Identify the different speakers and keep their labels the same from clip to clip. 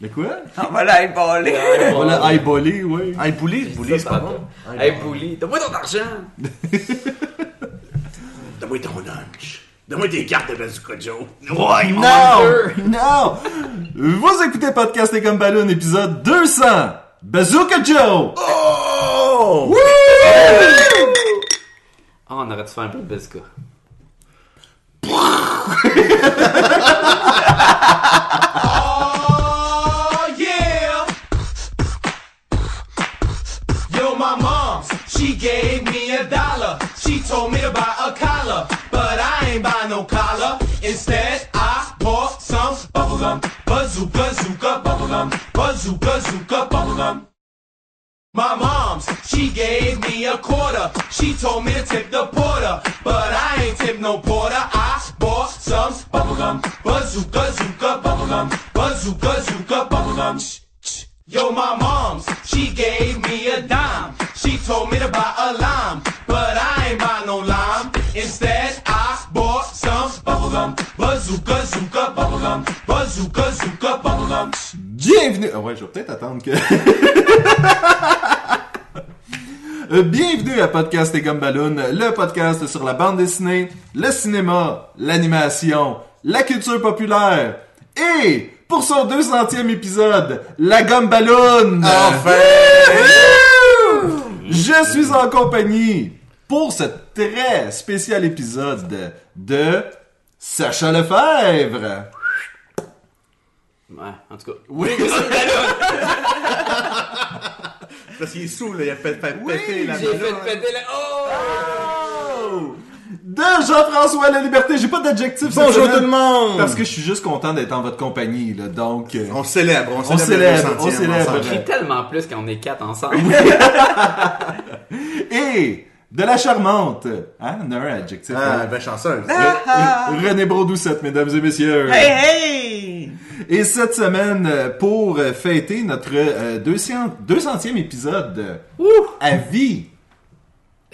Speaker 1: Mais quoi?
Speaker 2: Ah,
Speaker 1: Ah
Speaker 3: On va l'eyeballer.
Speaker 1: On va la highballer, oui.
Speaker 4: Hey, Bouli, Bouli, c'est pas bon.
Speaker 3: Hey, Bouli, donne-moi ton argent.
Speaker 4: Donne-moi ton lunch. Donne-moi tes cartes de Bazooka Joe.
Speaker 1: Ouais, non! Non! Vous écoutez Podcast et comme Balloon, épisode 200! Bazooka Joe!
Speaker 4: Oh!
Speaker 1: Wouh!
Speaker 3: Ah, on aurait dû faire un peu de Bezka.
Speaker 5: Oh yeah. Yo, my mom, she gave me a dollar. She told me to buy a collar, but I ain't buy no collar. Instead, I bought some bubblegum. Bazooka, zooka, bubblegum. Bazooka, zooka, bubblegum. My mom's, she gave me a quarter. She told me to tip the porter, but I ain't tip no porter. I bought some bubblegum, bazooka, zooka, bubblegum, bazooka, zooka, bubblegum. Shh, shh. Yo, my mom's, she gave me a dime. She told me to buy a lime, but I ain't buy no lime. Instead, I bought some bubblegum, bazooka, zooka, bubblegum, bazooka, zooka, bubblegum. Shh.
Speaker 1: Bienvenue! Ah ouais, je vais peut-être attendre que. Euh, Bienvenue à Podcast et Gomme Balloon, le podcast sur la bande dessinée, le cinéma, l'animation, la culture populaire et, pour son 200e épisode, la Gomme Balloon! Wouhou! Je suis en compagnie pour ce très spécial épisode de Sacha Lefebvre!
Speaker 3: Ouais, en tout cas.
Speaker 1: Oui,
Speaker 4: Parce qu'il est saoul, là, il a fait fait
Speaker 1: Oui,
Speaker 4: péter la
Speaker 3: J'ai
Speaker 4: balloune.
Speaker 3: fait péter la... Oh!
Speaker 1: de Jean-François La Liberté. J'ai pas d'adjectif. cette
Speaker 4: Bonjour
Speaker 1: semaine
Speaker 4: tout le monde!
Speaker 1: Parce que je suis juste content d'être en votre compagnie, là. Donc, euh,
Speaker 4: On célèbre, on célèbre.
Speaker 1: célèbre,
Speaker 4: le 200e
Speaker 1: on célèbre.
Speaker 4: ensemble.
Speaker 3: On rit tellement plus quand on est quatre ensemble.
Speaker 1: et de la charmante. Hein, on a un adjectif.
Speaker 4: Ah,
Speaker 1: hein.
Speaker 4: ben chanceuse.
Speaker 1: René Brodoucette, mesdames et messieurs.
Speaker 4: hey!
Speaker 1: Et cette semaine, euh, pour euh, fêter notre euh, 200, 200e épisode euh, à vie,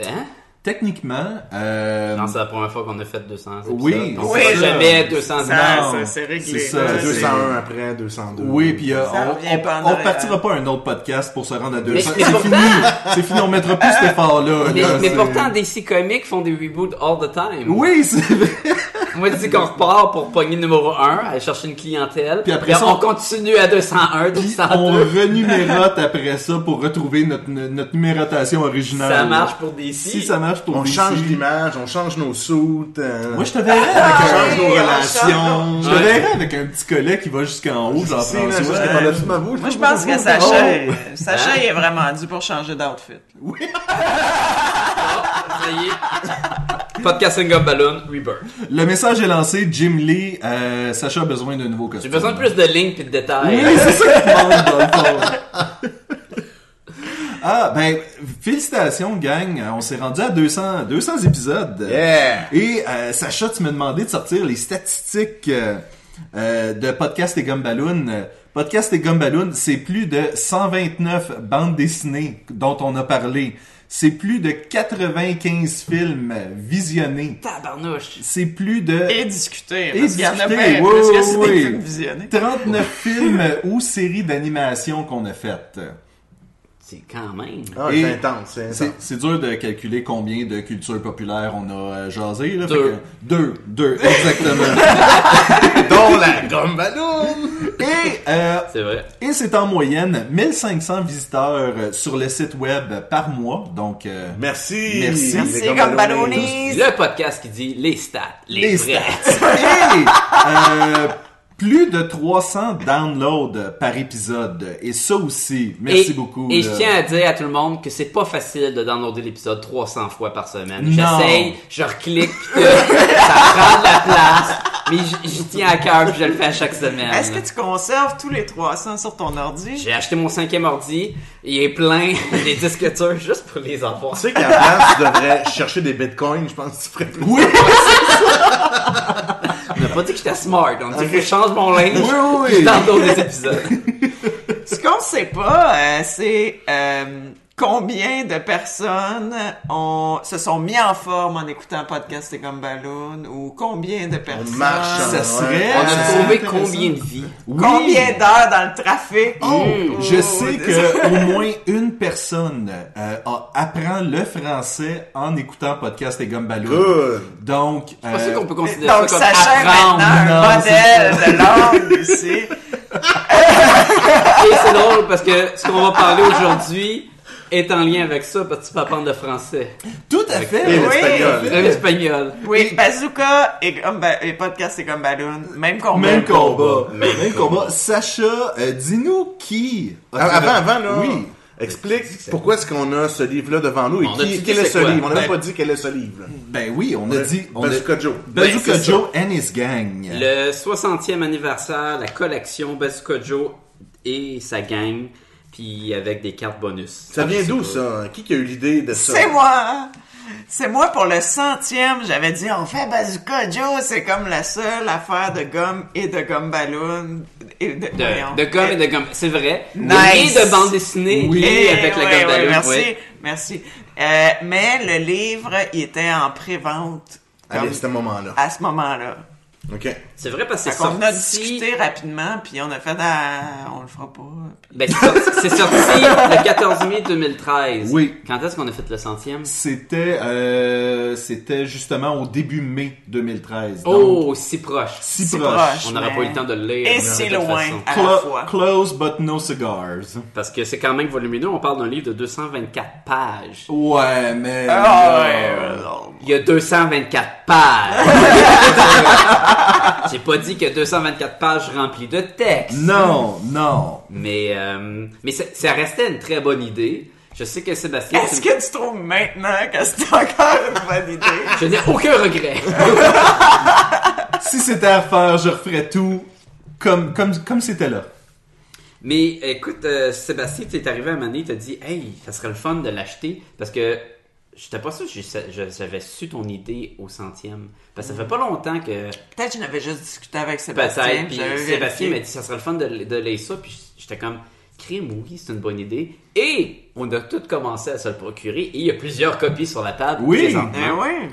Speaker 3: Hein?
Speaker 1: techniquement, euh,
Speaker 3: Non, c'est la première fois qu'on a fait 200 épisodes.
Speaker 1: Oui,
Speaker 3: on
Speaker 2: oui,
Speaker 3: fera
Speaker 2: je-
Speaker 3: jamais 200
Speaker 2: Ça,
Speaker 1: Non.
Speaker 2: ça, c'est réglé.
Speaker 1: C'est ça,
Speaker 4: Euh,
Speaker 2: Là,
Speaker 1: deux
Speaker 2: c'est-
Speaker 1: cents.
Speaker 4: 201 après, 202.
Speaker 1: Oui, puis euh,
Speaker 2: Ça
Speaker 1: on,
Speaker 2: revient pas en
Speaker 1: on, on
Speaker 2: arrière.
Speaker 1: partira pas un autre podcast pour se rendre à 200.
Speaker 3: mais
Speaker 1: C'est
Speaker 3: pourtant-
Speaker 1: fini, c'est fini, on mettra plus cet effort-là.
Speaker 3: Mais,
Speaker 1: là,
Speaker 3: mais
Speaker 1: c'est-
Speaker 3: pourtant, DC Comics font des reboots all the time.
Speaker 1: Oui, c'est vrai.
Speaker 3: Moi, je dis qu'on repart pour pogner le numéro 1, aller chercher une clientèle.
Speaker 1: Puis après
Speaker 3: Puis
Speaker 1: ça,
Speaker 3: on
Speaker 1: on-
Speaker 3: continue à 201,
Speaker 1: Puis on
Speaker 3: 202.
Speaker 1: renumérote après ça pour retrouver notre, notre numérotation originale.
Speaker 3: Ça marche pour DC.
Speaker 1: Si ça marche pour
Speaker 4: On
Speaker 1: DC.
Speaker 4: change l'image, on change nos soutes. euh,
Speaker 1: Moi, je te verrais avec
Speaker 4: on
Speaker 1: un...
Speaker 4: change nos
Speaker 2: oui, on
Speaker 4: relations.
Speaker 1: Je te
Speaker 3: Ouais.
Speaker 1: verrais avec un petit collet qui va jusqu'en haut,
Speaker 4: C'est là,
Speaker 1: Jean-François.
Speaker 4: juste que par-dessus ma bouche,
Speaker 2: Moi, je pense que Sacha, euh, Sacha
Speaker 3: Hein?
Speaker 2: il est vraiment dû pour changer d'outfit.
Speaker 3: Ça y est. Podcast Single Balloon, Rebirth.
Speaker 1: Le message est lancé, Jim Lee, euh, Sacha a besoin d'un nouveau costume.
Speaker 3: J'ai besoin de plus de lignes pis de détails.
Speaker 1: Oui, c'est ça qui manque dans le fond. Ah, ben, félicitations, gang. On s'est rendu à 200, 200 épisodes.
Speaker 4: Yeah!
Speaker 1: Et euh, Sacha, tu m'as demandé de sortir les statistiques euh, euh, de Podcast et Gomme Balloon. Euh, Podcast et Gomme Balloon, c'est plus de 129 bandes dessinées dont on a parlé. C'est plus de 95 films visionnés.
Speaker 3: Tabarnouche.
Speaker 1: C'est plus de
Speaker 5: Ben,
Speaker 2: Et discuter.
Speaker 1: Et
Speaker 2: Parce qu'il y en a
Speaker 1: discuter,
Speaker 2: bien
Speaker 1: oui,
Speaker 2: plus
Speaker 1: oui,
Speaker 2: que c'est des
Speaker 1: oui.
Speaker 2: films visionnés.
Speaker 1: 39 films ou séries d'animation qu'on a faites.
Speaker 3: C'est quand même.
Speaker 4: Ah,
Speaker 1: Et-
Speaker 4: c'est intense, c'est
Speaker 1: C'est-
Speaker 4: intense.
Speaker 1: C'est dur de calculer combien de cultures populaires on a euh, jasé. Là, Fait
Speaker 3: Deux.
Speaker 1: que- deux. Deux, exactement.
Speaker 4: Dans la gomme ballon!
Speaker 1: et euh,
Speaker 3: C'est vrai.
Speaker 1: et c'est en moyenne 1500 visiteurs euh, sur le site web par mois. Donc, euh,
Speaker 4: Merci!
Speaker 1: Merci.
Speaker 2: Merci,
Speaker 4: les gommes
Speaker 2: comme
Speaker 4: ballonnées.
Speaker 3: Le podcast qui dit les stats, les,
Speaker 1: les
Speaker 3: vrais.
Speaker 1: stats. et euh, plus de 300 downloads par épisode. Et ça aussi, merci
Speaker 3: et,
Speaker 1: beaucoup.
Speaker 3: Et
Speaker 1: là.
Speaker 3: je tiens à dire à tout le monde que c'est pas facile de downloader l'épisode 300 fois par semaine.
Speaker 1: Non.
Speaker 3: J'essaye, je reclique, pis tout. ça prend de la place. Mais j- j'y tiens à cœur, pis je le fais à chaque semaine.
Speaker 2: Est-ce que tu conserves tous les 300 sur ton ordi?
Speaker 3: J'ai acheté mon cinquième ordi, il est plein des disques durs juste pour les avoir.
Speaker 4: Tu sais qu'à la place, tu devrais chercher des bitcoins, je pense que tu ferais plus.
Speaker 1: Oui,
Speaker 3: On n'a pas dit que j'étais smart, on dit que je change mon linge.
Speaker 1: oui, Ah oui.
Speaker 3: Dans d'autres épisodes.
Speaker 2: Ce qu'on sait pas, euh, c'est euh,
Speaker 5: combien de personnes ont, se sont mis en forme en écoutant Podcast et comme Balloon ou combien de personnes.
Speaker 4: marche en-
Speaker 1: Ça serait.
Speaker 4: Ouais.
Speaker 3: On
Speaker 1: ça
Speaker 3: a
Speaker 1: serait
Speaker 5: Euh,
Speaker 3: sauvé
Speaker 1: intéressant.
Speaker 3: combien de vies?
Speaker 1: Oui.
Speaker 5: Combien d'heures dans le trafic?
Speaker 1: Oh,
Speaker 3: Mm.
Speaker 1: je sais que au moins une personne euh, a- apprend le français en écoutant podcast et Gumbaloo.
Speaker 4: Good.
Speaker 1: Donc,
Speaker 3: Je suis pas
Speaker 1: euh,
Speaker 3: sûr qu'on peut considérer
Speaker 5: Donc,
Speaker 3: ça comme
Speaker 5: sachez maintenant
Speaker 3: apprendre.
Speaker 5: un
Speaker 1: Non,
Speaker 5: modèle de langue ici.
Speaker 3: Et c'est drôle parce que ce qu'on va parler aujourd'hui est en lien avec ça parce que tu peux apprendre le français.
Speaker 1: tout à fait.
Speaker 4: Et
Speaker 5: Oui.
Speaker 4: l'espagnol.
Speaker 3: Même espagnol.
Speaker 5: Oui, Bazooka et, comme ba- et Podcast et comme Balloon, Oh, même combat.
Speaker 1: Même combat.
Speaker 4: Même
Speaker 1: Même combat. Sacha, euh, dis-nous qui. a
Speaker 4: Ah, Avant,
Speaker 1: travaillé-
Speaker 4: avant, là.
Speaker 1: Oui.
Speaker 4: Explique pourquoi est-ce qu'on a ce livre-là devant nous et
Speaker 3: On a
Speaker 4: qui,
Speaker 3: dit
Speaker 4: quel est ce
Speaker 3: c'est quoi.
Speaker 4: livre? On n'a
Speaker 1: Ben-
Speaker 4: pas dit quel est ce livre.
Speaker 1: Ben oui, on a dit. On a-
Speaker 4: Bazooka Joe.
Speaker 1: Bazooka
Speaker 4: Ben, c'est ça.
Speaker 1: Joe and his gang.
Speaker 3: Le 60e anniversaire, la collection Bazooka Joe et sa gang, puis avec des cartes bonus.
Speaker 4: Ça vient d'où, ça? Qui qui a eu l'idée de ça?
Speaker 5: C'est moi! C'est moi pour le centième, j'avais dit on fait Bazooka Joe, c'est comme la seule affaire de gomme et de gomme ballon. Et de, voyons.
Speaker 3: De, de gomme et de gomme, c'est vrai.
Speaker 5: Nice.
Speaker 3: Et de bande dessinée,
Speaker 1: Oui.
Speaker 3: et
Speaker 5: Eh,
Speaker 3: avec la
Speaker 5: ouais,
Speaker 3: gomme
Speaker 5: ouais,
Speaker 3: d'allure,
Speaker 5: Merci,
Speaker 3: ouais.
Speaker 5: merci. Euh, mais le livre, il était en pré-vente
Speaker 4: Allez,
Speaker 5: comme
Speaker 4: c'est un moment-là.
Speaker 5: à ce moment-là.
Speaker 4: OK.
Speaker 3: C'est vrai parce que c'est
Speaker 5: On a
Speaker 3: sorti...
Speaker 5: discuté rapidement, puis on a fait ah, on le fera pas. Puis-
Speaker 3: Ben, c'est sorti, c'est sorti le 14 mai 2013.
Speaker 1: Oui.
Speaker 3: Quand est-ce qu'on a fait le centième?
Speaker 1: C'était, euh, c'était justement au début mai 2013. Donc,
Speaker 3: Oh, si proche.
Speaker 1: si,
Speaker 5: si
Speaker 1: proche.
Speaker 5: proche.
Speaker 3: On n'aurait
Speaker 5: mais-
Speaker 3: pas eu le temps de le lire.
Speaker 5: Et
Speaker 3: de
Speaker 5: si
Speaker 3: toute
Speaker 5: loin.
Speaker 3: façon.
Speaker 5: À la
Speaker 1: Clo-
Speaker 5: fois.
Speaker 1: Close but no cigars.
Speaker 3: Parce que c'est quand même volumineux. On parle d'un livre de 224 pages.
Speaker 5: Oh,
Speaker 1: Ouais, mais.
Speaker 5: Ah,
Speaker 1: là,
Speaker 5: ouais, non.
Speaker 3: Il y a 224 pages. J'ai pas dit que 224 pages remplies de texte.
Speaker 1: Non, non.
Speaker 3: Mais, euh, mais ça, ça restait une très bonne idée. Je sais que Sébastien...
Speaker 5: Est-ce
Speaker 3: tu-
Speaker 5: que tu trouves maintenant que c'est encore une bonne idée?
Speaker 3: Je n'ai aucun regret.
Speaker 1: Si c'était à refaire, je referais tout comme comme comme c'était là.
Speaker 3: Mais écoute, euh, Sébastien, tu es arrivé à un moment donné, tu dit, hey, ça serait le fun de l'acheter. Parce que j'étais pas sûr que j'ai- je- j'avais su ton idée au centième. Parce que ça fait pas longtemps que.
Speaker 5: Peut-être que je n'avais juste discuté avec Sébastien.
Speaker 3: Peut-être. Puis
Speaker 5: j'avais
Speaker 3: Sébastien
Speaker 5: vérifié.
Speaker 3: m'a dit, ça serait le fun de, de lire ça. Puis j'étais comme, crime, oui, c'est une bonne idée. Et on a tous commencé à se le procurer. Et il y a plusieurs copies sur la table.
Speaker 1: Oui.
Speaker 3: présentement.
Speaker 5: Eh oui.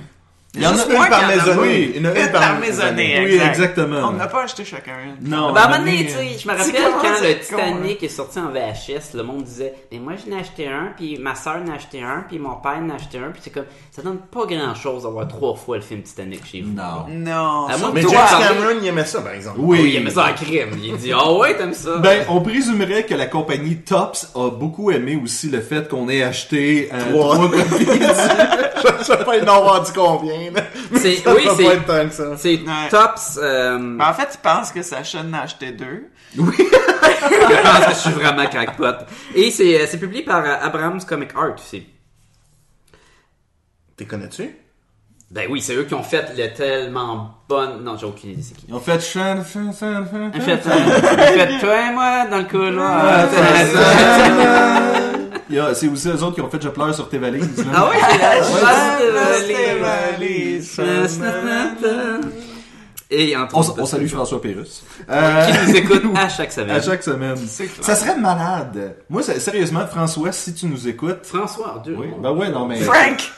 Speaker 1: Il y en a
Speaker 5: Juste
Speaker 1: une
Speaker 5: moi
Speaker 1: par
Speaker 5: qui en a
Speaker 1: maisonnée.
Speaker 5: voulu.
Speaker 1: Il y en a une
Speaker 5: Une
Speaker 1: par
Speaker 5: par
Speaker 1: maisonnée.
Speaker 5: maisonnée,
Speaker 1: Oui,
Speaker 5: exact.
Speaker 1: exactement.
Speaker 5: On n'a pas acheté chacun une.
Speaker 1: Non.
Speaker 3: Ben,
Speaker 1: on a
Speaker 3: à un moment donné,
Speaker 1: mis,
Speaker 3: tu
Speaker 1: euh,
Speaker 3: sais, je me
Speaker 5: Tu
Speaker 3: rappelle
Speaker 5: commences
Speaker 3: quand
Speaker 5: à
Speaker 3: le
Speaker 5: être con,
Speaker 3: Titanic est sorti en VHS, le monde disait Mais moi, je n'ai acheté un, puis ma soeur n'en a acheté un, puis mon père n'en a acheté un, puis c'est comme ça donne pas grand chose d'avoir trois fois le film Titanic chez vous.
Speaker 1: Non.
Speaker 5: Non.
Speaker 3: Ah, moi,
Speaker 4: Mais
Speaker 3: Toi,
Speaker 4: James
Speaker 3: parler-
Speaker 4: Cameron, il aimait ça, par exemple.
Speaker 3: Oui,
Speaker 1: Oui.
Speaker 3: il aimait ça en crime. Il dit Ah ouais, t'aimes ça
Speaker 1: Ben, on présumerait que la compagnie Tops a beaucoup aimé aussi le fait qu'on ait acheté euh,
Speaker 4: Trois.
Speaker 1: trois copies.
Speaker 4: je sais pas, ils n'ont vendu combien, là. Mais
Speaker 3: C'est-
Speaker 4: ça
Speaker 3: oui,
Speaker 4: doit
Speaker 3: c'est-
Speaker 4: pas être tant que ça.
Speaker 3: C'est
Speaker 5: Ouais.
Speaker 3: tops. euh,
Speaker 5: Mais
Speaker 1: Ah.
Speaker 5: en fait, tu penses que Sacha en a acheté deux.
Speaker 3: je pense que je suis vraiment crackpot. Et c'est euh, c'est publié par euh, Abrams Comic Art aussi.
Speaker 4: T'es connais-tu?
Speaker 3: Ben oui, c'est eux qui ont fait le tellement bon. Non, j'ai aucune idée c'est qui.
Speaker 1: Ils ont fait chan, chan, chan, chan,
Speaker 3: J'ai fait, euh, fait toi et moi dans le
Speaker 1: Ah,
Speaker 3: couloir.
Speaker 1: Il y a- C'est aussi eux autres qui ont fait Je pleure sur tes valises. là.
Speaker 3: Ah oui, c'est la chasse
Speaker 1: Euh,
Speaker 3: de
Speaker 5: Tes
Speaker 3: valises.
Speaker 5: valises.
Speaker 3: Et en
Speaker 1: On, on salue François Pérus. Euh,
Speaker 3: Qui nous écoute à chaque semaine.
Speaker 1: à chaque semaine.
Speaker 5: C'est clair.
Speaker 1: Ça serait malade. Moi, ça- sérieusement, François, si tu nous écoutes.
Speaker 3: François, en deux.
Speaker 1: Oui,
Speaker 3: mots.
Speaker 1: ben ouais, non, mais.
Speaker 5: Frank!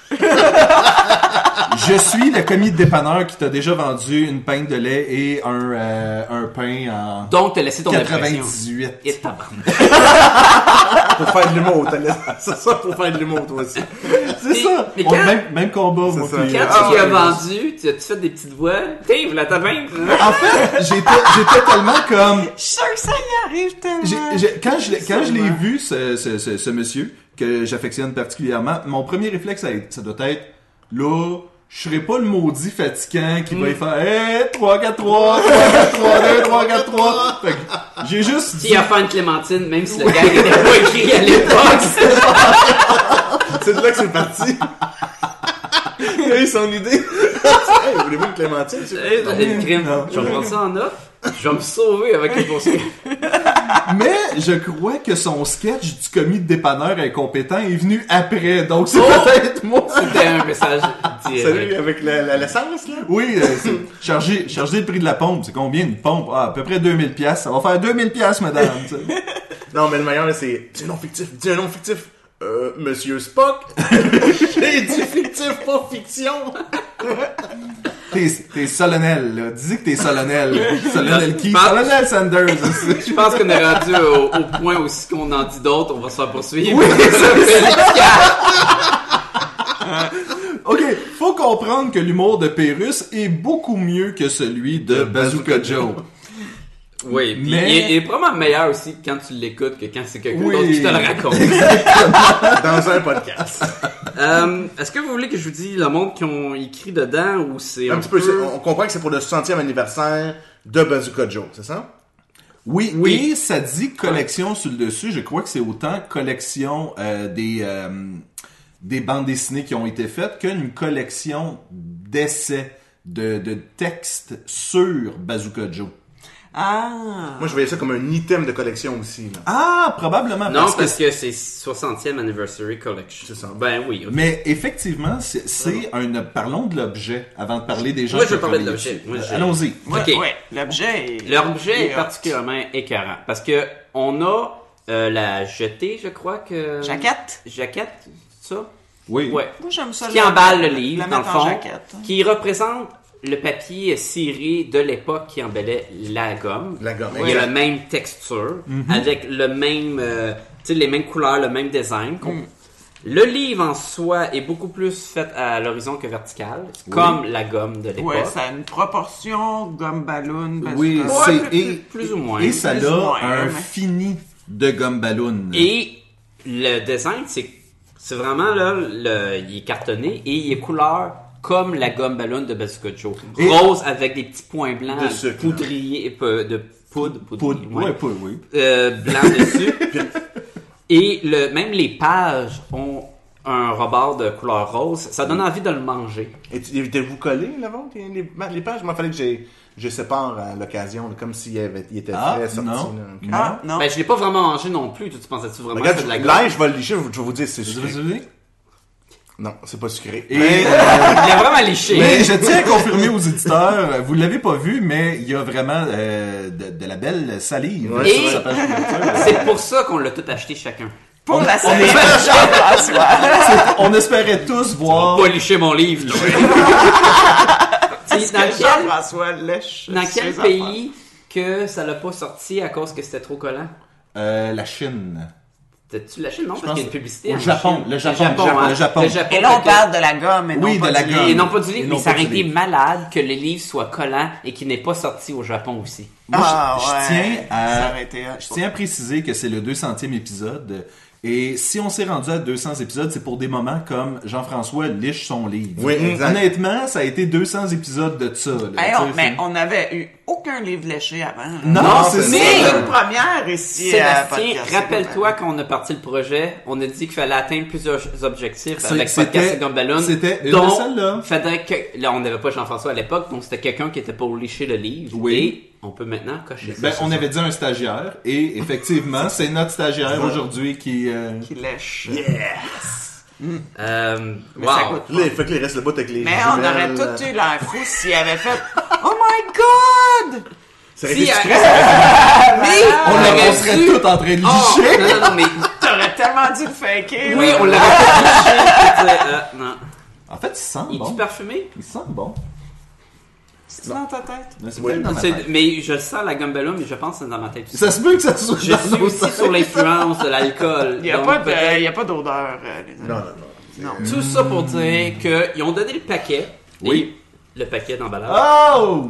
Speaker 1: Je suis le commis de dépanneur qui t'a déjà vendu une pinte de lait et un, euh, un pain en
Speaker 3: Donc, t'as laissé ton impression.
Speaker 1: 98.
Speaker 3: Et tabarnak.
Speaker 1: Ah,
Speaker 4: Pour faire de l'humour, t'as laissé- c'est ça, pour faire de l'humour, toi aussi.
Speaker 1: C'est ça!
Speaker 3: mais
Speaker 1: On-
Speaker 3: quand-
Speaker 1: même, même combat, moi.
Speaker 4: ça.
Speaker 1: puis-
Speaker 3: Quand
Speaker 4: Ah,
Speaker 3: tu lui as
Speaker 4: ouais.
Speaker 3: vendu, tu as-tu fait des petites voix? T'es la hein? tapinte.
Speaker 1: euh, En fait, j'étais j'étais tellement comme...
Speaker 5: Je suis sûr que ça y arrive tellement.
Speaker 1: j'ai- j'ai- quand je, l'ai- quand je l'ai
Speaker 5: Absolument.
Speaker 1: vu, ce, ce, ce, ce monsieur, que j'affectionne particulièrement, mon premier réflexe, ça, ça doit être... Là, je serais pas le maudit fatigant qui
Speaker 3: Hmm.
Speaker 1: va y faire... Hey, 3, 4, 3, 3, 4, 3, 2, 3, 4, 3... Fait que j'ai juste dit...
Speaker 3: S'il a fait une clémentine, même si le gars n'était pas écrit à l'époque.
Speaker 4: C'est de là que c'est parti. Il a eu son idée. hey, voulez-vous une clémentine?
Speaker 3: C'est une crime.
Speaker 1: Non.
Speaker 3: Je vais prendre ça en offre. Je vais me sauver avec les poursuites.
Speaker 1: Mais je crois que son sketch du commis de dépanneur incompétent est venu après, donc c'est
Speaker 3: Oh!
Speaker 1: peut-être moi.
Speaker 3: C'était un message
Speaker 4: Salut,
Speaker 3: direct.
Speaker 4: avec la, la, l'essence, là?
Speaker 1: Oui, euh, c'est- chargez, chargez le prix de la pompe. C'est combien une pompe? Ah, à peu près 2000 pièces. Ça va faire 2000 pièces, madame. tu sais.
Speaker 4: Non, mais le meilleur, là, c'est, dis un nom fictif, dis un nom fictif. Euh, Monsieur Spock, j'ai dit fictif, pas fiction.
Speaker 1: T'es, t'es solennel, là. Dis que t'es solennel. solennel qui?
Speaker 3: Parle-
Speaker 1: Solennel Sanders. aussi.
Speaker 3: Je pense qu'on est rendu au, au point aussi qu'on en dit d'autres, on va se faire poursuivre. Oui, ça
Speaker 1: OK, faut comprendre que l'humour de Pérus est beaucoup mieux que celui de Bazooka Joe.
Speaker 3: Oui, puis
Speaker 1: Mais-
Speaker 3: il, est, il est probablement meilleur aussi quand tu l'écoutes que quand c'est quelqu'un
Speaker 1: Oui.
Speaker 3: d'autre qui te le raconte.
Speaker 4: Dans un podcast.
Speaker 3: Euh, Est-ce que vous voulez que je vous dise le monde qui ont écrit dedans ou c'est un,
Speaker 4: Un petit peu, c'est- on comprend que c'est pour le 60e anniversaire de Bazooka Joe, c'est ça?
Speaker 1: Oui,
Speaker 3: Oui.
Speaker 1: et ça dit collection sur le dessus. Je crois que c'est autant collection euh, des, euh, des bandes dessinées qui ont été faites qu'une collection d'essais de, de textes sur Bazooka Joe.
Speaker 5: Ah!
Speaker 4: Moi, je voyais ça comme un item de collection aussi. là.
Speaker 1: Ah, probablement.
Speaker 3: Non,
Speaker 1: parce que
Speaker 3: parce que c'est 60e Anniversary Collection.
Speaker 4: C'est ça.
Speaker 3: Ben oui. ok.
Speaker 1: Mais effectivement, c'est- c'est un... Parlons de l'objet avant de parler des gens.
Speaker 3: Moi,
Speaker 1: qui
Speaker 3: je
Speaker 1: ont
Speaker 3: veux parler de
Speaker 1: travaillé
Speaker 3: l'objet.
Speaker 1: dessus.
Speaker 3: Moi, j'ai-
Speaker 1: Allons-y.
Speaker 5: Ouais,
Speaker 3: Ok.
Speaker 5: ouais, l'objet est...
Speaker 3: L'objet
Speaker 5: est
Speaker 3: est
Speaker 5: hot.
Speaker 3: particulièrement écœurant parce que on a euh, la jetée, je crois que.
Speaker 5: Jaquette?
Speaker 3: Jaquette, ça?
Speaker 1: Oui.
Speaker 3: Ouais.
Speaker 5: Moi, j'aime ça.
Speaker 3: Qui
Speaker 5: la-
Speaker 3: emballe le livre,
Speaker 5: la
Speaker 3: dans le
Speaker 5: mettre en
Speaker 3: fond.
Speaker 5: jaquette. hein.
Speaker 3: Qui représente le papier ciré de l'époque qui embellait la gomme.
Speaker 4: La gomme,
Speaker 3: Il y a
Speaker 4: exact. Mhm.
Speaker 3: la même texture, avec le même, euh, tu sais, les mêmes couleurs, le même design.
Speaker 5: Mm.
Speaker 3: qu'on- Le livre en soi est beaucoup plus fait à l'horizon que vertical, comme la gomme de l'époque.
Speaker 5: Ouais, ça a une proportion gomme ballon. parce
Speaker 1: Oui,
Speaker 5: que-
Speaker 3: Ouais,
Speaker 1: c'est
Speaker 3: plus-
Speaker 1: et-
Speaker 3: plus ou moins.
Speaker 1: Et ça
Speaker 5: Plus ou moins,
Speaker 1: a un
Speaker 5: mais-
Speaker 1: fini de gomme ballon.
Speaker 3: Et le design, c'est c'est vraiment là, le, il est cartonné et il est couleur comme la gomme ballon de Bazooka Joe.
Speaker 1: Et-
Speaker 3: Rose avec des petits points blancs,
Speaker 4: De sucre,
Speaker 3: poudrier, peu- de poudre, poudrier,
Speaker 1: Poudre.
Speaker 3: ouais.
Speaker 1: Ouais, poudre, oui.
Speaker 3: Euh, blanc dessus. et le, même les pages ont un rebord de couleur rose. Ça donne envie de le manger.
Speaker 4: Et tu vous collé l'avant les, les les pages? Moi, fallait que j'ai- je sépare à l'occasion, là, comme s'il y avait, il était
Speaker 1: Ah,
Speaker 4: frais sorti.
Speaker 1: non.
Speaker 4: là. Ok.
Speaker 5: Ah, non.
Speaker 3: Ben, je l'ai pas vraiment mangé non plus. Tu pensais-tu vraiment que
Speaker 4: Regarde,
Speaker 3: c'était de la
Speaker 4: je-
Speaker 3: gomme?
Speaker 4: l'ail, je vais le licher, je vais vous dire si c'est
Speaker 1: Vous avez
Speaker 4: sucré.
Speaker 1: une idée?
Speaker 4: Non, c'est pas sucré.
Speaker 1: Et
Speaker 3: Il a vraiment léché.
Speaker 1: mais je tiens à confirmer aux éditeurs, euh, vous l'avez pas vu, mais il y a vraiment euh, de, de la belle salive
Speaker 4: Ouais,
Speaker 1: sur
Speaker 3: Et-
Speaker 1: sa page couverture.
Speaker 3: C'est pour ça qu'on l'a tout acheté chacun.
Speaker 5: Pour la série
Speaker 1: est-
Speaker 5: de Jean-François.
Speaker 1: On espérait tous voir.
Speaker 5: Oh.
Speaker 3: Pas licher mon livre. Tu sais, dans quel,
Speaker 5: Jean-François lèche.
Speaker 3: dans
Speaker 5: ses
Speaker 3: quel
Speaker 5: affaires.
Speaker 3: pays que ça l'a pas sorti à cause que c'était trop collant?
Speaker 1: Euh, la Chine.
Speaker 3: T'as-tu lâché le nom? Parce
Speaker 1: pense
Speaker 3: qu'il y a une publicité.
Speaker 1: au
Speaker 3: en
Speaker 1: Japon,
Speaker 3: Chine.
Speaker 1: le Japon, le Japon,
Speaker 3: hein.
Speaker 1: le Japon.
Speaker 5: Et là, on
Speaker 3: que-
Speaker 5: parle de la gomme et non
Speaker 1: Oui,
Speaker 5: pas
Speaker 1: de la
Speaker 5: du-
Speaker 1: gomme.
Speaker 3: Et non pas du livre,
Speaker 1: Et
Speaker 3: mais
Speaker 1: non
Speaker 3: ça
Speaker 1: pas
Speaker 3: aurait
Speaker 1: du
Speaker 3: été
Speaker 1: livre.
Speaker 3: malade que le livre soit collant et qu'il n'est pas sorti au Japon aussi.
Speaker 1: Moi,
Speaker 5: Ah,
Speaker 1: je, je
Speaker 5: ouais.
Speaker 1: tiens à, Eh,
Speaker 5: Ça aurait été hot.
Speaker 1: je tiens à préciser que c'est le 200e épisode. Et si on s'est rendu à 200 épisodes, c'est pour des moments comme Jean-François liche son livre.
Speaker 4: Oui, exact.
Speaker 1: Honnêtement, ça a été 200 épisodes de ça. là.
Speaker 5: Hey,
Speaker 1: Tu sais,
Speaker 5: on- Eh, oh, mais
Speaker 1: c'est-
Speaker 5: on n'avait eu aucun livre léché avant. là.
Speaker 1: Non,
Speaker 4: Non,
Speaker 1: c'est
Speaker 4: c'est
Speaker 5: C'est
Speaker 1: ça.
Speaker 5: une première ici. à
Speaker 3: Sébastien,
Speaker 5: Podcast
Speaker 3: rappelle-toi quand on a parti le projet, on a dit qu'il fallait atteindre plusieurs objectifs
Speaker 1: C'est-
Speaker 3: avec
Speaker 1: c'était-
Speaker 3: Podcast et Gumballoon.
Speaker 1: c'était une de
Speaker 3: dont
Speaker 1: celles-là.
Speaker 3: faudrait que, là, on n'avait pas Jean-François à l'époque, donc c'était quelqu'un qui était pour lécher le livre.
Speaker 1: Oui.
Speaker 3: Et on peut maintenant cocher
Speaker 1: Ben,
Speaker 3: ça.
Speaker 1: on avait dit un stagiaire. Et effectivement, c'est notre stagiaire aujourd'hui qui... euh,
Speaker 5: Qui lèche.
Speaker 3: Euh,
Speaker 5: Mais ça
Speaker 3: wow.
Speaker 5: coûte
Speaker 4: Là, il faut que les restes le bout avec les
Speaker 5: Mais on aurait
Speaker 4: jumelles,
Speaker 5: tout
Speaker 4: euh,
Speaker 5: eu l'air fou s'il avait fait Oh my god!
Speaker 4: Ça aurait été
Speaker 3: Si,
Speaker 4: sucré.
Speaker 3: euh,
Speaker 5: Mais
Speaker 1: on,
Speaker 3: on
Speaker 1: aurait- on
Speaker 3: aurait
Speaker 1: serait
Speaker 3: dû-
Speaker 1: tous en train de licher.
Speaker 3: Oh, non, non, non, mais
Speaker 5: t'aurais tellement dû le faker.
Speaker 3: oui,
Speaker 5: là.
Speaker 3: on l'avait pas léché. Euh, non.
Speaker 1: En fait, il sent
Speaker 3: Il est-tu
Speaker 1: Ah bon.
Speaker 3: parfumé?
Speaker 1: Il sent bon.
Speaker 5: C'est dans ta tête.
Speaker 1: Mais c'est
Speaker 4: Oui.
Speaker 1: peut-être dans ma
Speaker 3: C'est-
Speaker 1: tête.
Speaker 3: Mais je sens la gumbella, mais je pense que c'est dans ma tête. aussi.
Speaker 1: Ça se peut que ça soit
Speaker 3: Je
Speaker 1: dans
Speaker 3: suis
Speaker 1: nos
Speaker 3: aussi
Speaker 1: têtes.
Speaker 3: sur l'influence de l'alcool.
Speaker 5: Il n'y a,
Speaker 3: donc
Speaker 5: pas de-
Speaker 3: peut-être-
Speaker 5: il y a pas d'odeur. euh, les amis.
Speaker 4: Non, non, non.
Speaker 5: Non.
Speaker 3: Tout ça pour dire qu'ils ont donné le paquet.
Speaker 1: Mm. Oui.
Speaker 3: Et Le paquet d'emballage.
Speaker 1: Oh!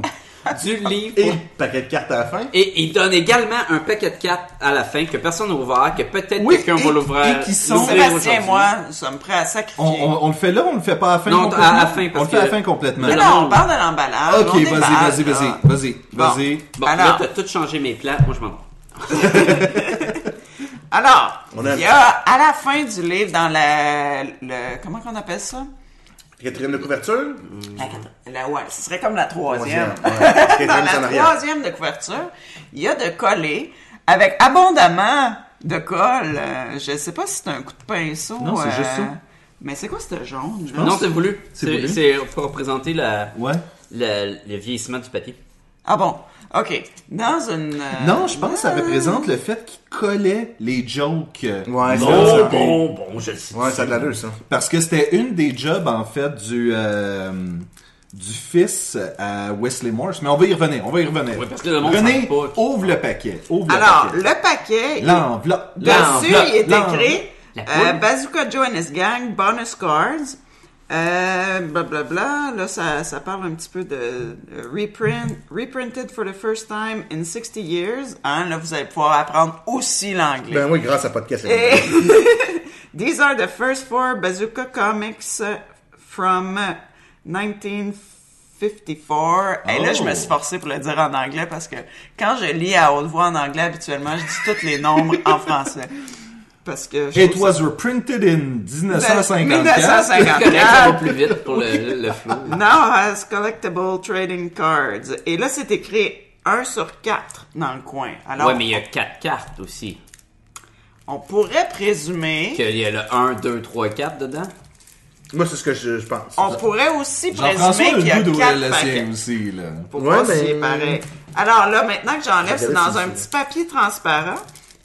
Speaker 3: Du livre.
Speaker 4: Et
Speaker 3: Et...
Speaker 4: le paquet de cartes à la fin.
Speaker 3: ils donnent également un paquet de cartes à la fin que personne n'a ouvert, que peut-être
Speaker 1: Oui,
Speaker 3: quelqu'un
Speaker 1: et-
Speaker 3: va l'ouvrir.
Speaker 1: et qui sont-
Speaker 3: l'ouvrir
Speaker 5: Sébastien et
Speaker 3: aujourd'hui.
Speaker 5: moi, nous sommes prêts à
Speaker 1: On,
Speaker 5: sacrifier.
Speaker 1: on- on le fait là, on le fait pas à la fin
Speaker 3: Non,
Speaker 1: complètement?
Speaker 3: à la fin, parce
Speaker 1: On le fait à la
Speaker 3: que-
Speaker 1: fin complètement.
Speaker 5: Mais là, on parle de l'emballage.
Speaker 1: Ok,
Speaker 5: on
Speaker 1: vas-y,
Speaker 5: déballe,
Speaker 1: vas-y,
Speaker 5: là.
Speaker 1: vas-y, vas-y, vas-y.
Speaker 3: Ah. Bon, là,
Speaker 5: Alors.
Speaker 3: t'as tout changé mes plans. Moi, je m'en vais.
Speaker 5: Alors,
Speaker 4: On a-
Speaker 5: il y a à la fin du livre, dans la. le- comment qu'on appelle ça?
Speaker 4: Quatrième de couverture.
Speaker 5: La, quatre- la- ouais, ce serait comme la troisième.
Speaker 4: Quatrième
Speaker 5: dans
Speaker 4: en
Speaker 5: la
Speaker 4: arrière.
Speaker 5: troisième de couverture, il y a de collés avec abondamment de colle. Euh, je sais pas si c'est un coup de pinceau. euh,
Speaker 1: Non, c'est juste ça.
Speaker 5: Mais c'est quoi ce jaune? là?
Speaker 3: Non, c'est voulu.
Speaker 1: C'est voulu.
Speaker 3: C'est c'est pour représenter la,
Speaker 1: Ouais.
Speaker 3: la- le vieillissement du papier.
Speaker 5: Ah bon, ok. Dans une... euh,
Speaker 1: Non, je pense que ça représente le fait qu'il collait les jokes. euh,
Speaker 4: Ouais, c'est
Speaker 1: l'autre.
Speaker 4: ça.
Speaker 6: Bon, bon, bon, je le sais.
Speaker 4: Ouais, ça a de l'allure, ça.
Speaker 1: Parce que c'était une des jobs, en fait, du, euh, du fils à Wesley Morse. Mais on va y revenir, on va y revenir.
Speaker 3: Ouais, parce que le monde
Speaker 1: René,
Speaker 3: sait pas.
Speaker 1: ouvre le paquet. Ouvre
Speaker 5: Alors,
Speaker 1: le paquet.
Speaker 5: le paquet, il-
Speaker 1: L'enveloppe.
Speaker 5: Dessus,
Speaker 1: l'enveloppe,
Speaker 5: il est
Speaker 1: l'enveloppe.
Speaker 5: écrit
Speaker 3: La
Speaker 5: euh,
Speaker 3: poule.
Speaker 5: Bazooka Joe and his gang, bonus cards. Euh, blablabla. Là, ça, ça parle un petit peu de euh, reprint, reprinted for the first time in 60 years. Hein, là, vous allez pouvoir apprendre aussi l'anglais.
Speaker 4: Ben oui, grâce à Podcast.
Speaker 5: Et- These are the first four Bazooka comics uh, from uh, 1954. Et là, je me suis
Speaker 3: Oh.
Speaker 5: forcé pour le dire en anglais parce que quand je lis à haute voix en anglais, habituellement, je dis tous les nombres en français. Parce que je
Speaker 1: It
Speaker 5: trouve ça-
Speaker 1: was reprinted in 1954.
Speaker 3: Ben,
Speaker 5: 1954.
Speaker 3: Correct, ça va plus vite pour le, le flow.
Speaker 5: Now has collectible trading cards. Et là, c'est écrit 1 sur 4 dans le coin. Alors,
Speaker 3: Ouais, mais il y a quatre cartes aussi.
Speaker 5: on pourrait présumer...
Speaker 3: Qu'il y a le 1, 2, 3, 4 dedans.
Speaker 4: Moi, c'est ce que je, je pense.
Speaker 5: On pourrait aussi
Speaker 1: Jean-François a
Speaker 5: présumer qu'il y a
Speaker 1: le goût d'ouvrir
Speaker 5: 4
Speaker 1: le
Speaker 5: paquets.
Speaker 1: sien aussi, là.
Speaker 5: Pourquoi
Speaker 4: Ouais, mais-
Speaker 5: c'est pareil? Alors là, maintenant que j'enlève,
Speaker 4: Regardez
Speaker 5: c'est dans
Speaker 4: si
Speaker 5: un
Speaker 4: c'est-
Speaker 5: petit papier transparent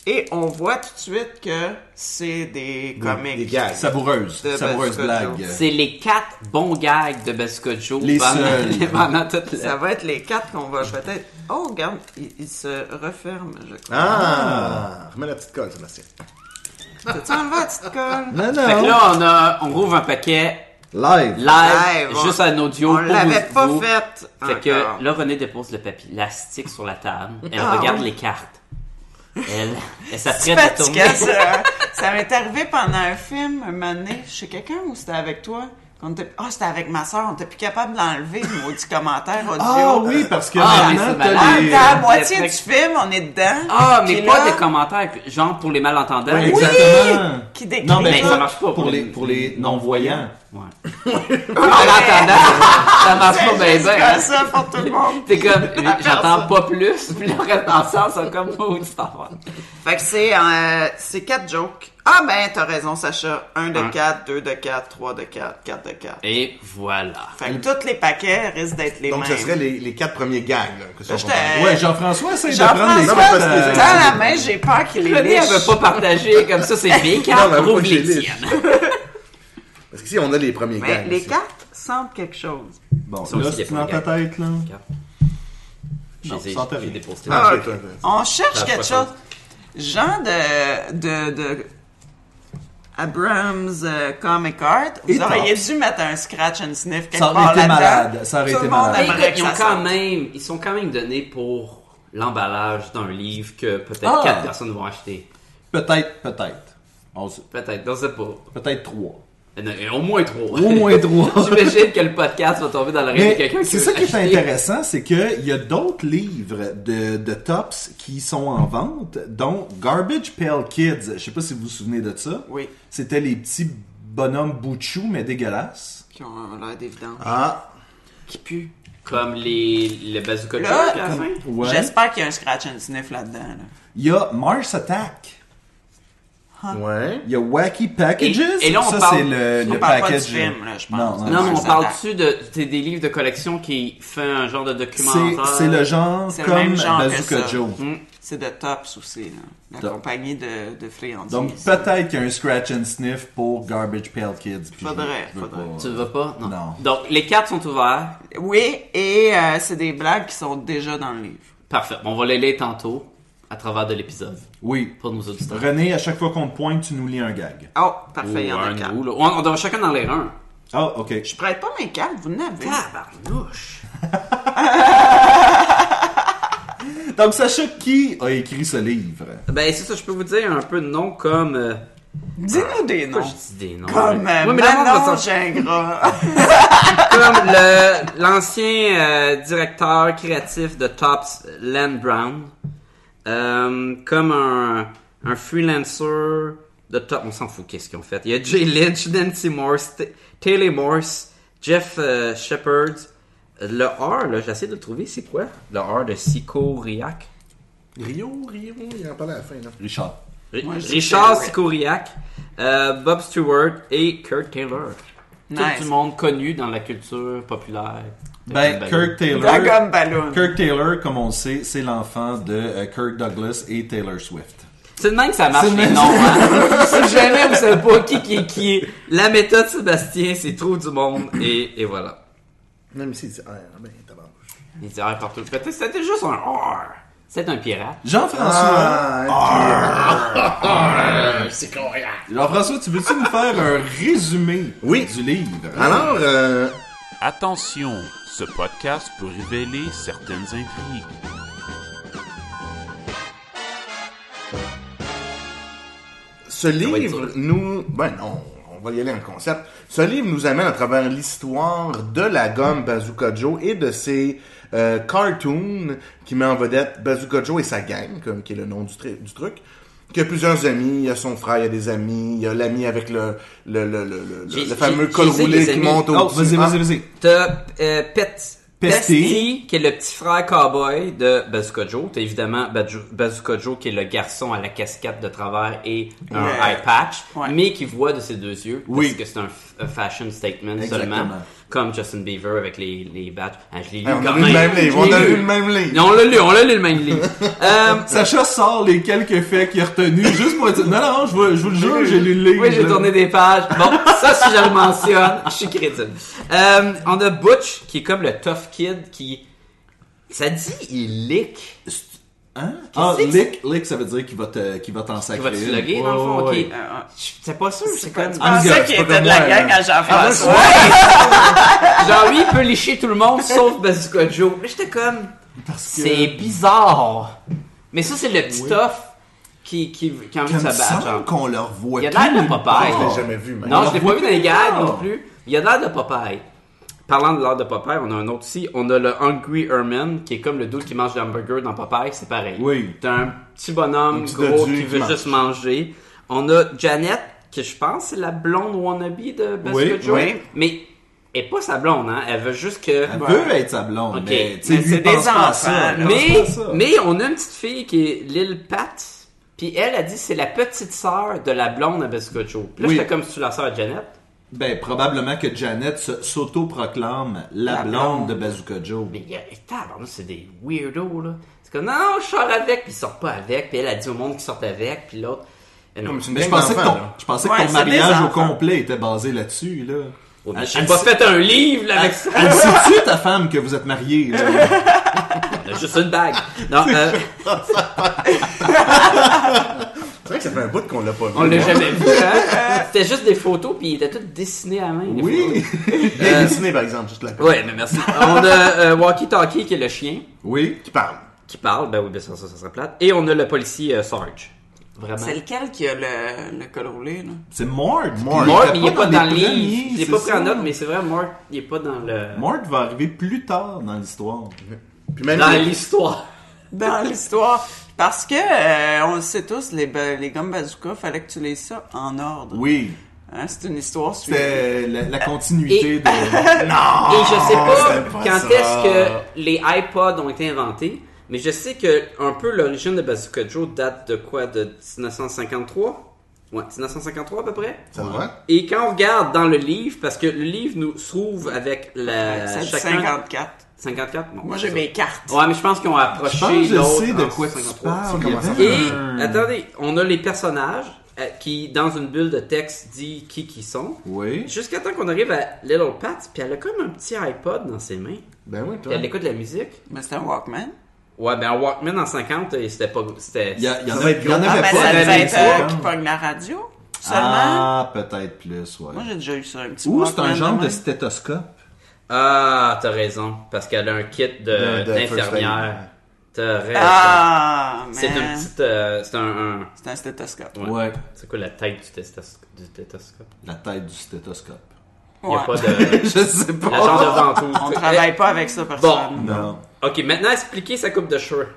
Speaker 5: et on voit tout de suite que c'est des comics.
Speaker 4: des gags.
Speaker 1: Savoureuse,
Speaker 5: De
Speaker 1: savoureuse
Speaker 5: Bascojo.
Speaker 1: blague.
Speaker 3: C'est les quatre bons gags de Bazooka Joe
Speaker 1: Euh. Les
Speaker 3: pendant,
Speaker 1: seuls.
Speaker 3: pendant toute la...
Speaker 5: Ça va être les quatre qu'on va peut-être. Oh, regarde, il, il se referme, je crois.
Speaker 4: Hein? Ah! Remets la petite colle, Sébastien.
Speaker 5: T'as-tu enlevé la petite colle?
Speaker 1: Non,
Speaker 3: Fait que
Speaker 1: non.
Speaker 3: là, on, a, on rouvre un paquet
Speaker 1: Live.
Speaker 3: live,
Speaker 5: Live, on-
Speaker 3: juste un audio.
Speaker 5: on
Speaker 3: pour
Speaker 5: l'avait
Speaker 3: vous-
Speaker 5: pas
Speaker 3: vous.
Speaker 5: faite
Speaker 3: Fait
Speaker 5: encore.
Speaker 3: que là, René dépose le papier plastique sur la table. Elle
Speaker 5: Ah,
Speaker 3: regarde
Speaker 5: oui.
Speaker 3: les cartes. Elle, elle s'apprête à tourner.
Speaker 5: Fatigant, ça. Ça m'est arrivé pendant un film, un moment donné, chez quelqu'un ou c'était avec toi? Ah, oh, c'était avec ma soeur, on était plus capable d'enlever le maudit commentaire audio.
Speaker 1: Ah oui, parce que
Speaker 3: Ah, mais
Speaker 1: maintenant,
Speaker 3: c'est
Speaker 1: t'as euh,
Speaker 3: malade.
Speaker 1: les...
Speaker 5: Ah, à la moitié
Speaker 3: Netflix.
Speaker 5: du film, on est dedans.
Speaker 3: Ah, mais
Speaker 5: Puis
Speaker 3: pas
Speaker 5: là-
Speaker 3: des commentaires, genre pour les malentendants.
Speaker 1: Oui, exactement.
Speaker 5: Qui décrit
Speaker 1: Non, mais
Speaker 3: Mais ça marche pas
Speaker 1: pour les, pour les non-voyants.
Speaker 3: Ouais. malentendants, ça marche pas bien,
Speaker 5: C'est
Speaker 3: bien.
Speaker 5: comme ça pour tout le monde.
Speaker 3: T'es comme, j'entends pas plus, puis le reste ensemble, c'est comme, oh, tu t'en vas.
Speaker 5: Fait que c'est euh, c'est quatre jokes. Ah ben, t'as raison, Sacha. Un de
Speaker 3: Un.
Speaker 5: quatre, deux de quatre, trois de quatre, quatre de quatre.
Speaker 3: Et voilà.
Speaker 5: Fait que tous les paquets risquent d'être les
Speaker 4: Donc,
Speaker 5: mêmes.
Speaker 4: ce serait les, les quatre premiers gags, là. Que
Speaker 5: Là,
Speaker 4: sont-
Speaker 5: j'étais-
Speaker 1: Ouais, Jean-François essaie de prendre les
Speaker 5: Jean-François,
Speaker 4: Non, mais parce que
Speaker 1: euh,
Speaker 4: les-
Speaker 5: dans la main, j'ai peur qu'il les
Speaker 3: René,
Speaker 5: lèche.
Speaker 3: elle veut pas partager, comme ça, c'est mes
Speaker 4: Non, mais
Speaker 3: cartes,
Speaker 4: elle veut
Speaker 3: rouvre
Speaker 4: pas que je
Speaker 3: les
Speaker 4: les
Speaker 3: tiennes.
Speaker 4: Parce qu'ici, on a les premiers
Speaker 5: Mais
Speaker 4: gags.
Speaker 5: les
Speaker 4: ici.
Speaker 5: cartes sentent quelque chose.
Speaker 1: Bon,
Speaker 3: sont
Speaker 1: là,
Speaker 3: aussi
Speaker 1: c'est
Speaker 3: des
Speaker 1: dans ta tête, là. Non,
Speaker 3: J'ai-
Speaker 1: sans
Speaker 3: J'ai
Speaker 1: terrier.
Speaker 3: déposé.
Speaker 4: Ah,
Speaker 5: Ah,
Speaker 4: ok,
Speaker 5: ok.
Speaker 4: toi, toi.
Speaker 5: On cherche
Speaker 3: Ça,
Speaker 5: quelque chose.
Speaker 3: soixante.
Speaker 5: Genre de, de, de Abrams euh, Comic Art. Vous
Speaker 1: Et
Speaker 5: auriez
Speaker 1: Thor.
Speaker 5: dû mettre un scratch and sniff quelque
Speaker 1: Ça aurait
Speaker 5: part
Speaker 1: été
Speaker 5: là-dedans.
Speaker 1: malade. Ça aurait
Speaker 5: Tout
Speaker 1: été
Speaker 5: le monde
Speaker 1: malade.
Speaker 3: Mais
Speaker 5: aimerait
Speaker 3: écoute,
Speaker 5: que
Speaker 3: ils ont
Speaker 5: ça
Speaker 3: quand
Speaker 5: sorte.
Speaker 3: même, ils sont quand même donnés pour l'emballage d'un livre que peut-être
Speaker 1: Ah.
Speaker 3: quatre personnes vont acheter.
Speaker 1: Peut-être, peut-être. On sait-
Speaker 3: Peut-être, non, c'est pas.
Speaker 1: Peut-être trois.
Speaker 3: Il y en a- il y en a Au moins trois.
Speaker 1: Au moins trois.
Speaker 3: J'imagine que le podcast va tomber dans l'oreille de
Speaker 1: Mais
Speaker 3: quelqu'un qui
Speaker 1: c'est
Speaker 3: veut
Speaker 1: ça qui est
Speaker 3: l'acheter.
Speaker 1: intéressant, c'est qu'il y a d'autres livres de, de Tops qui sont en vente, dont Garbage Pail Kids. Je sais pas si vous vous souvenez de ça.
Speaker 5: Oui.
Speaker 1: C'était les petits bonhommes boutchou, mais dégueulasses.
Speaker 5: Qui ont l'air d'évident.
Speaker 4: Ah!
Speaker 5: Qui pue.
Speaker 3: Comme les, le bazooka de
Speaker 5: Là,
Speaker 3: Chuck à la fin.
Speaker 1: Ouais.
Speaker 5: J'espère qu'il y a un scratch and sniff là-dedans. là.
Speaker 1: Il y a Mars Attack.
Speaker 4: Ouais.
Speaker 1: Il y a Wacky Packages.
Speaker 3: Et- et là, on
Speaker 1: ça,
Speaker 3: parle-
Speaker 1: c'est le,
Speaker 5: on
Speaker 1: le
Speaker 5: parle pas
Speaker 1: package.
Speaker 5: du film, là, je pense.
Speaker 1: Non, non,
Speaker 3: Non, mais on
Speaker 5: Ça
Speaker 3: parle-tu de c'est des livres de collection qui fait un genre de documentaire?
Speaker 1: C'est c'est le genre
Speaker 5: C'est le
Speaker 1: comme
Speaker 5: même genre que
Speaker 1: Bazooka
Speaker 5: ça.
Speaker 1: Joe.
Speaker 3: Mm.
Speaker 5: C'est de Tops aussi, là. La
Speaker 1: Top.
Speaker 5: compagnie de, de friandises.
Speaker 1: Donc peut-être qu'il y a un scratch and sniff pour Garbage Pail Kids. puis je-
Speaker 5: Faudrait,
Speaker 1: je veux
Speaker 5: faudrait.
Speaker 1: pas-
Speaker 3: Tu le veux pas? Non.
Speaker 1: Non.
Speaker 3: Donc, les cartes sont ouvertes.
Speaker 5: Oui, et euh, c'est des blagues qui sont déjà dans le livre.
Speaker 3: Parfait. On va les lire tantôt à travers de l'épisode
Speaker 1: Oui.
Speaker 3: pour nos auditeurs.
Speaker 1: René, à chaque fois qu'on te pointe, tu nous lis un gag.
Speaker 5: Oh,
Speaker 3: Ou
Speaker 5: parfait, il y en a
Speaker 3: un
Speaker 5: quatre.
Speaker 3: ou l'autre. on, on doit chacun en lire un.
Speaker 1: Ah, ok.
Speaker 5: Je prête pas mes cartes, vous n'avez.
Speaker 3: Tabarnouche!
Speaker 1: Donc, Sacha, qui a écrit ce livre?
Speaker 3: Ben, c'est ça, je peux vous dire un peu de noms comme. euh,
Speaker 5: Dis-nous des
Speaker 3: Pourquoi
Speaker 5: noms.
Speaker 3: je dis des noms?
Speaker 5: Comme
Speaker 3: Ouais,
Speaker 5: euh,
Speaker 3: mais là, on va
Speaker 5: Manon
Speaker 3: s'en-
Speaker 5: Gingras.
Speaker 3: Comme le- l'ancien euh, directeur créatif de Tops, Len Brown. Euh, comme un, un freelancer de Top. On s'en fout qu'est-ce qu'ils ont fait. Il y a Jay Lynch, Nancy Morse, T- Taylor Morse, Jeff euh, Shepard. Le R, là, j'essaie de le trouver, c'est quoi? Le R de Sico Riac.
Speaker 4: Rio, Rio, il en parlait à la fin, là.
Speaker 1: Richard.
Speaker 5: Moi, je dis
Speaker 3: Richard
Speaker 5: Taylor.
Speaker 3: Sikoriak, euh, Bob Stewart et Kurt Taylor. Tout
Speaker 5: Nice.
Speaker 3: du monde connu dans la culture populaire
Speaker 1: Ben, Kirk Taylor,
Speaker 5: Dragon Balloon.
Speaker 1: Kirk Taylor, comme on le sait, c'est l'enfant de euh, Kirk Douglas et Taylor Swift.
Speaker 3: C'est de même que ça marche,
Speaker 1: C'est de
Speaker 3: les
Speaker 1: même-
Speaker 3: noms. hein. si jamais vous savez pas qui qui est qui, la méthode Sébastien, c'est trop du monde, et, et voilà.
Speaker 4: Même s'il dit R, ben tabarnouche.
Speaker 3: Il dit R partout. Peut-être que c'était juste un R. C'est un pirate.
Speaker 1: Jean-François,
Speaker 4: Ah,
Speaker 6: C'est coréen.
Speaker 1: Jean-François, tu veux-tu nous faire un résumé
Speaker 4: Oui.
Speaker 1: du livre?
Speaker 3: Ah,
Speaker 4: Alors, euh,
Speaker 7: Attention, ce podcast peut révéler certaines intrigues.
Speaker 4: ce
Speaker 3: va être
Speaker 4: livre
Speaker 3: dur.
Speaker 4: nous... Ben non, on va y aller en concept. Ce livre nous amène à travers l'histoire de la gomme Bazooka Joe et de ses euh, cartoons qui met en vedette Bazooka Joe et sa gang, comme, qui est le nom du, tri- du truc. Qui a plusieurs amis, il y a son frère, il y a des amis, il y a l'ami avec le, le, le, le, le-
Speaker 3: J'ai-
Speaker 4: le fameux
Speaker 3: j'ai-
Speaker 4: col
Speaker 3: j'ai
Speaker 4: roulé
Speaker 3: des
Speaker 4: qui
Speaker 3: amis.
Speaker 4: monte Ah.
Speaker 1: Oh,
Speaker 4: au
Speaker 1: vas-y, vas-y, vas-y.
Speaker 3: T'as euh, Pet...
Speaker 1: Pesty.
Speaker 3: Pesty, qui est le petit frère cowboy de Bazooka Joe. T'as évidemment Badjo- Bazooka Joe, qui est le garçon à la casquette de travers et un
Speaker 5: Ouais.
Speaker 3: eye patch,
Speaker 5: Ouais.
Speaker 3: mais qui voit de ses deux yeux.
Speaker 1: Oui.
Speaker 3: Parce que c'est un, f- un fashion statement
Speaker 1: Exactement.
Speaker 3: seulement. Comme Justin Bieber avec les, les badges. Ah, je l'ai lu
Speaker 4: Ah, on a
Speaker 3: quand
Speaker 4: lu le même livre,
Speaker 3: Je
Speaker 4: on
Speaker 3: l'ai
Speaker 4: a lu le même livre.
Speaker 3: Non, on l'a lu, on l'a lu le même livre. euh,
Speaker 1: Sacha sort les quelques faits qu'il a retenus juste pour dire non, non, je, vous- je vous le jure, j'ai lu le livre.
Speaker 3: Oui, j'ai
Speaker 1: là.
Speaker 3: tourné des pages. Bon, ça, si je le mentionne, je suis crédible. Euh, on a Butch, qui est comme le tough kid, qui... Ça dit, il lick.
Speaker 1: Hein? Ah,
Speaker 3: Qu'est-ce que c'est
Speaker 1: lick, lick, ça veut dire qu'il va te- qu'il va t'en
Speaker 3: Tu
Speaker 1: sacrer.
Speaker 3: vas te
Speaker 1: une.
Speaker 3: sloguer, dans le fond,
Speaker 1: Ouais,
Speaker 3: ok.
Speaker 1: ouais.
Speaker 5: Euh, ouais.
Speaker 3: Je- C'est pas sûr, c'est
Speaker 5: C'est
Speaker 3: quoi
Speaker 5: pas- Tu
Speaker 1: Ah, c'est
Speaker 5: pensais qu'il
Speaker 1: pas
Speaker 5: était
Speaker 1: comme
Speaker 5: de la
Speaker 1: moi,
Speaker 5: gang
Speaker 1: là.
Speaker 5: à Jean-François?
Speaker 3: Genre, lui, il peut licher tout le monde, sauf Bazooka Joe. Mais j'étais comme... C'est bizarre. Mais ça, c'est le petit tough qui, qui, qui a envie de
Speaker 1: Comme
Speaker 3: se
Speaker 1: ça,
Speaker 3: battre. genre.
Speaker 1: qu'on leur voit
Speaker 3: hein. Il a l'air de
Speaker 1: plus.
Speaker 3: Popeye.
Speaker 4: Je l'ai jamais vu, mais...
Speaker 3: Non,
Speaker 1: On
Speaker 3: je l'ai
Speaker 1: le
Speaker 3: pas
Speaker 1: voit
Speaker 3: vu dans les
Speaker 1: plus
Speaker 3: gags
Speaker 1: tard.
Speaker 3: non plus. Il a l'air de Popeye. Parlant de l'air de Popeye, on a un autre aussi. On a le Hungry Herman, qui est comme le dude qui mange des hamburgers dans Popeye, c'est pareil.
Speaker 1: Oui.
Speaker 3: T'as un petit bonhomme
Speaker 4: petit
Speaker 3: gros
Speaker 4: dodu
Speaker 3: qui
Speaker 4: qui
Speaker 3: veut
Speaker 4: mange.
Speaker 3: juste manger. On a Janet, qui je pense c'est la blonde wannabe de Basket
Speaker 1: Oui,
Speaker 3: Joe.
Speaker 5: oui.
Speaker 3: Mais elle est pas sa blonde, hein. Elle veut juste que...
Speaker 1: Elle veut être sa blonde,
Speaker 3: Ok.
Speaker 1: mais, tu sais,
Speaker 5: Mais
Speaker 1: lui,
Speaker 5: c'est
Speaker 1: il pense
Speaker 5: des
Speaker 1: pas à
Speaker 5: enfants,
Speaker 1: ça.
Speaker 5: là.
Speaker 1: Il pense
Speaker 3: Mais,
Speaker 1: pas à ça.
Speaker 3: mais on a une petite fille qui est Lil Pat. Puis elle a dit c'est la petite sœur de la blonde à Basket Joe. Puis là,
Speaker 1: Oui.
Speaker 3: j'étais comme si tu la sœur de Janet.
Speaker 1: Ben, probablement que Janet se- s'auto-proclame la,
Speaker 5: La
Speaker 1: blonde
Speaker 5: blonde.
Speaker 1: de Bazooka Joe.
Speaker 3: Mais y a, et tabarnak, c'est des weirdos, là. C'est comme, non, je sors avec, puis ils sortent pas avec, puis elle a dit au monde qu'ils sortent avec, puis l'autre. Et non.
Speaker 4: Comme c'est une
Speaker 1: Mais je
Speaker 4: gang
Speaker 1: pensais que
Speaker 4: d'enfants,
Speaker 1: ton,
Speaker 4: là.
Speaker 1: je pensais
Speaker 5: Ouais,
Speaker 1: que ton
Speaker 5: c'est
Speaker 1: mariage
Speaker 5: des
Speaker 1: au
Speaker 5: enfants.
Speaker 1: complet était basé là-dessus, là.
Speaker 3: Oh, mais
Speaker 1: Elle-
Speaker 3: J'ai
Speaker 1: elle
Speaker 3: pas
Speaker 1: sait-
Speaker 3: fait un livre, là, avec ça.
Speaker 1: Elle sait-tu, ta femme, que vous êtes mariés, là?
Speaker 3: On a juste une bague. Non, euh,
Speaker 4: C'est vrai que ça fait un bout qu'on l'a pas vu.
Speaker 3: on l'a
Speaker 4: moi.
Speaker 3: jamais vu, hein. C'était juste des photos, puis il était tout dessiné à main. les photos.
Speaker 1: Oui!
Speaker 4: Bien dessiné, par exemple, juste la
Speaker 3: Ouais, mais merci. On a euh, Walkie Talkie, qui est le chien,
Speaker 1: Oui?
Speaker 4: qui parle.
Speaker 3: qui parle. Ben oui, ben ça, ça, ça serait plate. Et on a le policier euh, Sarge. Vraiment.
Speaker 5: C'est lequel qui a le, le col roulé, là?
Speaker 1: C'est Mort.
Speaker 4: Mort.
Speaker 3: Mort, mais il est pas dans le
Speaker 1: les
Speaker 3: livre.
Speaker 1: premiers,
Speaker 3: J'ai
Speaker 1: c'est
Speaker 3: pas pris
Speaker 1: ça.
Speaker 3: en note, mais c'est vrai, Mort, il est pas dans le.
Speaker 1: Mort va arriver plus tard dans l'histoire.
Speaker 4: Puis même,
Speaker 3: Dans l'histoire.
Speaker 5: Dans l'histoire. Parce que, euh, on le sait tous, les, ba- les gommes bazooka, fallait que tu lises ça en ordre.
Speaker 1: Oui.
Speaker 5: Hein, c'est une histoire suivie.
Speaker 1: C'était la, la continuité
Speaker 3: Et-
Speaker 1: de... Non!
Speaker 3: Et je sais pas
Speaker 4: c'était pas
Speaker 3: quand
Speaker 4: ça.
Speaker 3: est-ce que les iPods ont été inventés, mais je sais que un peu l'origine de Bazooka Joe date de quoi De 1953 Ouais, 1953 à peu près.
Speaker 4: ça va?
Speaker 3: Et quand on regarde dans le livre, parce que le livre nous se trouve avec la
Speaker 5: Ça dit
Speaker 3: euh, chacun
Speaker 5: 54.
Speaker 3: 54. Bon,
Speaker 5: Moi,
Speaker 3: c'est
Speaker 5: j'ai
Speaker 3: ça.
Speaker 5: mes cartes.
Speaker 3: Ouais, mais je pense qu'ils ont approché
Speaker 1: Je pense que je
Speaker 3: l'autre
Speaker 1: sais de
Speaker 3: en
Speaker 1: quoi tu
Speaker 3: 53.
Speaker 1: parles.
Speaker 4: C'est
Speaker 1: Il y
Speaker 4: comment ça
Speaker 1: avait
Speaker 3: Et
Speaker 1: un-
Speaker 3: attendez, on a les personnages euh, qui dans une bulle de texte dit qui qui sont.
Speaker 1: Oui.
Speaker 3: Jusqu'à temps qu'on arrive à Little Pat, puis elle a comme un petit iPod dans ses mains.
Speaker 4: Ben oui,
Speaker 3: Puis
Speaker 4: toi.
Speaker 3: elle écoute de la musique.
Speaker 5: Mais c'est un Walkman.
Speaker 3: Ouais, ben un Walkman en 50, euh, c'était pas. C'était.
Speaker 1: Il y, a- il y en
Speaker 4: Ça
Speaker 1: a-
Speaker 4: va être
Speaker 1: il y en
Speaker 4: gros.
Speaker 5: Ah,
Speaker 1: avait
Speaker 5: mais
Speaker 1: pas.
Speaker 5: ça
Speaker 1: dans
Speaker 5: devait
Speaker 1: les
Speaker 5: être euh,
Speaker 1: livres.
Speaker 5: qui pogne la radio. Seulement.
Speaker 1: Ah, peut-être plus, ouais.
Speaker 5: Moi, j'ai déjà eu ça, un petit
Speaker 1: Ou c'est un
Speaker 5: Walkman
Speaker 1: genre de
Speaker 5: même.
Speaker 1: stéthoscope.
Speaker 3: Ah, t'as raison. Parce qu'elle a un kit de-
Speaker 4: De- de first
Speaker 3: d'infirmière.
Speaker 4: aid.
Speaker 3: T'as raison.
Speaker 5: Ah,
Speaker 3: c'est
Speaker 5: man.
Speaker 3: un petit. euh, c'est un. un-
Speaker 5: C'est un stéthoscope.
Speaker 3: Ouais.
Speaker 1: Ouais.
Speaker 3: C'est quoi la tête du stéthoscope Du stéthoscope?
Speaker 1: La tête du stéthoscope.
Speaker 3: Il y a
Speaker 5: Ouais.
Speaker 3: pas de.
Speaker 1: Je sais pas.
Speaker 3: la genre de ventouse.
Speaker 5: On
Speaker 3: tu sais.
Speaker 5: travaille pas avec ça, personne.
Speaker 1: Non.
Speaker 3: Ok, maintenant expliquer sa coupe de cheveux.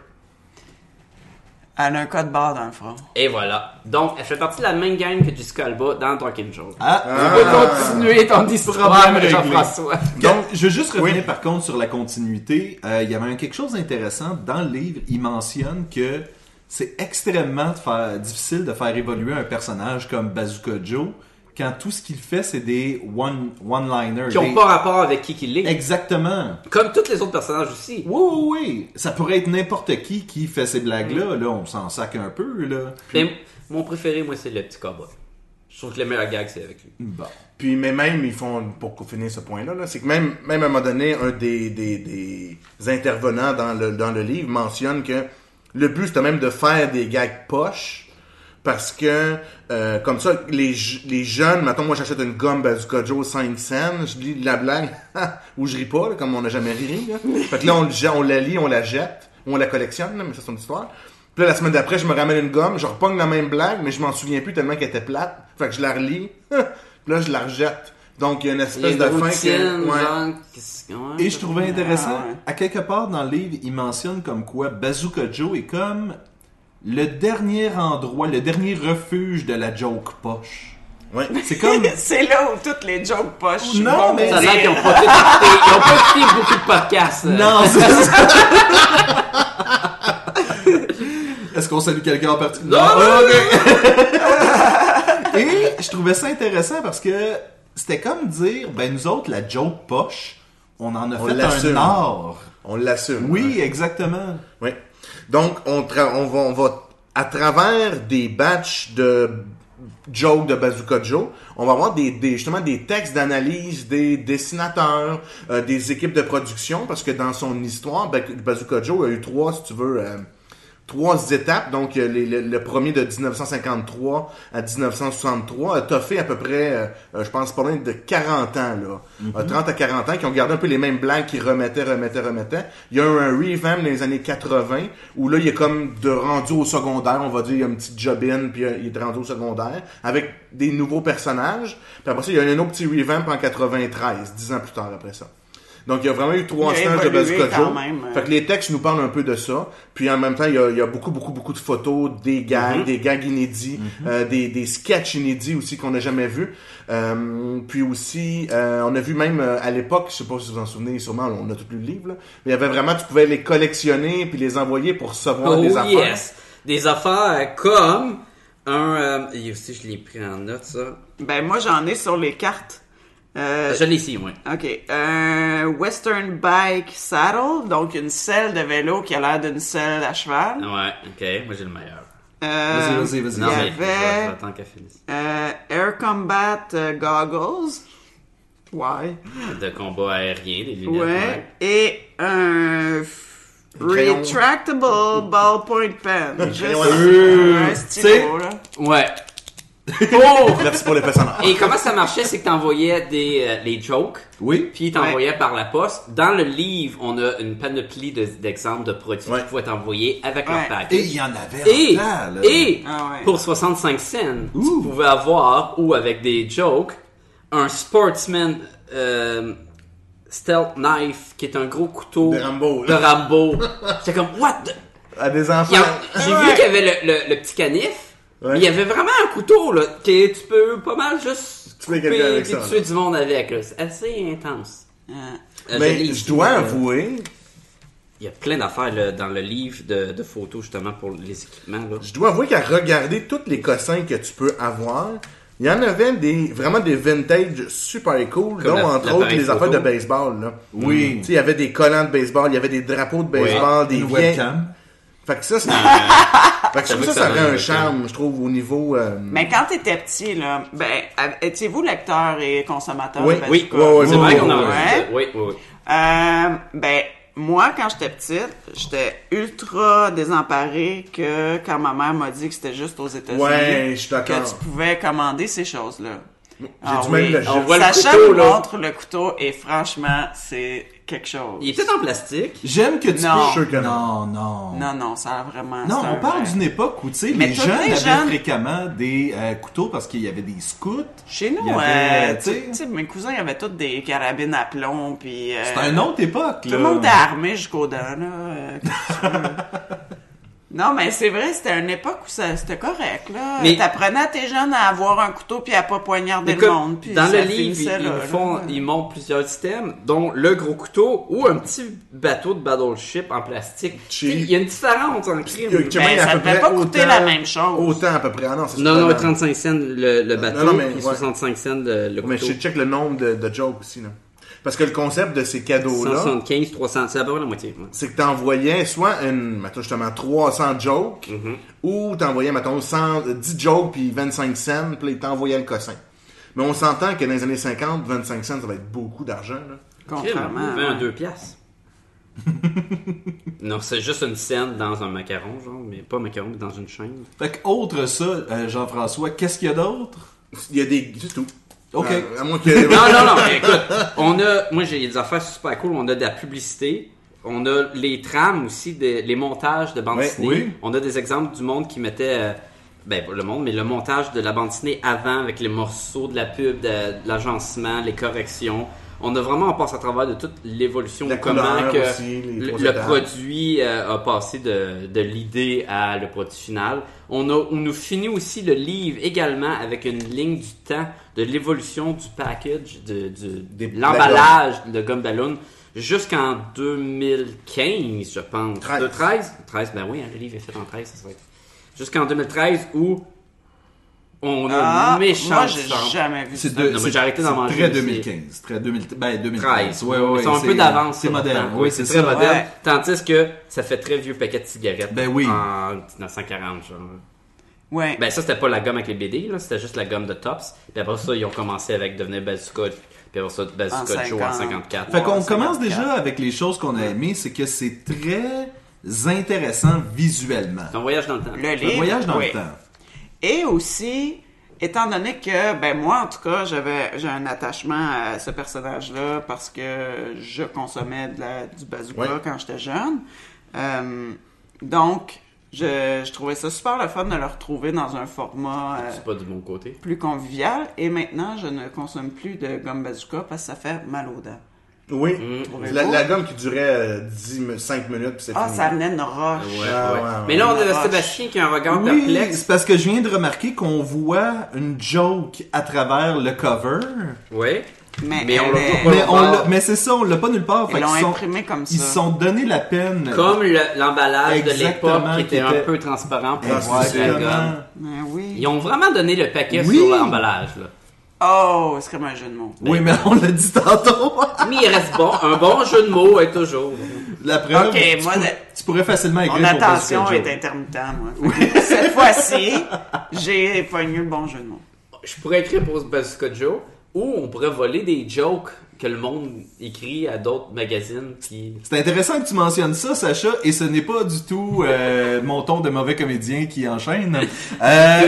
Speaker 5: Elle a un code barre dans le front.
Speaker 3: Et voilà. Donc, elle fait partie de la même gang que Jessica Alba dans Drunken Joe.
Speaker 1: Ah,
Speaker 3: On peut continuer ton histoire,
Speaker 1: Problème réglé.
Speaker 3: Jean-François.
Speaker 1: Donc, je veux juste revenir
Speaker 4: Oui.
Speaker 1: par contre sur la continuité. Euh, il y avait un- quelque chose d'intéressant dans le livre. Il mentionne que c'est extrêmement de faire- difficile de faire évoluer un personnage comme Bazooka Joe quand tout ce qu'il fait, c'est des one- one-liners.
Speaker 3: Qui ont
Speaker 1: des-
Speaker 3: pas rapport avec qui qu'il est.
Speaker 1: Exactement.
Speaker 3: Comme tous les autres personnages aussi.
Speaker 1: Oui, oui, oui. Ça pourrait être n'importe qui qui fait ces blagues-là. Là, on s'en sac un peu, là.
Speaker 3: Mais mon préféré, moi, c'est le petit cowboy. Je trouve que le meilleur gag, c'est avec lui.
Speaker 1: Bon.
Speaker 4: Puis, mais même, ils font, pour finir ce point-là, là, c'est que même, même à un moment donné, un des, des, des intervenants dans le, dans le livre mentionne que le but, c'était même de faire des gags poches. Parce que, euh, comme ça, les, je- les jeunes, mettons, moi, j'achète une gomme Bazooka Joe 5 cents, je lis la blague, ou je ris pas, là, comme on n'a jamais ri. Là. Fait que là, on, le jet- on la lit, on la jette, on la collectionne, là, mais ça, c'est une histoire. Puis là, la semaine d'après, je me ramène une gomme, je repogne la même blague, mais je m'en souviens plus tellement qu'elle était plate. Fait que je la relis, puis là, je la rejette. Donc, il y a une
Speaker 3: Il
Speaker 4: espèce
Speaker 3: y a une
Speaker 4: de fin qui est-
Speaker 3: routine,
Speaker 4: ouais.
Speaker 3: genre, qu'est-ce qu'on-
Speaker 1: Et je trouvais intéressant,
Speaker 5: Ah, ouais.
Speaker 1: à quelque part dans le livre, il mentionne comme quoi Bazooka Joe est comme le dernier endroit, le dernier refuge de la joke poche.
Speaker 4: Ouais.
Speaker 1: C'est comme...
Speaker 5: C'est là où toutes les jokes poches.
Speaker 1: Non,
Speaker 5: vont
Speaker 1: mais-
Speaker 3: Ça a
Speaker 5: dire.
Speaker 3: l'air qu'ils ont pas tout écouté, ils ont pas écouté beaucoup de podcasts. euh.
Speaker 1: non, c'est ça! Est-ce qu'on salue quelqu'un en particulier?
Speaker 3: Non, non, non,
Speaker 1: Et je trouvais ça intéressant parce que c'était comme dire, ben nous autres, la joke poche, on en a
Speaker 4: On
Speaker 1: fait un
Speaker 4: l'assume.
Speaker 1: art.
Speaker 4: On l'assume.
Speaker 1: Oui, exactement.
Speaker 4: Oui. Donc, on, tra- on, va, on va, à travers des batchs de jokes de Bazooka Joe, on va avoir des, des- justement des textes d'analyse des dessinateurs, euh, des équipes de production, parce que dans son histoire, Ba- Bazooka Joe a eu trois, si tu veux, euh, trois étapes. Donc, euh, les- le, le premier de 1953 à 1963 a toffé à peu près, euh, euh, je pense, pas loin de 40 ans, là.
Speaker 5: Mm-hmm.
Speaker 4: Euh, 30 à 40 ans, qui ont gardé un peu les mêmes blagues qu'ils remettaient, remettaient, remettaient. Il y a eu un revamp dans les années 80, où là, il est comme de rendu au secondaire, on va dire, il y a un petit job-in, puis euh, il est rendu au secondaire, avec des nouveaux personnages. Puis après ça, il y a eu un autre petit revamp en 93, 10 ans plus tard après ça. Donc, il y a vraiment eu trois
Speaker 5: Il a
Speaker 4: stages de
Speaker 5: évolué
Speaker 4: Bazooka
Speaker 5: quand
Speaker 4: Joe.
Speaker 5: même, euh.
Speaker 4: Fait que les textes nous parlent un peu de ça. Puis en même temps, il y a, il y a beaucoup, beaucoup, beaucoup de photos, des
Speaker 3: Mhm.
Speaker 4: gags, des gags inédits, euh, des, des sketchs inédits aussi qu'on n'a jamais vus. Euh, puis aussi, euh, on a vu même euh, à l'époque, je sais pas si vous vous en souvenez, sûrement on a tout lu le livre, là, mais il y avait vraiment, tu pouvais les collectionner puis les envoyer pour recevoir
Speaker 3: Oh
Speaker 4: des affaires.
Speaker 3: yes! Des affaires comme un... euh, et aussi, je l'ai pris en note, ça. Euh,
Speaker 5: Ben, moi, j'en ai sur les cartes. Euh,
Speaker 3: Je l'ai ici, oui.
Speaker 5: OK. Un Western Bike Saddle, donc une selle de vélo qui a l'air d'une selle à cheval.
Speaker 3: Ouais, ok, moi j'ai le meilleur.
Speaker 5: Euh,
Speaker 1: Vas-y, vas-y, vas-y.
Speaker 5: Il
Speaker 3: Non, mais
Speaker 5: y
Speaker 3: je vais- je vais
Speaker 5: avait
Speaker 3: attendre qu'elle finisse.
Speaker 5: euh, Air Combat euh, Goggles. Ouais.
Speaker 3: De combat aérien, des lunettes.
Speaker 5: Ouais. Et un f-
Speaker 4: crayon.
Speaker 5: Retractable Ballpoint Pen. Juste
Speaker 1: Euh,
Speaker 5: un
Speaker 1: t'sais,
Speaker 5: stylo, là.
Speaker 3: Ouais.
Speaker 4: Merci pour les personnages.
Speaker 3: Et comment ça marchait, c'est que t'envoyais des euh, les jokes,
Speaker 1: Oui.
Speaker 3: puis t'envoyais par la poste. Dans le livre, on a une panoplie de- d'exemples de, produits
Speaker 4: Ouais.
Speaker 3: qui pouvaient t'envoyer avec leur
Speaker 5: Ouais.
Speaker 1: Et
Speaker 3: package.
Speaker 1: il y en avait
Speaker 3: Et,
Speaker 1: en temps, là.
Speaker 3: et
Speaker 5: Ah ouais.
Speaker 3: pour 65 cents, tu pouvais avoir, ou avec des jokes, un Sportsman euh, Stealth Knife, qui est un gros couteau
Speaker 4: De Rambo,
Speaker 3: de
Speaker 4: là. Ah
Speaker 3: Rambo. J'étais comme, what? the-
Speaker 4: À des
Speaker 3: Il y
Speaker 4: enfants.
Speaker 3: a- J'ai vu qu'il y avait le, le- le petit canif,
Speaker 4: Ouais.
Speaker 3: mais il y avait vraiment un couteau, là, que tu peux pas mal juste
Speaker 4: Tuer
Speaker 3: couper
Speaker 4: quelqu'un avec
Speaker 3: puis
Speaker 4: ça,
Speaker 3: tuer
Speaker 4: là.
Speaker 3: du monde avec. là. C'est assez intense.
Speaker 5: Euh,
Speaker 3: Euh, l'ai
Speaker 4: Mais
Speaker 3: ici,
Speaker 4: je dois
Speaker 3: euh,
Speaker 4: avouer
Speaker 3: Il y a plein d'affaires là, dans le livre de, de photos, justement, pour les équipements. Là.
Speaker 4: Je dois avouer qu'à regarder tous les cossins que tu peux avoir, il y en avait des vraiment des vintage super cool,
Speaker 3: Comme
Speaker 4: dont
Speaker 3: la-
Speaker 4: entre
Speaker 3: l'appareil
Speaker 4: autres les
Speaker 3: photo. Mm.
Speaker 4: affaires de baseball. Là.
Speaker 1: Oui.
Speaker 4: Tu sais, il y avait des collants de baseball, il y avait des drapeaux de baseball, des
Speaker 1: Une
Speaker 4: vieilles-
Speaker 1: webcam.
Speaker 4: Fait que ça, c'est- fait que je trouve
Speaker 3: que
Speaker 4: ça,
Speaker 3: ça
Speaker 4: ça
Speaker 3: donne
Speaker 4: aurait
Speaker 3: une
Speaker 4: un
Speaker 3: webcam.
Speaker 4: charme, je trouve, au niveau. euh,
Speaker 5: Mais quand t'étais petit, là, ben, av- étiez-vous lecteur et consommateur? Ben,
Speaker 4: Oui,
Speaker 5: de
Speaker 3: Oui,
Speaker 5: Bazooka?
Speaker 4: ouais, ouais,
Speaker 3: c'est vrai qu'on a
Speaker 5: euh, Ouais.
Speaker 3: Oui, oui, oui.
Speaker 5: Euh, ben, moi, quand j'étais petite, j'étais ultra désemparée que quand ma mère m'a dit que c'était juste aux États-Unis
Speaker 4: Ouais, je suis d'accord.
Speaker 5: que tu pouvais commander ces choses-là. Ah
Speaker 4: J'ai du même le
Speaker 3: on
Speaker 4: geste.
Speaker 3: voit le
Speaker 5: Sacha
Speaker 3: couteau,
Speaker 5: me
Speaker 3: là.
Speaker 5: montre le couteau et franchement, c'est quelque chose.
Speaker 3: Il était en plastique.
Speaker 1: J'aime que tu
Speaker 5: Non.
Speaker 1: puisses-
Speaker 4: Sûr que
Speaker 1: Non, non.
Speaker 5: Non, non, ça a vraiment...
Speaker 1: Non,
Speaker 5: c'est un
Speaker 1: on parle
Speaker 5: vrai.
Speaker 1: d'une époque où, tu sais,
Speaker 5: Mais
Speaker 1: les
Speaker 5: tous
Speaker 1: jeunes
Speaker 5: les
Speaker 1: avaient
Speaker 5: jeunes-
Speaker 1: fréquemment des euh, couteaux parce qu'il y avait des scouts.
Speaker 5: Chez nous,
Speaker 1: Il y avait,
Speaker 5: euh,
Speaker 1: tu sais-
Speaker 5: tu sais, mes cousins avaient toutes des carabines à plomb, puis... euh,
Speaker 1: C'était une autre époque, là.
Speaker 5: Tout le monde était armé jusqu'aux dents, là. euh, qu'est-ce que tu veux. Non, mais c'est vrai, c'était une époque où ça- c'était correct, là.
Speaker 3: Mais-
Speaker 5: T'apprenais à tes jeunes à avoir un couteau puis à pas poignarder
Speaker 3: Écoute,
Speaker 5: le monde. Puis
Speaker 3: dans
Speaker 5: ça
Speaker 3: le livre, ils,
Speaker 5: finissait
Speaker 3: ils
Speaker 5: là, là.
Speaker 3: font, ils montrent plusieurs systèmes, dont le gros couteau ou un petit bateau de battleship en plastique.
Speaker 4: Cheap.
Speaker 3: Il y a une différence en crime.
Speaker 4: Il y a- qui
Speaker 5: Ben,
Speaker 4: mène à
Speaker 5: ça
Speaker 4: peu
Speaker 5: devait
Speaker 4: près
Speaker 5: pas coûter
Speaker 4: autant-
Speaker 5: la même chose.
Speaker 4: Autant à peu près. Ah non, c'est
Speaker 3: Non, non,
Speaker 4: pas-
Speaker 3: 35 cents le, le bateau,
Speaker 4: non, mais,
Speaker 3: puis
Speaker 4: ouais.
Speaker 3: 65 cents le, le
Speaker 4: Mais
Speaker 3: couteau.
Speaker 4: je check le nombre de, de jokes aussi. Là. Parce que le concept de ces cadeaux-là,
Speaker 3: 175, 300, c'est à peu près la moitié. ouais.
Speaker 4: c'est que t'envoyais soit une, mettons justement 300 jokes,
Speaker 3: Mhm.
Speaker 4: ou t'envoyais, mettons, 100, 10 jokes puis 25 cents, puis là, ils t'envoyaient le cossin. Mais on s'entend que dans les années 50, 25 cents, ça va être beaucoup d'argent. là.
Speaker 5: Contrairement
Speaker 3: Crime,
Speaker 5: à-
Speaker 3: on fait un 2 piastres. non, c'est juste une scène dans un macaron, genre, mais pas un macaron, mais dans une chaîne.
Speaker 1: Fait que, autre ça, euh, Jean-François, qu'est-ce qu'il y a d'autre?
Speaker 4: Il y a des... C'est tout.
Speaker 1: Ok.
Speaker 4: Euh, à moins que...
Speaker 3: Non, non, non, mais écoute, on a, moi j'ai des affaires super cool, on a de la publicité, on a les trames aussi, des- les montages de bande
Speaker 4: Ouais,
Speaker 3: dessinée.
Speaker 1: oui.
Speaker 3: On a des exemples du monde qui mettait, euh, ben pas le monde, mais le montage de la bande dessinée avant avec les morceaux de la pub, de, de l'agencement, les corrections. On a vraiment, on passe à travers de toute l'évolution,
Speaker 4: La
Speaker 3: comment
Speaker 4: couleur
Speaker 3: que
Speaker 4: aussi, les
Speaker 3: le,
Speaker 4: trois
Speaker 3: le
Speaker 4: étapes.
Speaker 3: produit euh, a passé de, de l'idée à le produit final. On, a, on nous finit aussi le livre également avec une ligne du temps de l'évolution du package, de, du-
Speaker 4: Des
Speaker 3: de l'emballage de Gum Balloon jusqu'en 2015, je pense.
Speaker 4: 13.
Speaker 3: 13. 13, ben oui, hein, le livre est fait en 13, ça serait... Jusqu'en 2013 où on a
Speaker 5: Ah,
Speaker 3: une méchante
Speaker 5: moi, j'ai
Speaker 3: chance.
Speaker 5: jamais vu ça.
Speaker 1: C'est deux-
Speaker 3: Non, mais
Speaker 1: c'est-
Speaker 3: j'ai arrêté d'en
Speaker 1: c'est
Speaker 3: manger,
Speaker 1: Très
Speaker 3: mais c'est-
Speaker 1: 2015. Très 2000, ben, 2013.
Speaker 3: 13.
Speaker 1: Ouais, ouais,
Speaker 3: Ils sont un
Speaker 1: c'est-
Speaker 3: peu d'avance.
Speaker 1: C'est
Speaker 3: sur leur
Speaker 1: moderne.
Speaker 3: temps.
Speaker 1: Oui, c'est ça.
Speaker 3: très moderne.
Speaker 5: Ouais.
Speaker 3: Tandis que ça fait très vieux paquet de cigarettes.
Speaker 1: Ben oui.
Speaker 3: En 1940, genre.
Speaker 5: Ouais.
Speaker 3: Ben ça, c'était pas la gomme avec les BD, là. C'était juste la gomme de Tops. Puis après ça, ils ont commencé avec devenir Bazooka. Puis après ça, Bazooka
Speaker 5: En
Speaker 3: Joe en
Speaker 5: 50.
Speaker 3: 54.
Speaker 1: Fait qu'on
Speaker 5: Ouais,
Speaker 1: commence
Speaker 5: 54.
Speaker 1: déjà avec les choses qu'on a aimées, c'est que c'est très intéressant visuellement.
Speaker 3: C'est un voyage dans le temps.
Speaker 5: Le
Speaker 1: Un
Speaker 5: livre.
Speaker 1: voyage dans
Speaker 5: oui.
Speaker 1: le temps.
Speaker 5: Et aussi, étant donné que, ben moi en tout cas, j'avais j'ai un attachement à ce personnage-là parce que je consommais de la- du bazooka
Speaker 4: Ouais.
Speaker 5: quand j'étais jeune. Euh, donc, je, je trouvais ça super le fun de le retrouver dans un format euh,
Speaker 3: C'est pas du bon côté.
Speaker 5: plus convivial. Et maintenant, je ne consomme plus de gomme bazooka parce que ça fait mal aux dents.
Speaker 4: Oui.
Speaker 3: Mm,
Speaker 5: Trouvez-vous?
Speaker 4: La, la gomme qui durait euh, 10, 5 minutes, puis c'est
Speaker 5: Ah,
Speaker 4: fini.
Speaker 5: ça venait de roche.
Speaker 3: Ouais,
Speaker 4: Ah,
Speaker 3: ouais.
Speaker 4: ouais,
Speaker 3: Mais là, on
Speaker 5: ouais.
Speaker 3: a Sébastien qui a un regard
Speaker 1: Oui,
Speaker 3: perplexe.
Speaker 1: c'est parce que je viens de remarquer qu'on voit une joke à travers le cover.
Speaker 3: Ouais.
Speaker 5: Mais,
Speaker 3: Mais on l'a
Speaker 5: elle est-
Speaker 3: pas-
Speaker 1: Mais, on
Speaker 3: part.
Speaker 1: l'a- mais c'est ça, on l'a pas nulle part.
Speaker 5: Ils
Speaker 1: Fait
Speaker 5: l'ont
Speaker 1: qu'ils sont-
Speaker 5: imprimé comme ça.
Speaker 1: Ils se sont donné la peine.
Speaker 3: Comme le- l'emballage de l'époque
Speaker 1: Exactement,
Speaker 3: qui
Speaker 1: qui
Speaker 3: était un
Speaker 1: était- Ah,
Speaker 3: peu transparent pour voir la gomme.
Speaker 1: Exactement.
Speaker 5: Mais Ben oui.
Speaker 3: Ils ont vraiment donné le paquet
Speaker 1: Oui.
Speaker 3: sur l'emballage, là.
Speaker 5: Oh, c'est comme un jeu de mots.
Speaker 1: Oui, mais on l'a dit tantôt.
Speaker 3: Mais il reste bon. Un bon jeu de mots est toujours.
Speaker 1: La preuve,
Speaker 5: Ok,
Speaker 1: tu,
Speaker 5: moi,
Speaker 1: pour-
Speaker 5: le-
Speaker 1: tu pourrais facilement écrire
Speaker 5: Mon
Speaker 1: pour
Speaker 5: attention
Speaker 1: Bazooka
Speaker 5: est
Speaker 1: Joe.
Speaker 5: intermittente, moi. Fait que Cette fois-ci, j'ai pogné le bon jeu de mots.
Speaker 3: Je pourrais écrire pour Bazooka Joe ou on pourrait voler des jokes que le monde écrit à d'autres magazines qui.
Speaker 1: C'est intéressant que tu mentionnes ça, Sacha, et ce n'est pas du tout euh, mon ton de mauvais comédien qui enchaîne. Euh,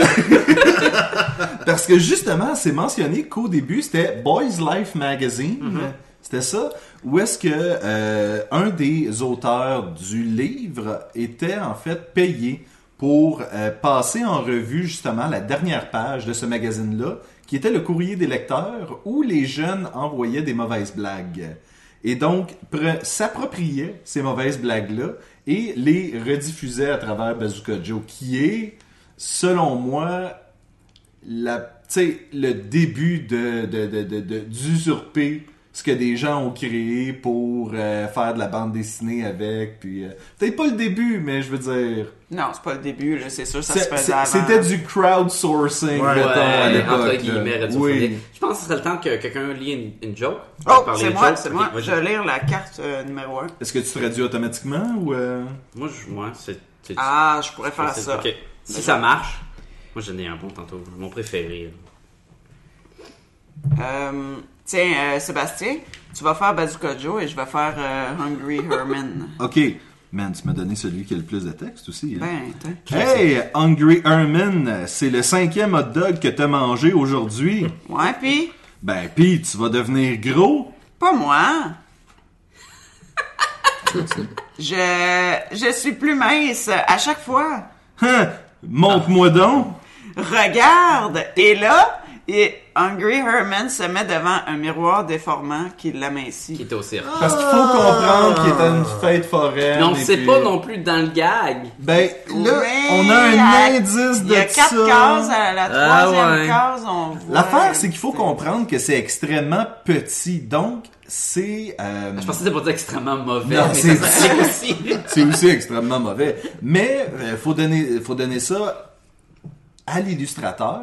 Speaker 1: parce que justement, c'est mentionné qu'au début, c'était Boys Life Magazine. C'était ça. Où est-ce que euh, un des auteurs du livre était en fait payé pour euh, passer en revue justement la dernière page de ce magazine-là, qui était le courrier des lecteurs, où les jeunes envoyaient des mauvaises blagues. Et donc, pre- s'appropriaient ces mauvaises blagues-là et les rediffusaient à travers Bazooka Joe, qui est, selon moi, la, tu sais, le début de, de, de, de, de- d'usurper ce que des gens ont créé pour euh, faire de la bande dessinée avec. Puis, euh, peut-être pas le début, mais je veux dire.
Speaker 5: Non, c'est pas le début, là, c'est sûr, ça se
Speaker 1: c'est-
Speaker 5: faisait
Speaker 1: c'est-
Speaker 5: avant.
Speaker 1: C'était du crowdsourcing,
Speaker 4: Ouais,
Speaker 1: mettons, à
Speaker 3: Ouais,
Speaker 1: l'époque.
Speaker 3: euh, entre
Speaker 1: là.
Speaker 3: guillemets, radiophonique.
Speaker 1: oui.
Speaker 3: Je pense que ce serait le temps que quelqu'un lit une, une joke.
Speaker 5: Oh,
Speaker 3: Parler
Speaker 5: c'est
Speaker 3: de
Speaker 5: moi,
Speaker 3: jokes.
Speaker 5: c'est
Speaker 3: Ok,
Speaker 5: moi.
Speaker 3: vas-y.
Speaker 5: Je vais lire la carte euh, numéro 1.
Speaker 1: Est-ce que tu traduis automatiquement ou. euh,
Speaker 3: Moi, je, moi, c'est. c'est-
Speaker 5: Ah, je pourrais faire
Speaker 3: c'est-
Speaker 5: ça.
Speaker 3: ok. Si ça marche, moi j'en ai un bon tantôt. Mon préféré.
Speaker 5: Euh, tiens, euh, Sébastien, tu vas faire Bazooka Joe et je vais faire euh, Hungry Herman.
Speaker 1: Ok. Man, tu m'as donné celui qui a le plus de texte aussi. hein.
Speaker 5: Ben, attends.
Speaker 1: Hey, Hungry Herman, c'est le cinquième hot dog que t'as mangé aujourd'hui.
Speaker 5: Ouais, puis,
Speaker 1: Ben pis, tu vas devenir gros.
Speaker 5: pas moi. je, je suis plus mince à chaque fois.
Speaker 1: Hein? Montre-moi donc.
Speaker 5: Regarde, et là, et Hungry Herman se met devant un miroir déformant qui l'amincit.
Speaker 3: qui était au cirque.
Speaker 1: Parce qu'il faut comprendre qu'il était une fête foraine.
Speaker 3: Mais on ne
Speaker 1: Ah. et
Speaker 3: sait
Speaker 1: puis-
Speaker 3: pas non plus dans le gag.
Speaker 1: Ben, là,
Speaker 5: Ouais,
Speaker 1: on a un
Speaker 5: à-
Speaker 1: indice de
Speaker 5: Il y a
Speaker 1: ça.
Speaker 5: quatre cases, à la
Speaker 3: Ah,
Speaker 5: troisième
Speaker 3: ouais.
Speaker 5: case, on voit...
Speaker 1: L'affaire, c'est qu'il faut comprendre que c'est extrêmement petit. Donc, c'est... euh,
Speaker 3: Je pensais que c'était pour dire extrêmement mauvais.
Speaker 1: Non,
Speaker 3: mais
Speaker 1: c'est-
Speaker 3: ça s'applique aussi.
Speaker 1: c'est aussi extrêmement mauvais. Mais euh, faut donner faut donner ça à l'illustrateur,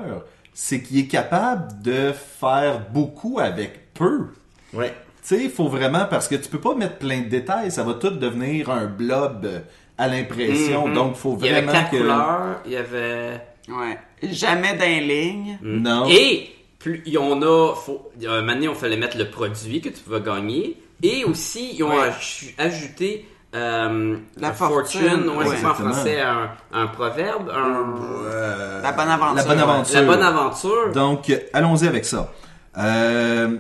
Speaker 1: c'est qu'il est capable de faire beaucoup avec peu.
Speaker 4: Ouais.
Speaker 1: Tu sais, il faut vraiment parce que tu peux pas mettre plein de détails, ça va tout devenir un blob à l'impression. Donc faut
Speaker 3: Mm-hmm. Il y avait
Speaker 1: vraiment
Speaker 3: quatre
Speaker 1: que
Speaker 3: couleurs, il y avait...
Speaker 5: Ouais. Jamais d'un ligne.
Speaker 3: Mm.
Speaker 1: non.
Speaker 3: Et plus y on a, faut, il y a un moment donné, on fallait mettre le produit que tu vas gagner. Et aussi, ils ont
Speaker 5: Ouais.
Speaker 3: aj- ajouté euh,
Speaker 5: La
Speaker 3: un
Speaker 5: fortune,
Speaker 3: ouais, c'est ça en
Speaker 1: exactement.
Speaker 3: français, un, un proverbe, un,
Speaker 4: Euh,
Speaker 5: La bonne aventure.
Speaker 1: la bonne aventure.
Speaker 3: la bonne aventure.
Speaker 1: Donc, euh, allons-y avec ça. Euh,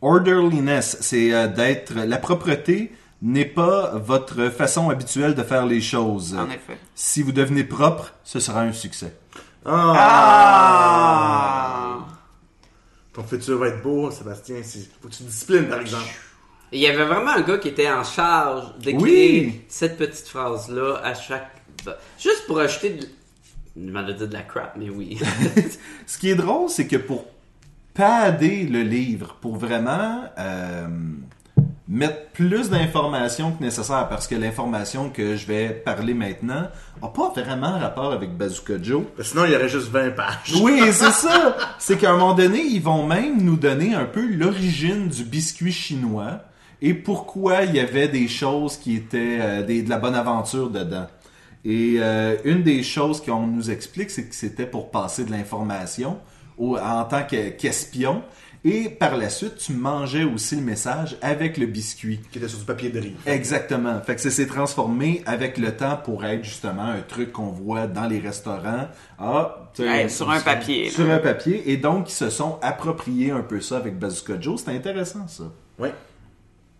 Speaker 1: orderliness, c'est euh, d'être... La propreté n'est pas votre façon habituelle de faire les choses.
Speaker 5: En effet.
Speaker 1: Si vous devenez propre, ce sera un succès.
Speaker 5: Ah!
Speaker 4: Ton futur va être beau, Sébastien. c'est- Faut que tu te disciplines, par exemple.
Speaker 3: Et il y avait vraiment un gars qui était en charge d'écrire
Speaker 1: Oui.
Speaker 3: cette petite phrase-là à chaque... Juste pour ajouter de... Je m'en ai dit de la crap, mais oui.
Speaker 1: Ce qui est drôle, c'est que pour pader le livre, pour vraiment euh, mettre plus d'informations que nécessaire, parce que l'information que je vais parler maintenant n'a pas vraiment rapport avec Bazooka Joe,
Speaker 4: Parce que Sinon, il y aurait juste 20 pages.
Speaker 1: Oui, c'est ça. C'est qu'à un moment donné, ils vont même nous donner un peu l'origine du biscuit chinois et pourquoi il y avait des choses qui étaient euh, des- de la bonne aventure dedans. Et euh, une des choses qu'on nous explique, c'est que c'était pour passer de l'information au- en tant que- qu'espion. Et par la suite, tu mangeais aussi le message avec le biscuit.
Speaker 4: Qui était sur du papier de riz.
Speaker 1: Exactement. Fait que ça s'est transformé avec le temps pour être justement un truc qu'on voit dans les restaurants. Ah, tu sais,
Speaker 5: Ouais, sur un papier,
Speaker 1: Sur un papier. Et donc, ils se sont appropriés un peu ça avec Bazooka Joe. C'est intéressant, ça.
Speaker 4: Oui.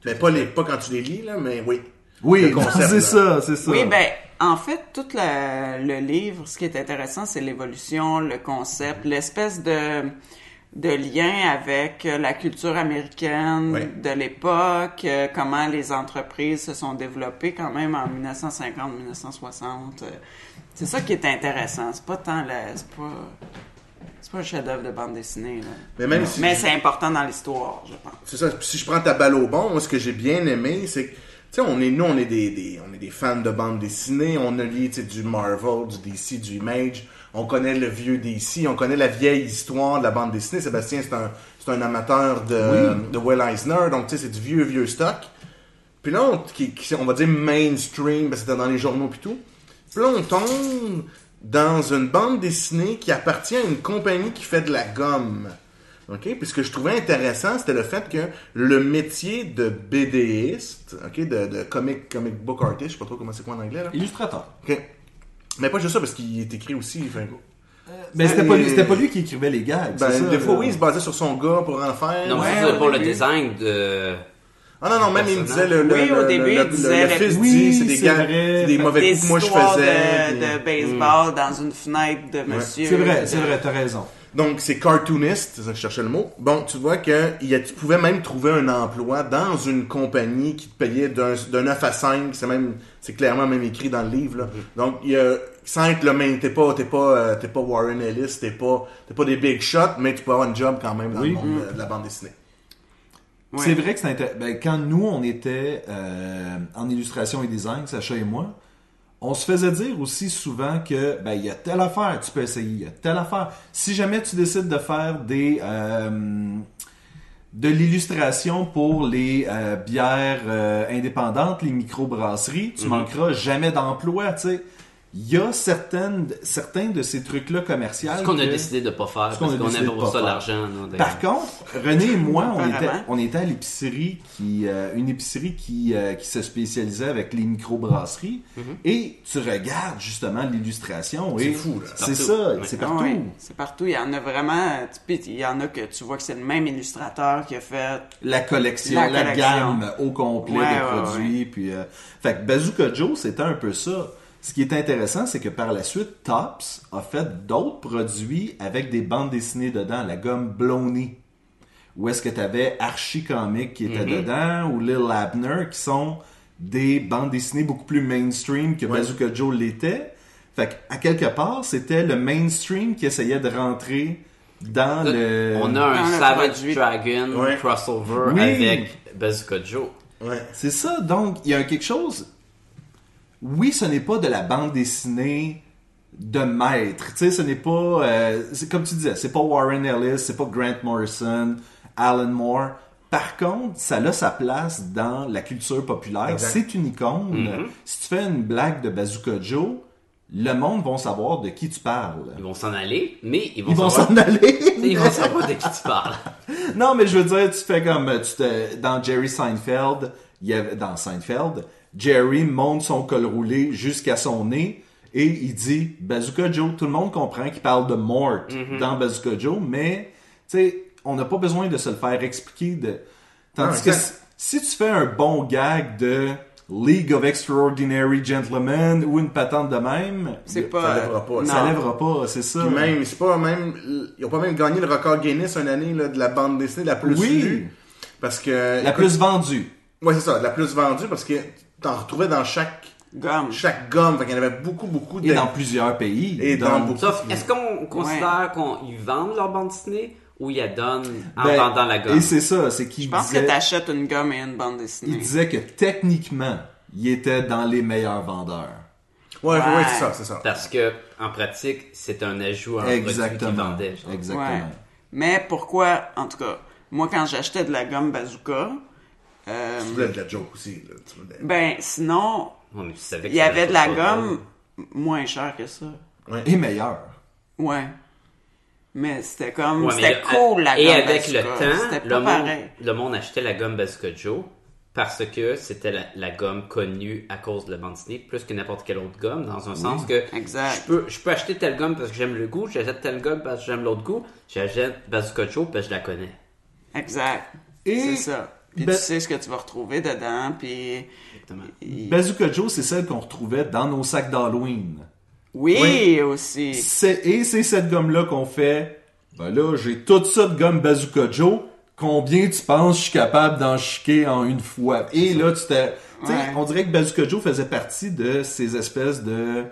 Speaker 4: Mais pas, les, pas quand tu les lis, là, mais oui.
Speaker 1: Oui,
Speaker 4: Le concept,
Speaker 1: c'est
Speaker 4: là.
Speaker 1: ça, c'est ça.
Speaker 5: Oui, ben, en fait, tout la- le livre, ce qui est intéressant, c'est l'évolution, le concept, l'espèce de, de lien avec euh, la culture américaine
Speaker 4: Ouais.
Speaker 5: de l'époque, euh, comment les entreprises se sont développées quand même en 1950-1960. euh, C'est ça qui est intéressant. C'est pas tant la- C'est pas... C'est pas un chef-d'œuvre de bande dessinée, là.
Speaker 4: Mais même si-
Speaker 5: Mais c'est important dans l'histoire, je pense.
Speaker 4: C'est ça. Puis si je prends ta balle au bon, moi, ce que j'ai bien aimé, c'est que, tu sais, on est, nous, on est des, des- on est des fans de bandes dessinées. On a lié, tu sais, du Marvel, du DC, du Image. On connaît le vieux DC. On connaît la vieille histoire de la bande dessinée. Sébastien, c'est un, c'est un amateur de, de Will Eisner. Donc, tu sais, c'est du vieux, vieux stock. Puis là, on, qui, qui- on va dire mainstream, parce que c'était dans les journaux puis tout. Puis là, on tombe dans une bande dessinée qui appartient à une compagnie qui fait de la gomme. OK? Puis ce que je trouvais intéressant, c'était le fait que le métier de BDiste, OK, de, de comic, comic book artist, je sais pas trop comment c'est quoi en anglais, là.
Speaker 1: Illustrateur.
Speaker 4: OK. Mais pas juste ça, parce qu'il est écrit aussi. Enfin,
Speaker 1: Euh, Mais c'était
Speaker 4: Et-
Speaker 1: pas, lui- c'était pas lui qui écrivait les gags.
Speaker 4: ben,
Speaker 1: c'est ça,
Speaker 4: des fois,
Speaker 1: là.
Speaker 4: oui, il se basait sur son gars pour en faire.
Speaker 3: Non, mais
Speaker 5: Ouais,
Speaker 3: ça, c'est
Speaker 5: au
Speaker 3: pour le
Speaker 5: début.
Speaker 3: design de...
Speaker 4: Ah non, non, même il me disait le, le,
Speaker 5: Oui, au
Speaker 4: le-
Speaker 5: début,
Speaker 4: le,
Speaker 5: il disait
Speaker 4: le
Speaker 5: le-
Speaker 4: fils
Speaker 1: oui,
Speaker 4: dit, c'est des
Speaker 1: c'est
Speaker 4: gars,
Speaker 1: vrai.
Speaker 4: c'est des mauvais
Speaker 5: Des
Speaker 4: coups que moi je
Speaker 5: histoires
Speaker 4: faisais.
Speaker 5: de,
Speaker 4: puis- euh,
Speaker 5: de baseball dans une fenêtre de monsieur.
Speaker 1: C'est vrai, c'est vrai, t'as raison.
Speaker 4: Donc, c'est cartooniste, c'est ça que je cherchais le mot. Bon, tu vois que il y a- tu pouvais même trouver un emploi dans une compagnie qui te payait d'un d'un 9 à 5. C'est même, c'est clairement même écrit dans le livre, là.
Speaker 5: Mm-hmm.
Speaker 4: Donc, il y a, sans être le même, t'es pas, t'es pas, euh, t'es pas Warren Ellis, t'es pas, t'es pas des big shots, mais tu peux avoir un job quand même dans
Speaker 1: Oui.
Speaker 4: le monde euh, de la bande dessinée.
Speaker 5: Ouais.
Speaker 1: C'est vrai que c'est intér- ben, quand nous on était euh, en illustration et design, Sacha et moi, on se faisait dire aussi souvent que ben il y a telle affaire, tu peux essayer, il y a telle affaire. Si jamais tu décides de faire des euh, de l'illustration pour les euh, bières euh, indépendantes, les microbrasseries,
Speaker 3: Mm-hmm.
Speaker 1: tu manqueras jamais d'emploi, tu sais. Il y a certaines certains de ces trucs là commerciaux
Speaker 5: Ah,
Speaker 3: Ce qu'on a
Speaker 1: que-
Speaker 3: décidé de pas faire,
Speaker 1: Ce qu'on
Speaker 3: parce
Speaker 1: a
Speaker 3: qu'on
Speaker 1: décidé
Speaker 3: avait
Speaker 1: de
Speaker 3: pour
Speaker 1: pas
Speaker 3: ça
Speaker 1: faire.
Speaker 3: l'argent. non, d'ailleurs.
Speaker 1: Par contre, René et moi, on était,
Speaker 5: Apparemment.
Speaker 1: on était à l'épicerie qui, euh, une épicerie qui, euh, qui se spécialisait avec les microbrasseries. Et tu regardes justement l'illustration. et-
Speaker 4: C'est fou, là.
Speaker 1: C'est
Speaker 3: Partout.
Speaker 1: ça,
Speaker 3: Ouais.
Speaker 1: c'est
Speaker 5: Ah
Speaker 1: partout.
Speaker 5: ouais, c'est partout. Il y en a vraiment. tu- puis il y en a que tu vois que c'est le même illustrateur qui a fait.
Speaker 1: La collection,
Speaker 5: La
Speaker 1: la,
Speaker 5: collection.
Speaker 1: gamme au complet
Speaker 5: Ouais,
Speaker 1: des
Speaker 5: ouais,
Speaker 1: produits. Puis, euh, fait que Bazooka Joe, c'était un peu ça. Ce qui est intéressant, c'est que par la suite, Tops a fait d'autres produits avec des bandes dessinées dedans, la gomme Bloney. Où est-ce que tu avais Archie Comic qui
Speaker 5: Mhm.
Speaker 1: était dedans, ou Lil Abner, qui sont des bandes dessinées beaucoup plus mainstream que Bazooka Joe l'était. Fait que, à quelque part, c'était le mainstream qui essayait de rentrer dans
Speaker 5: Euh,
Speaker 1: le...
Speaker 3: Euh, On a un
Speaker 5: Dans Ah, le
Speaker 3: Savage
Speaker 5: produit.
Speaker 3: Dragon
Speaker 4: Ouais.
Speaker 3: crossover
Speaker 1: Oui.
Speaker 3: avec Bazooka Joe.
Speaker 4: Ouais.
Speaker 1: C'est ça, donc il y a quelque chose. Oui, ce n'est pas de la bande dessinée de maître. Tu sais, ce n'est pas. euh, c'est comme tu disais, c'est pas Warren Ellis, c'est pas Grant Morrison, Alan Moore. Par contre, ça a sa place dans la culture populaire.
Speaker 4: Exact.
Speaker 1: C'est une icône. Si tu fais une blague de Bazooka Joe, le monde va savoir de qui tu parles.
Speaker 3: Ils vont s'en aller, mais ils vont,
Speaker 1: Ils vont
Speaker 3: savoir,
Speaker 1: s'en aller.
Speaker 3: ils vont savoir de qui tu parles.
Speaker 1: Non, mais je veux dire, tu fais comme euh, tu te- dans Jerry Seinfeld, il y avait dans Seinfeld, Jerry monte son col roulé jusqu'à son nez et il dit Bazooka Joe. Tout le monde comprend qu'il parle de Mort
Speaker 5: Mhm.
Speaker 1: dans Bazooka Joe, mais tu sais, on n'a pas besoin de se le faire expliquer. De... Tandis
Speaker 4: Non,
Speaker 1: que
Speaker 4: exact.
Speaker 1: si, si tu fais un bon gag de League of Extraordinary Gentlemen ou une patente de même,
Speaker 5: C'est pas.
Speaker 4: Ça lèvera pas,
Speaker 1: ça
Speaker 5: non.
Speaker 1: lèvera pas, c'est ça.
Speaker 4: Puis même, c'est pas même. Ils ont pas même gagné le record Guinness une année là, de la bande dessinée la plus
Speaker 1: Oui.
Speaker 4: lue. Parce que.
Speaker 1: La plus vendue.
Speaker 4: Ouais, c'est ça, la plus vendue parce que t'en retrouvais dans chaque
Speaker 5: euh, Gomme.
Speaker 4: chaque gomme. Fait qu'il y en avait beaucoup, beaucoup
Speaker 1: Et
Speaker 4: de-
Speaker 1: dans plusieurs pays.
Speaker 4: Et dans
Speaker 1: Donc,
Speaker 4: beaucoup.
Speaker 3: Sauf, est-ce qu'on considère qu'ils vendent leur bande dessinée ou ils la donnent en
Speaker 1: Ben,
Speaker 3: vendant la gomme?
Speaker 1: Et c'est ça, c'est qu'il
Speaker 5: Je pense
Speaker 1: disait,
Speaker 5: que t'achètes une gomme et une bande
Speaker 1: il
Speaker 5: dessinée.
Speaker 1: disait que techniquement, il était dans les meilleurs vendeurs.
Speaker 4: Ouais, ouais,
Speaker 5: Ouais.
Speaker 4: c'est ça, c'est ça.
Speaker 3: Parce que, en pratique, c'est un ajout à un produit qu'ils
Speaker 1: Exactement.
Speaker 3: vendaient. genre.
Speaker 5: Ouais.
Speaker 1: Exactement.
Speaker 5: Mais pourquoi, en tout cas, moi quand j'achetais de la gomme bazooka, euh,
Speaker 4: Tu voulais de la joke aussi, là. Tu voulais-
Speaker 5: ben sinon,
Speaker 3: Ouais, mais tu savais
Speaker 5: il
Speaker 3: que
Speaker 5: y
Speaker 3: ça
Speaker 5: avait de la
Speaker 3: pas
Speaker 5: gomme moins chère que ça.
Speaker 1: Et meilleur.
Speaker 5: Ouais. Mais c'était comme,
Speaker 3: Ouais, mais
Speaker 5: c'était
Speaker 3: là,
Speaker 5: cool la
Speaker 3: Et
Speaker 5: gomme
Speaker 3: avec le
Speaker 5: bazooka.
Speaker 3: temps,
Speaker 5: C'était
Speaker 3: le
Speaker 5: pas
Speaker 3: monde,
Speaker 5: pareil.
Speaker 3: le monde achetait la gomme Bazooka Joe parce que c'était la, la gomme connue à cause de la bande dessinée plus que n'importe quelle autre gomme dans un sens que
Speaker 5: exact.
Speaker 3: je peux je peux acheter telle gomme parce que j'aime le goût, j'achète telle gomme parce que j'aime l'autre goût, j'achète Bazooka Joe parce que je la connais.
Speaker 5: Exact.
Speaker 1: Et-
Speaker 5: C'est ça. Puis
Speaker 1: Ben-
Speaker 5: tu sais ce que tu vas retrouver dedans, puis...
Speaker 3: Exactement.
Speaker 1: Bazooka Joe, c'est celle qu'on retrouvait dans nos sacs d'Halloween.
Speaker 5: Oui,
Speaker 1: Oui.
Speaker 5: aussi.
Speaker 1: C'est- Et c'est cette gomme-là qu'on fait. Ben là, j'ai toute ça de gomme Bazooka Joe. Combien tu penses je suis capable d'en chiquer en une fois? Et là, tu t'es. tu sais,
Speaker 5: Ouais.
Speaker 1: On dirait que Bazooka Joe faisait partie de ces espèces de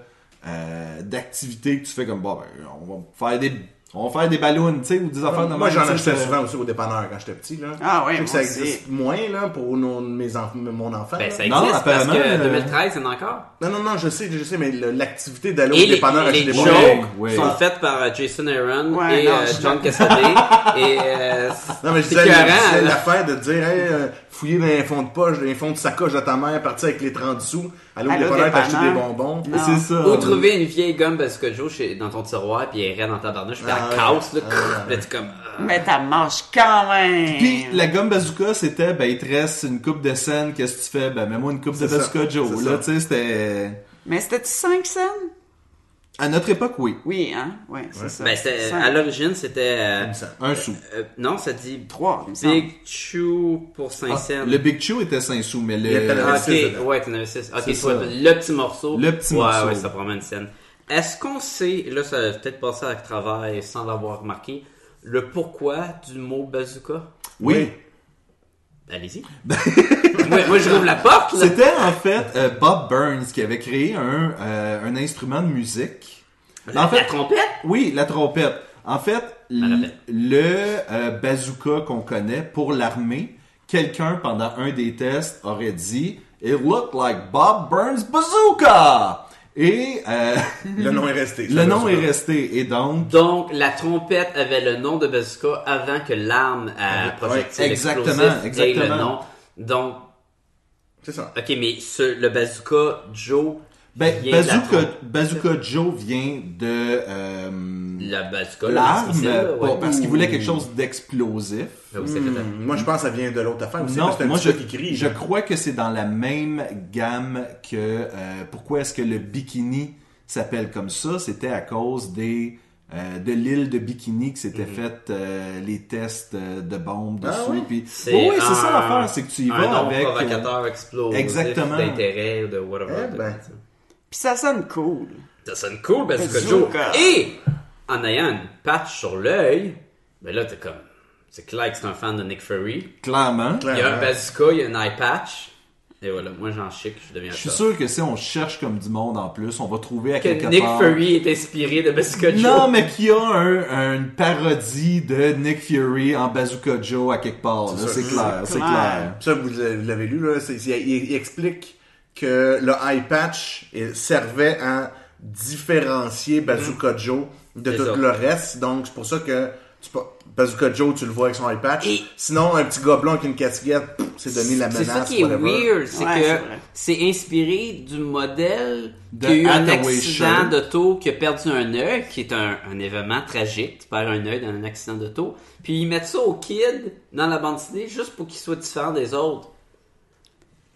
Speaker 1: euh, d'activités que tu fais comme bon ben, on va faire des. On va faire des ballons, tu sais, ou des affaires de
Speaker 4: Moi,
Speaker 1: même,
Speaker 4: j'en
Speaker 1: tu sais,
Speaker 4: achetais
Speaker 1: ça-
Speaker 4: souvent aussi au dépanneur quand j'étais petit, là.
Speaker 5: Ah ouais,
Speaker 4: Je sais que
Speaker 5: moi
Speaker 4: ça
Speaker 5: aussi.
Speaker 4: existe moins, là, pour nos- mes enf- mon enfant.
Speaker 3: Ben,
Speaker 4: là.
Speaker 3: ça
Speaker 1: Non,
Speaker 3: existe parce que
Speaker 1: apparemment, euh,
Speaker 3: 2013, il y en a encore.
Speaker 4: Non, non, non, je sais, je sais, mais le- l'activité d'aller
Speaker 3: Et
Speaker 4: au
Speaker 3: les,
Speaker 4: dépanneur acheter
Speaker 3: les
Speaker 4: des
Speaker 3: jokes
Speaker 4: bonbons.
Speaker 1: Ouais, ouais.
Speaker 3: sont faites par euh, Jason Aaron
Speaker 5: Ouais,
Speaker 3: et
Speaker 5: non,
Speaker 3: euh,
Speaker 5: je suis
Speaker 3: John Cassaday. et euh,
Speaker 4: Non, mais je
Speaker 3: c'est
Speaker 4: disais,
Speaker 3: écœurant,
Speaker 4: c'est
Speaker 3: là.
Speaker 4: l'affaire de dire, hey, euh, fouiller dans les fonds de poche, dans les fonds de sacoche de ta mère, partir avec les 30 sous, aller au
Speaker 5: Aller au
Speaker 4: dépanneur t'acheter des
Speaker 5: dépanneur.
Speaker 4: bonbons.
Speaker 5: Non.
Speaker 1: C'est ça.
Speaker 3: Ou trouver une vieille gomme parce que Joe chez- dans ton tiroir puis elle est raide dans ta barnouche puis
Speaker 4: Ah
Speaker 3: elle
Speaker 4: ouais.
Speaker 3: casse là,
Speaker 4: Ah
Speaker 3: crrr,
Speaker 4: ouais.
Speaker 3: là, tu comme euh,
Speaker 5: Mais ça marche quand même!
Speaker 1: Puis la gomme bazooka, c'était ben il te reste une coupe de scène, qu'est-ce que tu fais? Ben mets-moi une coupe de
Speaker 4: C'est
Speaker 1: bazooka
Speaker 4: ça,
Speaker 1: Joe.
Speaker 4: c'est
Speaker 1: Là,
Speaker 4: ça.
Speaker 1: tu sais, c'était.
Speaker 5: Mais c'était-tu 5 cents?
Speaker 1: À notre époque, oui.
Speaker 5: Oui, hein? Oui, c'est ça.
Speaker 1: Ah,
Speaker 3: ben, c'était-
Speaker 5: Cinq.
Speaker 3: à l'origine c'était euh,
Speaker 4: Ça.
Speaker 1: Un sou.
Speaker 3: euh, non ça dit
Speaker 5: Trois, il me semble.
Speaker 3: Big Chew pour 5
Speaker 1: Ah,
Speaker 3: cents.
Speaker 1: le Big Chew était 5 sous, mais le.
Speaker 4: Il était
Speaker 3: Ah,
Speaker 4: là.
Speaker 3: ok
Speaker 4: six dedans.
Speaker 3: ouais t'en avais 6 ok
Speaker 1: C'est
Speaker 3: soit
Speaker 1: ça.
Speaker 3: le petit morceau
Speaker 1: Le petit
Speaker 3: ouais,
Speaker 1: morceau.
Speaker 3: ouais ça prend une scène est-ce qu'on sait là ça a peut-être passé à travail sans l'avoir remarqué le pourquoi du mot bazooka
Speaker 1: Oui.
Speaker 3: Allez-y. moi, moi, je rouvre la porte, là.
Speaker 1: C'était en fait euh, Bob Burns qui avait créé un, euh, un instrument de musique. En
Speaker 3: La
Speaker 1: fait,
Speaker 3: trompette?
Speaker 1: oui, la trompette. En fait, l-
Speaker 3: rappelle.
Speaker 1: le euh, bazooka qu'on connaît pour l'armée, quelqu'un pendant un des tests aurait dit It looked like Bob Burns bazooka. Et euh,
Speaker 4: Le nom est resté.
Speaker 1: le nom est resté. Et donc,
Speaker 3: Donc, la trompette avait le nom de bazooka avant que l'arme à projectile
Speaker 1: ouais, exactement,
Speaker 3: explosif ait le
Speaker 1: exactement.
Speaker 3: nom. Donc,
Speaker 4: C'est ça.
Speaker 3: ok, mais ce- le bazooka Joe
Speaker 1: ben,
Speaker 3: vient de la
Speaker 1: bazooka,
Speaker 3: trompe-
Speaker 1: bazooka Joe vient de euh,
Speaker 3: la bazooka,
Speaker 1: l'arme
Speaker 3: Là, Oh,
Speaker 1: pas- parce qu'il voulait quelque chose d'explosif.
Speaker 4: Hmm, Moi, je pense que ça vient de l'autre affaire aussi.
Speaker 1: Non,
Speaker 4: parce que c'est un
Speaker 1: moi
Speaker 4: petit
Speaker 1: je,
Speaker 4: gars qui crie.
Speaker 1: je
Speaker 4: là.
Speaker 1: crois que c'est dans la même gamme que euh, pourquoi est-ce que le bikini s'appelle comme ça C'était à cause des euh, de l'île de bikini que s'étaient
Speaker 4: Mhm.
Speaker 1: fait euh, les tests euh, de bombes
Speaker 4: Ah
Speaker 1: dessus.
Speaker 4: oui?
Speaker 1: puis- Oh oui, c'est ça l'affaire, c'est que tu y vas avec. euh,
Speaker 3: provocateur explosif
Speaker 1: Exactement.
Speaker 3: d'intérêt ou de whatever.
Speaker 4: Eh ben.
Speaker 3: de-
Speaker 5: Puis ça sonne cool.
Speaker 3: Ça sonne cool, Bazooka Joe.
Speaker 5: Bazooka.
Speaker 3: Et en ayant une patch sur l'œil, ben là, t'es comme. C'est clair que c'est un fan de Nick Fury.
Speaker 1: Clairement.
Speaker 3: Il y a un bazooka, il y a un eye patch. Et voilà, moi j'en chic, je deviens
Speaker 1: Je suis
Speaker 3: ça.
Speaker 1: sûr que si on cherche comme du monde en plus, on va trouver à
Speaker 3: que
Speaker 1: quelque
Speaker 3: Nick
Speaker 1: part.
Speaker 3: Fury est inspiré de Bazooka Joe.
Speaker 1: Non, mais qui a un- une parodie de Nick Fury en Bazooka Joe à quelque part. là, C'est clair, c'est
Speaker 5: clair.
Speaker 1: clair.
Speaker 4: Ça, vous l'avez vous l'avez lu, là, c'est- c'est- il, il explique que le eye patch il servait à différencier Bazooka Joe de
Speaker 3: Mm-hmm. C'est
Speaker 4: tout
Speaker 3: ça.
Speaker 4: le reste. Donc, c'est pour ça que tu peux- Bazooka Joe, tu le vois avec son eye patch.
Speaker 3: Et-
Speaker 4: Sinon, un petit gobelin avec une casquette, pff, c'est donné la menace.
Speaker 3: C'est ça qui est
Speaker 4: whatever.
Speaker 3: weird, c'est
Speaker 5: Ouais, c'est
Speaker 3: que
Speaker 5: vrai.
Speaker 3: c'est inspiré du modèle
Speaker 1: De
Speaker 3: qui a eu un
Speaker 1: Hathaway
Speaker 3: accident
Speaker 1: Show.
Speaker 3: d'auto qui a perdu un œil, qui est un, un événement tragique, tu perds un œil dans un accident d'auto, puis ils mettent ça au kid dans la bande dessinée juste pour qu'il soit différent des autres.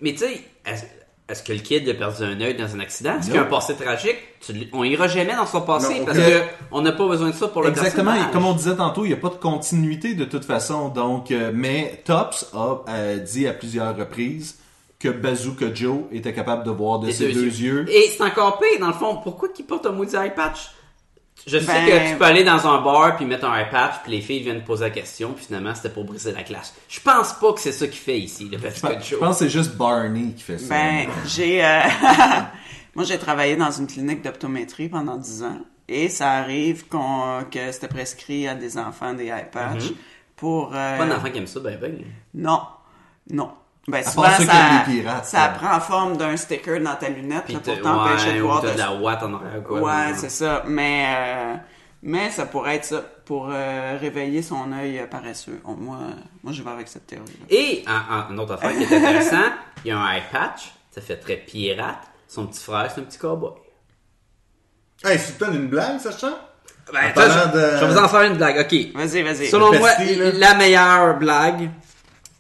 Speaker 3: Mais tu sais, est-ce est-ce que le kid a perdu un œil dans un accident? Est-ce qu'il a un passé tragique? Tu l- on ira jamais dans son passé
Speaker 4: Non, on
Speaker 3: parce
Speaker 4: peut-
Speaker 3: que on n'a pas besoin de ça pour le
Speaker 1: Exactement, et
Speaker 3: personnage.
Speaker 1: comme on disait tantôt, il n'y a pas de continuité de toute façon. Donc, euh, mais Tops a euh, dit à plusieurs reprises que Bazooka Joe était capable de voir de
Speaker 3: Des
Speaker 1: ses
Speaker 3: deux
Speaker 1: deux yeux.
Speaker 3: Et c'est encore pire, dans le fond. Pourquoi qu'il porte un maudit eye patch? Je sais
Speaker 5: Ben-
Speaker 3: que tu peux aller dans un bar puis mettre un eye patch puis les filles viennent poser la question puis finalement c'était pour briser la classe. Je pense pas que c'est ça qu'il fait ici, le
Speaker 1: Je
Speaker 3: Petit
Speaker 1: pense- je
Speaker 3: Show.
Speaker 1: pense que c'est juste Barney qui fait ça.
Speaker 5: Ben, j'ai. euh, Moi, j'ai travaillé dans une clinique d'optométrie pendant 10 ans. Et ça arrive qu'on que c'était prescrit à des enfants des iPads pour. euh,
Speaker 3: Mm-hmm. Pas d'enfant qui aime ça, ben ben.
Speaker 5: Non. Non. Ben,
Speaker 1: part
Speaker 5: souvent,
Speaker 1: ceux qui
Speaker 5: ça,
Speaker 1: aiment les pirates,
Speaker 5: ça
Speaker 1: ouais.
Speaker 5: prend forme d'un sticker dans ta lunette
Speaker 3: Puis
Speaker 5: là,
Speaker 3: t'as
Speaker 5: pour t'empêcher
Speaker 3: ouais,
Speaker 5: de
Speaker 3: ou
Speaker 5: voir
Speaker 3: t'as
Speaker 5: de
Speaker 3: de la ouate en arrière quoi.
Speaker 5: Ouais, c'est ça. Mais, euh, mais ça pourrait être ça, pour euh, réveiller son œil euh, paresseux. On- moi, euh, moi, je vais avec cette théorie-là.
Speaker 3: Et un, un- une autre affaire qui est intéressante, il y a un eye patch, ça fait très pirate. Son petit frère, c'est un petit cowboy.
Speaker 4: Hey, c'est peut-être une blague, ça, Chan?
Speaker 3: Ben,
Speaker 4: En parlant
Speaker 3: je,
Speaker 4: de-
Speaker 3: je vais vous en faire une blague, ok.
Speaker 5: Vas-y, vas-y.
Speaker 3: Selon moi,
Speaker 4: Pesti, là.
Speaker 3: la meilleure blague.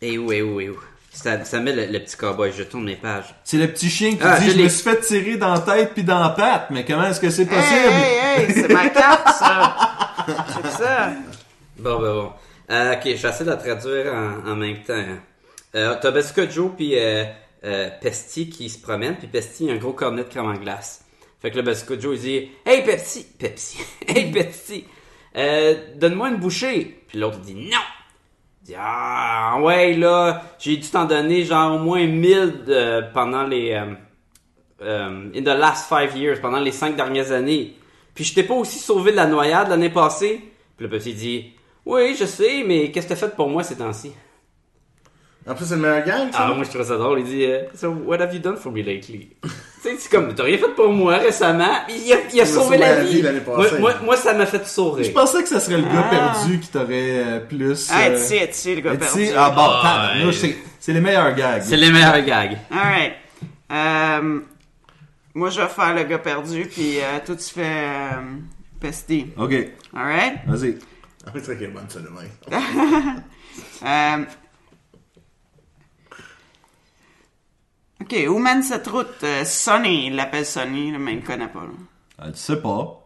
Speaker 3: Et oui, oui, oui. Ça, ça met le, le petit cowboy, je tourne mes pages.
Speaker 1: C'est le petit chien qui
Speaker 3: Ah,
Speaker 1: dit
Speaker 3: je
Speaker 1: je,
Speaker 3: l'ai.
Speaker 1: me suis fait tirer dans la tête puis dans la patte, mais comment est-ce que c'est possible
Speaker 5: Hey, hey, hey, c'est ma carte, ça. c'est ça.
Speaker 3: Bon, ben bon. Euh, ok, j'essaie de la traduire en, en même temps. hein. Euh, T'as Bazooka Joe puis euh, euh, Pesti qui se promène, puis Pesti a un gros cornet de crème en glace. Fait que là, Bazooka Joe, il dit Hey Pepsi Pepsi Hey Pepsi euh, Donne-moi une bouchée Puis l'autre dit Non Il dit Ah, ouais, là, j'ai dû t'en donner genre au moins 1000 de- pendant les. euh, euh, in the last five years, pendant les cinq dernières années. Puis je t'ai pas aussi sauvé de la noyade l'année passée. Puis le petit dit, oui, je sais, mais qu'est-ce que t'as fait pour moi ces temps-ci?
Speaker 4: En plus, c'est le meilleur gang, ça?
Speaker 3: Ah, moi je trouve ça drôle, il dit, euh, so what have you done for me lately? tu sais, c'est comme, t'as rien fait pour moi récemment, il a, il a sauvé la,
Speaker 4: la
Speaker 3: vie.
Speaker 4: vie l'année
Speaker 3: moi,
Speaker 4: passée.
Speaker 3: moi, moi, ça m'a fait sourire.
Speaker 1: Je pensais que ça serait le gars perdu qui t'aurait euh, plus.
Speaker 5: Ah. Hey,
Speaker 1: euh,
Speaker 5: tu sais, tu sais, le gars
Speaker 1: tu sais,
Speaker 5: perdu.
Speaker 1: ah bon,
Speaker 3: Ah,
Speaker 1: tabarnouche,
Speaker 3: ouais.
Speaker 1: c'est- c'est les meilleurs gags.
Speaker 3: C'est les meilleurs gags.
Speaker 5: All right. Euh, moi, je vais faire le gars perdu, puis euh, toi, tu fais euh, pester.
Speaker 1: Ok,
Speaker 5: All right?
Speaker 1: vas-y.
Speaker 4: Ah, c'est vrai qu'elle est bonne, ça, demain.
Speaker 5: Euh, OK, où mène cette route? Euh, Sonny, il l'appelle Sonny, là, mais il ne connaît pas. là.
Speaker 1: Ah, tu sais pas.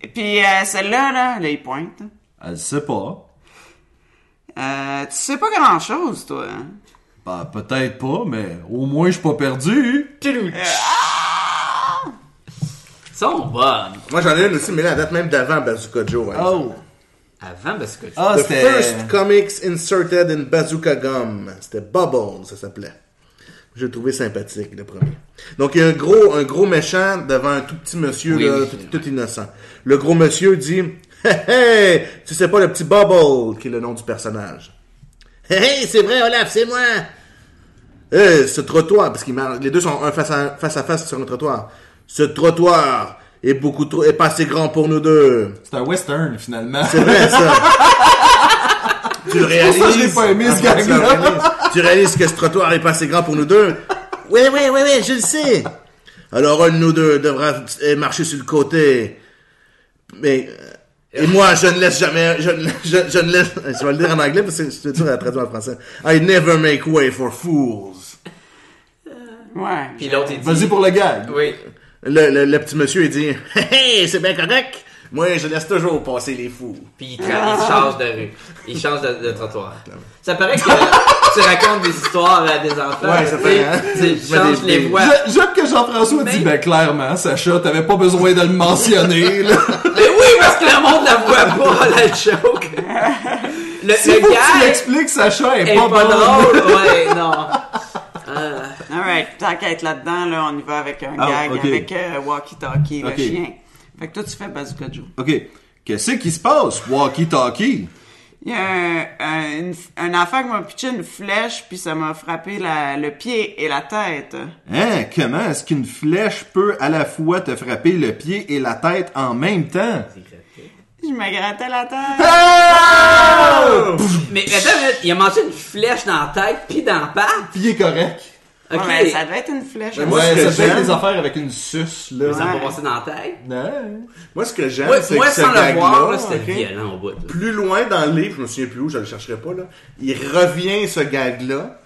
Speaker 5: Et puis euh, celle-là, là, là, il pointe.
Speaker 1: Ah, tu sais pas.
Speaker 5: Euh, tu sais pas grand-chose, toi. hein?
Speaker 1: Bah, peut-être pas, mais au moins je suis pas perdu.
Speaker 3: Ils sont bonnes.
Speaker 4: Moi, j'en ai une aussi, mais là, elle date même d'avant Bazooka Joe. par exemple.
Speaker 1: Oh!
Speaker 3: Avant, parce que
Speaker 1: Ah,
Speaker 4: The
Speaker 1: c'était.
Speaker 4: first comics inserted in bazooka gum. C'était Bubbles, ça s'appelait. J'ai trouvé sympathique, le premier. Donc, il y a un gros, un gros méchant devant un tout petit monsieur,
Speaker 3: Oui,
Speaker 4: là,
Speaker 3: oui.
Speaker 4: tout, tout innocent. Le gros monsieur dit, hey, hey, tu sais pas le petit Bubble, qui est le nom du personnage. Hey, hey, c'est vrai, Olaf, c'est moi! Hey, ce trottoir, parce que les deux sont un face à face, à face sur un trottoir. Ce trottoir est beaucoup trop, est pas assez grand pour nous deux.
Speaker 1: C'est un western finalement.
Speaker 4: C'est vrai, ça. tu le réalises.
Speaker 1: ça que je l'ai pas aimé, ce
Speaker 4: En fait, tu le
Speaker 1: gag-là.
Speaker 4: réalises. Tu réalises que ce trottoir est pas assez grand pour nous deux. Oui, oui, oui, oui, je le sais. Alors, un de nous deux devra euh, marcher sur le côté. Mais. euh, Et moi, je ne laisse jamais, je ne, je, je ne laisse, je vais le dire en anglais parce que c'est dur à traduire en français. I never make way for fools.
Speaker 5: Ouais.
Speaker 3: Puis l'autre, il dit...
Speaker 1: Vas-y pour le gag.
Speaker 3: Oui.
Speaker 4: Le, le, le petit monsieur, il dit, hey, hey, c'est bien correct, Moi, je laisse toujours passer les fous.
Speaker 3: Puis il, tra- il change de rue. Il change de, de trottoir. Ça paraît que tu racontes des histoires à des enfants.
Speaker 4: Ouais, ça
Speaker 3: tu
Speaker 4: paraît,
Speaker 3: sais,
Speaker 4: hein. Je
Speaker 3: Tu sais,
Speaker 4: fais
Speaker 3: changes
Speaker 4: des-
Speaker 3: les
Speaker 4: des-
Speaker 3: voies.
Speaker 1: Je- J'aime que Jean-François dit, ben clairement, Sacha, t'avais pas besoin de le mentionner. là.
Speaker 3: Mais oui, parce que le monde la voit pas, la joke. Le,
Speaker 1: Si
Speaker 3: le
Speaker 1: vous tu
Speaker 3: gars
Speaker 1: l'expliques, Sacha
Speaker 3: est,
Speaker 1: est
Speaker 3: est
Speaker 1: pas
Speaker 3: pas,
Speaker 1: bon.
Speaker 3: drôle. Ouais, non. Euh,
Speaker 5: Alright, tant qu'à être là-dedans, là, on y va avec un
Speaker 1: Ah,
Speaker 5: gag,
Speaker 1: ok.
Speaker 5: avec euh, Walkie Talkie,
Speaker 1: Ok.
Speaker 5: le chien. Fait que toi, tu fais Bazooka Joe.
Speaker 1: Ok, qu'est-ce qui se passe, Walkie Talkie?
Speaker 5: Il y a un, un, une- un enfant qui m'a pitché une flèche, puis ça m'a frappé la- le pied et la tête.
Speaker 1: Hein, comment est-ce qu'une flèche peut à la fois te frapper le pied et la tête en même temps?
Speaker 5: Je me grattais la tête.
Speaker 3: mais attends, une minute, il a mangé une flèche dans la tête puis dans la patte.
Speaker 1: Pied correct.
Speaker 3: Ok.
Speaker 5: Ouais, mais ça devait être une flèche. hein?
Speaker 4: Mais moi,
Speaker 1: Ouais,
Speaker 4: ce que
Speaker 1: ça fait
Speaker 4: j'aime-
Speaker 1: des affaires avec une suce, là.
Speaker 3: Ça va
Speaker 5: Ouais.
Speaker 3: passer dans la tête.
Speaker 1: Non.
Speaker 4: Moi, ce que j'aime,
Speaker 3: Moi,
Speaker 4: Ah, c'est
Speaker 3: moi,
Speaker 4: que ce
Speaker 3: sans le
Speaker 4: gag-là,
Speaker 3: voir, là, c'était
Speaker 4: ok,
Speaker 3: violent au bout. là.
Speaker 4: plus loin dans le livre, je me souviens plus où, je le chercherai pas, là, il revient ce gag-là.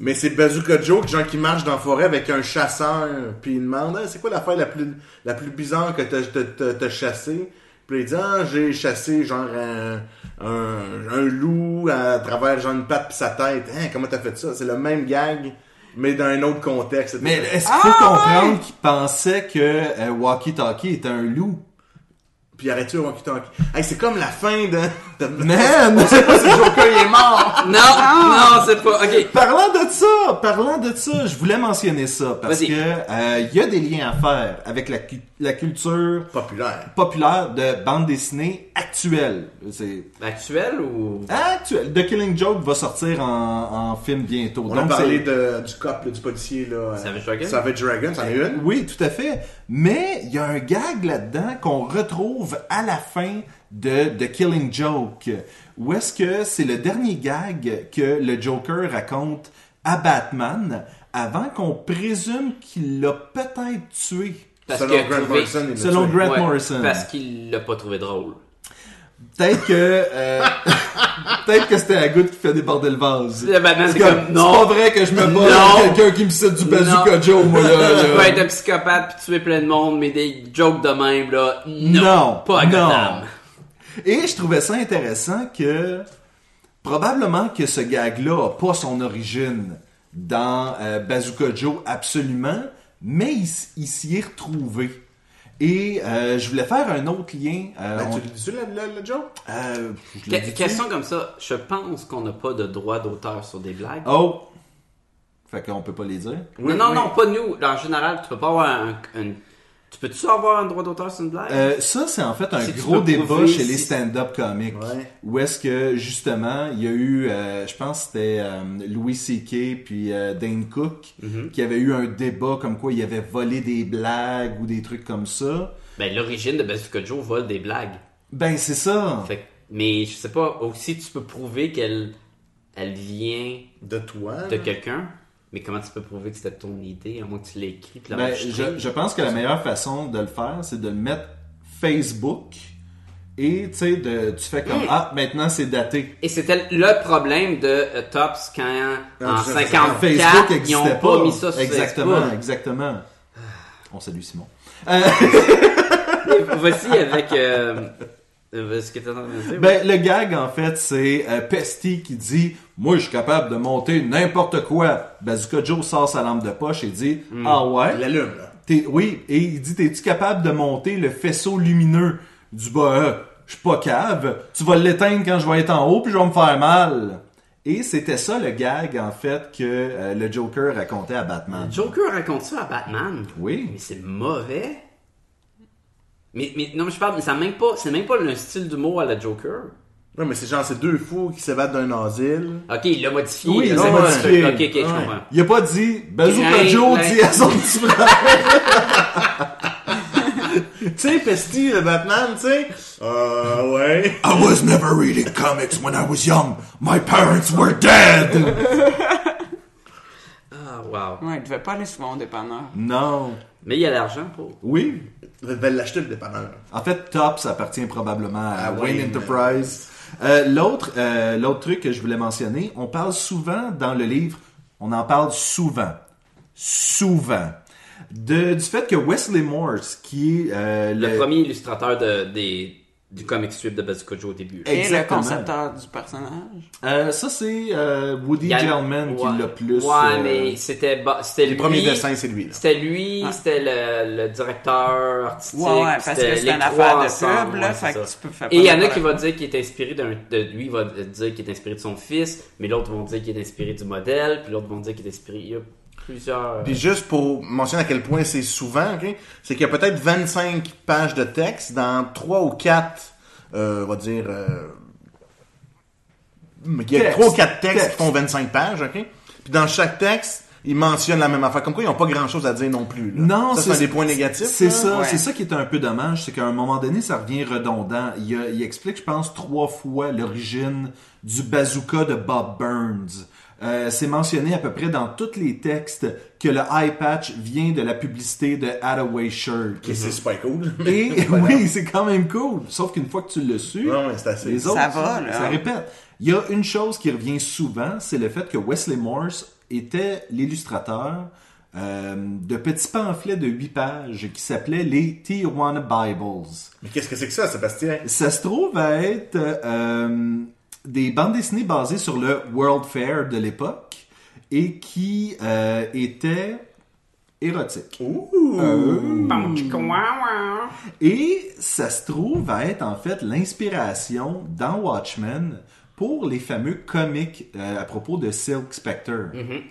Speaker 4: Mais c'est Bazooka Joe, que genre qui marche dans la forêt avec un chasseur, puis il demande Hey, c'est quoi l'affaire la plus, la plus bizarre que t'as, t'as- t'as- t'as chassé Puis il dit ah, j'ai chassé genre un, un- un loup à travers genre une patte pis sa tête. Hein, comment t'as fait ça C'est le même gag, mais dans un autre contexte.
Speaker 1: Mais est-ce qu'il faut comprendre qu'il pensait que euh, Walkie Talkie était un loup?
Speaker 4: Puis arrête-tu Walkie Talkie Hey, c'est comme la fin de. de-
Speaker 1: Man!
Speaker 4: Si Joker il est mort
Speaker 3: Non, non, c'est pas. Ok.
Speaker 1: Parlant de ça, parlant de ça, je voulais mentionner ça parce
Speaker 3: Vas-y.
Speaker 1: que euh, il y a des liens à faire avec la, cu- la culture
Speaker 4: Populaire.
Speaker 1: populaire de bande dessinée actuelle. C'est
Speaker 3: Actuel ou.
Speaker 1: actuel. The Killing Joke va sortir en, en film bientôt.
Speaker 4: On
Speaker 1: Donc,
Speaker 4: a parlé
Speaker 1: c'est-
Speaker 4: de, du cop, là, du policier, là. euh,
Speaker 3: Savage Dragon?
Speaker 4: Savage Dragon, c'en est une.
Speaker 1: Oui, tout à fait. Mais il y a un gag là-dedans qu'on retrouve à la fin de The Killing Joke. Où est-ce que c'est le dernier gag que le Joker raconte à Batman avant qu'on présume qu'il l'a peut-être tué,
Speaker 3: Parce
Speaker 4: selon
Speaker 3: que
Speaker 4: Grant
Speaker 3: trouver-
Speaker 4: Morrison, il
Speaker 1: selon
Speaker 4: l'a tué.
Speaker 1: Grant
Speaker 3: Ouais,
Speaker 1: Morrison.
Speaker 3: Parce qu'il l'a pas trouvé drôle.
Speaker 1: Peut-être que euh, peut-être que c'était la goutte qui fait déborder le vase.
Speaker 3: Le Batman, c'est
Speaker 1: Comme,
Speaker 3: comme, non.
Speaker 1: pas vrai que je me bats
Speaker 3: Non.
Speaker 1: avec quelqu'un qui me cite du bazooka
Speaker 3: Non.
Speaker 1: Joe, moi là. là.
Speaker 3: Tu peux être un psychopathe puis tuer plein de monde, mais des jokes de même, là, non.
Speaker 1: Non,
Speaker 3: pas à
Speaker 1: non.
Speaker 3: Gotham.
Speaker 1: Et je trouvais ça intéressant que probablement que ce gag-là a pas son origine dans euh, Bazooka Joe absolument, mais il, s- il s'y est retrouvé. Et euh, je voulais faire un autre lien. euh,
Speaker 4: Ben,
Speaker 1: on-
Speaker 4: tu le dis-tu, le, le- le Joe?
Speaker 1: euh, je l'ai
Speaker 3: Que-
Speaker 1: dit-
Speaker 3: question comme ça, je pense qu'on n'a pas de droit d'auteur sur des blagues.
Speaker 1: Oh! Fait qu'on peut pas les dire.
Speaker 4: oui,
Speaker 3: non, non,
Speaker 4: oui.
Speaker 3: non, pas nous. En général, tu peux pas avoir un. un- tu peux-tu avoir un droit d'auteur sur une blague?
Speaker 1: Euh, ça, c'est en fait un
Speaker 3: Si tu
Speaker 1: gros
Speaker 3: peux
Speaker 1: débat
Speaker 3: prouver
Speaker 1: chez
Speaker 3: si-
Speaker 1: les stand-up comics.
Speaker 4: Ouais.
Speaker 1: Où est-ce que, justement, il y a eu, euh, je pense que c'était euh, Louis C.K. puis euh, Dane Cook
Speaker 3: Mhm.
Speaker 1: qui avaient eu un débat comme quoi il avait volé des blagues ou des trucs comme ça.
Speaker 3: Ben, l'origine de Bazooka Joe vole des blagues.
Speaker 1: Ben, c'est ça.
Speaker 3: Fait que- mais je sais pas, aussi, tu peux prouver qu'elle elle vient
Speaker 4: De toi.
Speaker 3: de
Speaker 1: Ah.
Speaker 4: là.
Speaker 3: quelqu'un, mais comment tu peux prouver que c'était ton idée, à moins que tu l'aies écrit puis
Speaker 1: Ben,
Speaker 3: l'enregistré?
Speaker 1: je, je pense que la meilleure façon de le faire, c'est de le mettre Facebook et, tu sais, de- tu fais
Speaker 3: Mmh.
Speaker 1: comme, ah, maintenant c'est daté.
Speaker 3: Et c'était le problème de euh, Tops quand
Speaker 1: Ah,
Speaker 3: en
Speaker 4: je sais pas,
Speaker 3: 54
Speaker 1: Facebook
Speaker 3: Ah, ils n'ont
Speaker 1: n'existait
Speaker 3: pas,
Speaker 1: pas.
Speaker 3: mis ça sur
Speaker 1: exactement,
Speaker 3: Facebook. Ah.
Speaker 1: exactement. On salue Simon. Euh,
Speaker 3: Voici avec euh, euh, ce que t'es en train de dire.
Speaker 1: Ben, le gag, en fait, c'est euh, Pesty qui dit « Moi, je suis capable de monter n'importe quoi. » Bazooka Joe sort sa lampe de poche et dit Ah
Speaker 4: Il
Speaker 1: ouais?
Speaker 4: l'allume, là.
Speaker 1: T'es- oui. » Et il dit « T'es-tu capable de monter le faisceau lumineux? » Du bah, euh, je suis pas cave. Tu vas l'éteindre quand je vais être en haut puis je vais me faire mal. » Et c'était ça le gag, en fait, que euh, le Joker racontait à Batman.
Speaker 3: Joker raconte ça à Batman.
Speaker 1: Oui.
Speaker 3: Mais c'est mauvais. Mais, mais non, mais je parle, mais ça a même pas, c'est même pas le style d'humour à la Joker.
Speaker 4: Ouais, mais c'est genre, c'est deux fous qui s'évadent d'un asile.
Speaker 3: Ok, il l'a modifié.
Speaker 1: Oui,
Speaker 3: là,
Speaker 1: il l'a
Speaker 3: c'est pas
Speaker 1: modifié.
Speaker 3: ce truc. Ok, ok, je
Speaker 4: Ouais.
Speaker 3: comprends.
Speaker 1: Il a pas dit Bazooka
Speaker 3: Grain,
Speaker 1: Joe
Speaker 3: grain.
Speaker 1: dit à son petit frère.
Speaker 4: tu sais, Pesty, le Batman, tu sais. Euh, ouais.
Speaker 1: I was never reading comics when I was young. My parents were dead.
Speaker 3: Ah, wow.
Speaker 5: Ouais, il devait pas aller souvent au dépanneur.
Speaker 1: Non.
Speaker 3: Mais il y a l'argent pour.
Speaker 1: Oui.
Speaker 4: Ils veulent l'acheter, le dépanneur.
Speaker 1: En fait, Tops appartient probablement à
Speaker 4: À
Speaker 1: Wayne
Speaker 4: Wayne.
Speaker 1: Enterprise. Euh, l'autre, euh, l'autre truc que je voulais mentionner, on parle souvent dans le livre, on en parle souvent, souvent de- du fait que Wesley Morse, qui est euh,
Speaker 3: Le premier illustrateur de, des, du comic strip de Bazooka Joe au début.
Speaker 5: Et le
Speaker 1: Exactement.
Speaker 5: concepteur du personnage.
Speaker 1: Euh, ça, c'est euh, Woody
Speaker 3: Il y a-
Speaker 1: Gelman qui
Speaker 3: Ouais.
Speaker 1: l'a plus.
Speaker 3: Ouais,
Speaker 1: euh,
Speaker 3: mais c'était ba- c'était
Speaker 4: Les
Speaker 3: lui.
Speaker 4: premiers dessins, c'est lui. là.
Speaker 3: C'était lui,
Speaker 5: Ouais.
Speaker 3: c'était le, le directeur artistique.
Speaker 5: Ouais, ouais, parce que c'est
Speaker 3: c'était
Speaker 5: une
Speaker 3: les
Speaker 5: affaire
Speaker 3: trois
Speaker 5: de
Speaker 3: ensemble,
Speaker 5: pub, là,
Speaker 3: ouais, c'est
Speaker 5: fait que
Speaker 3: ça.
Speaker 5: tu peux faire
Speaker 3: Et il y en a
Speaker 5: n'importe
Speaker 3: qui va
Speaker 5: quoi.
Speaker 3: dire qu'il est inspiré d'un, de lui va dire qu'il est inspiré de son fils, mais l'autre vont dire qu'il est inspiré du modèle, puis l'autre vont dire qu'il est inspiré. Il y a plusieurs.
Speaker 4: Puis juste pour mentionner à quel point c'est souvent, ok, c'est qu'il y a peut-être 25 pages de texte dans 3 ou 4, euh, on va dire, euh, il y a
Speaker 1: Texte.
Speaker 4: 3 ou 4 textes
Speaker 1: Texte.
Speaker 4: qui font 25 pages, ok? Puis dans chaque texte, ils mentionnent la même affaire. Comme quoi, ils n'ont pas grand-chose à dire non plus. là.
Speaker 1: Non,
Speaker 4: ça, c'est un des points négatifs.
Speaker 1: C'est
Speaker 4: là.
Speaker 1: ça,
Speaker 5: Ouais.
Speaker 1: c'est ça qui est un peu dommage, c'est qu'à un moment donné, ça revient redondant. Il, a- il explique, je pense, trois fois l'origine du bazooka de Bob Burns. Euh, c'est mentionné à peu près dans tous les textes que le eye patch vient de la publicité de Hathaway Shirt.
Speaker 4: Ok, c'est super cool.
Speaker 1: Et oui, c'est quand même cool. Sauf qu'une fois que tu le su,
Speaker 4: Non, mais c'est assez.
Speaker 1: les autres,
Speaker 5: Ça va, là.
Speaker 1: ça répète. Il y a une chose qui revient souvent, c'est le fait que Wesley Morse était l'illustrateur euh, de petits pamphlets de 8 pages qui s'appelaient les Tijuana Bibles.
Speaker 4: Mais qu'est-ce que c'est que ça, Sébastien?
Speaker 1: Ça se trouve à être euh, euh, des bandes dessinées basées sur le World Fair de l'époque et qui euh, étaient érotiques.
Speaker 4: Ouh!
Speaker 1: Et ça se trouve à être en fait l'inspiration dans Watchmen pour les fameux comics euh, à propos de Silk Spectre.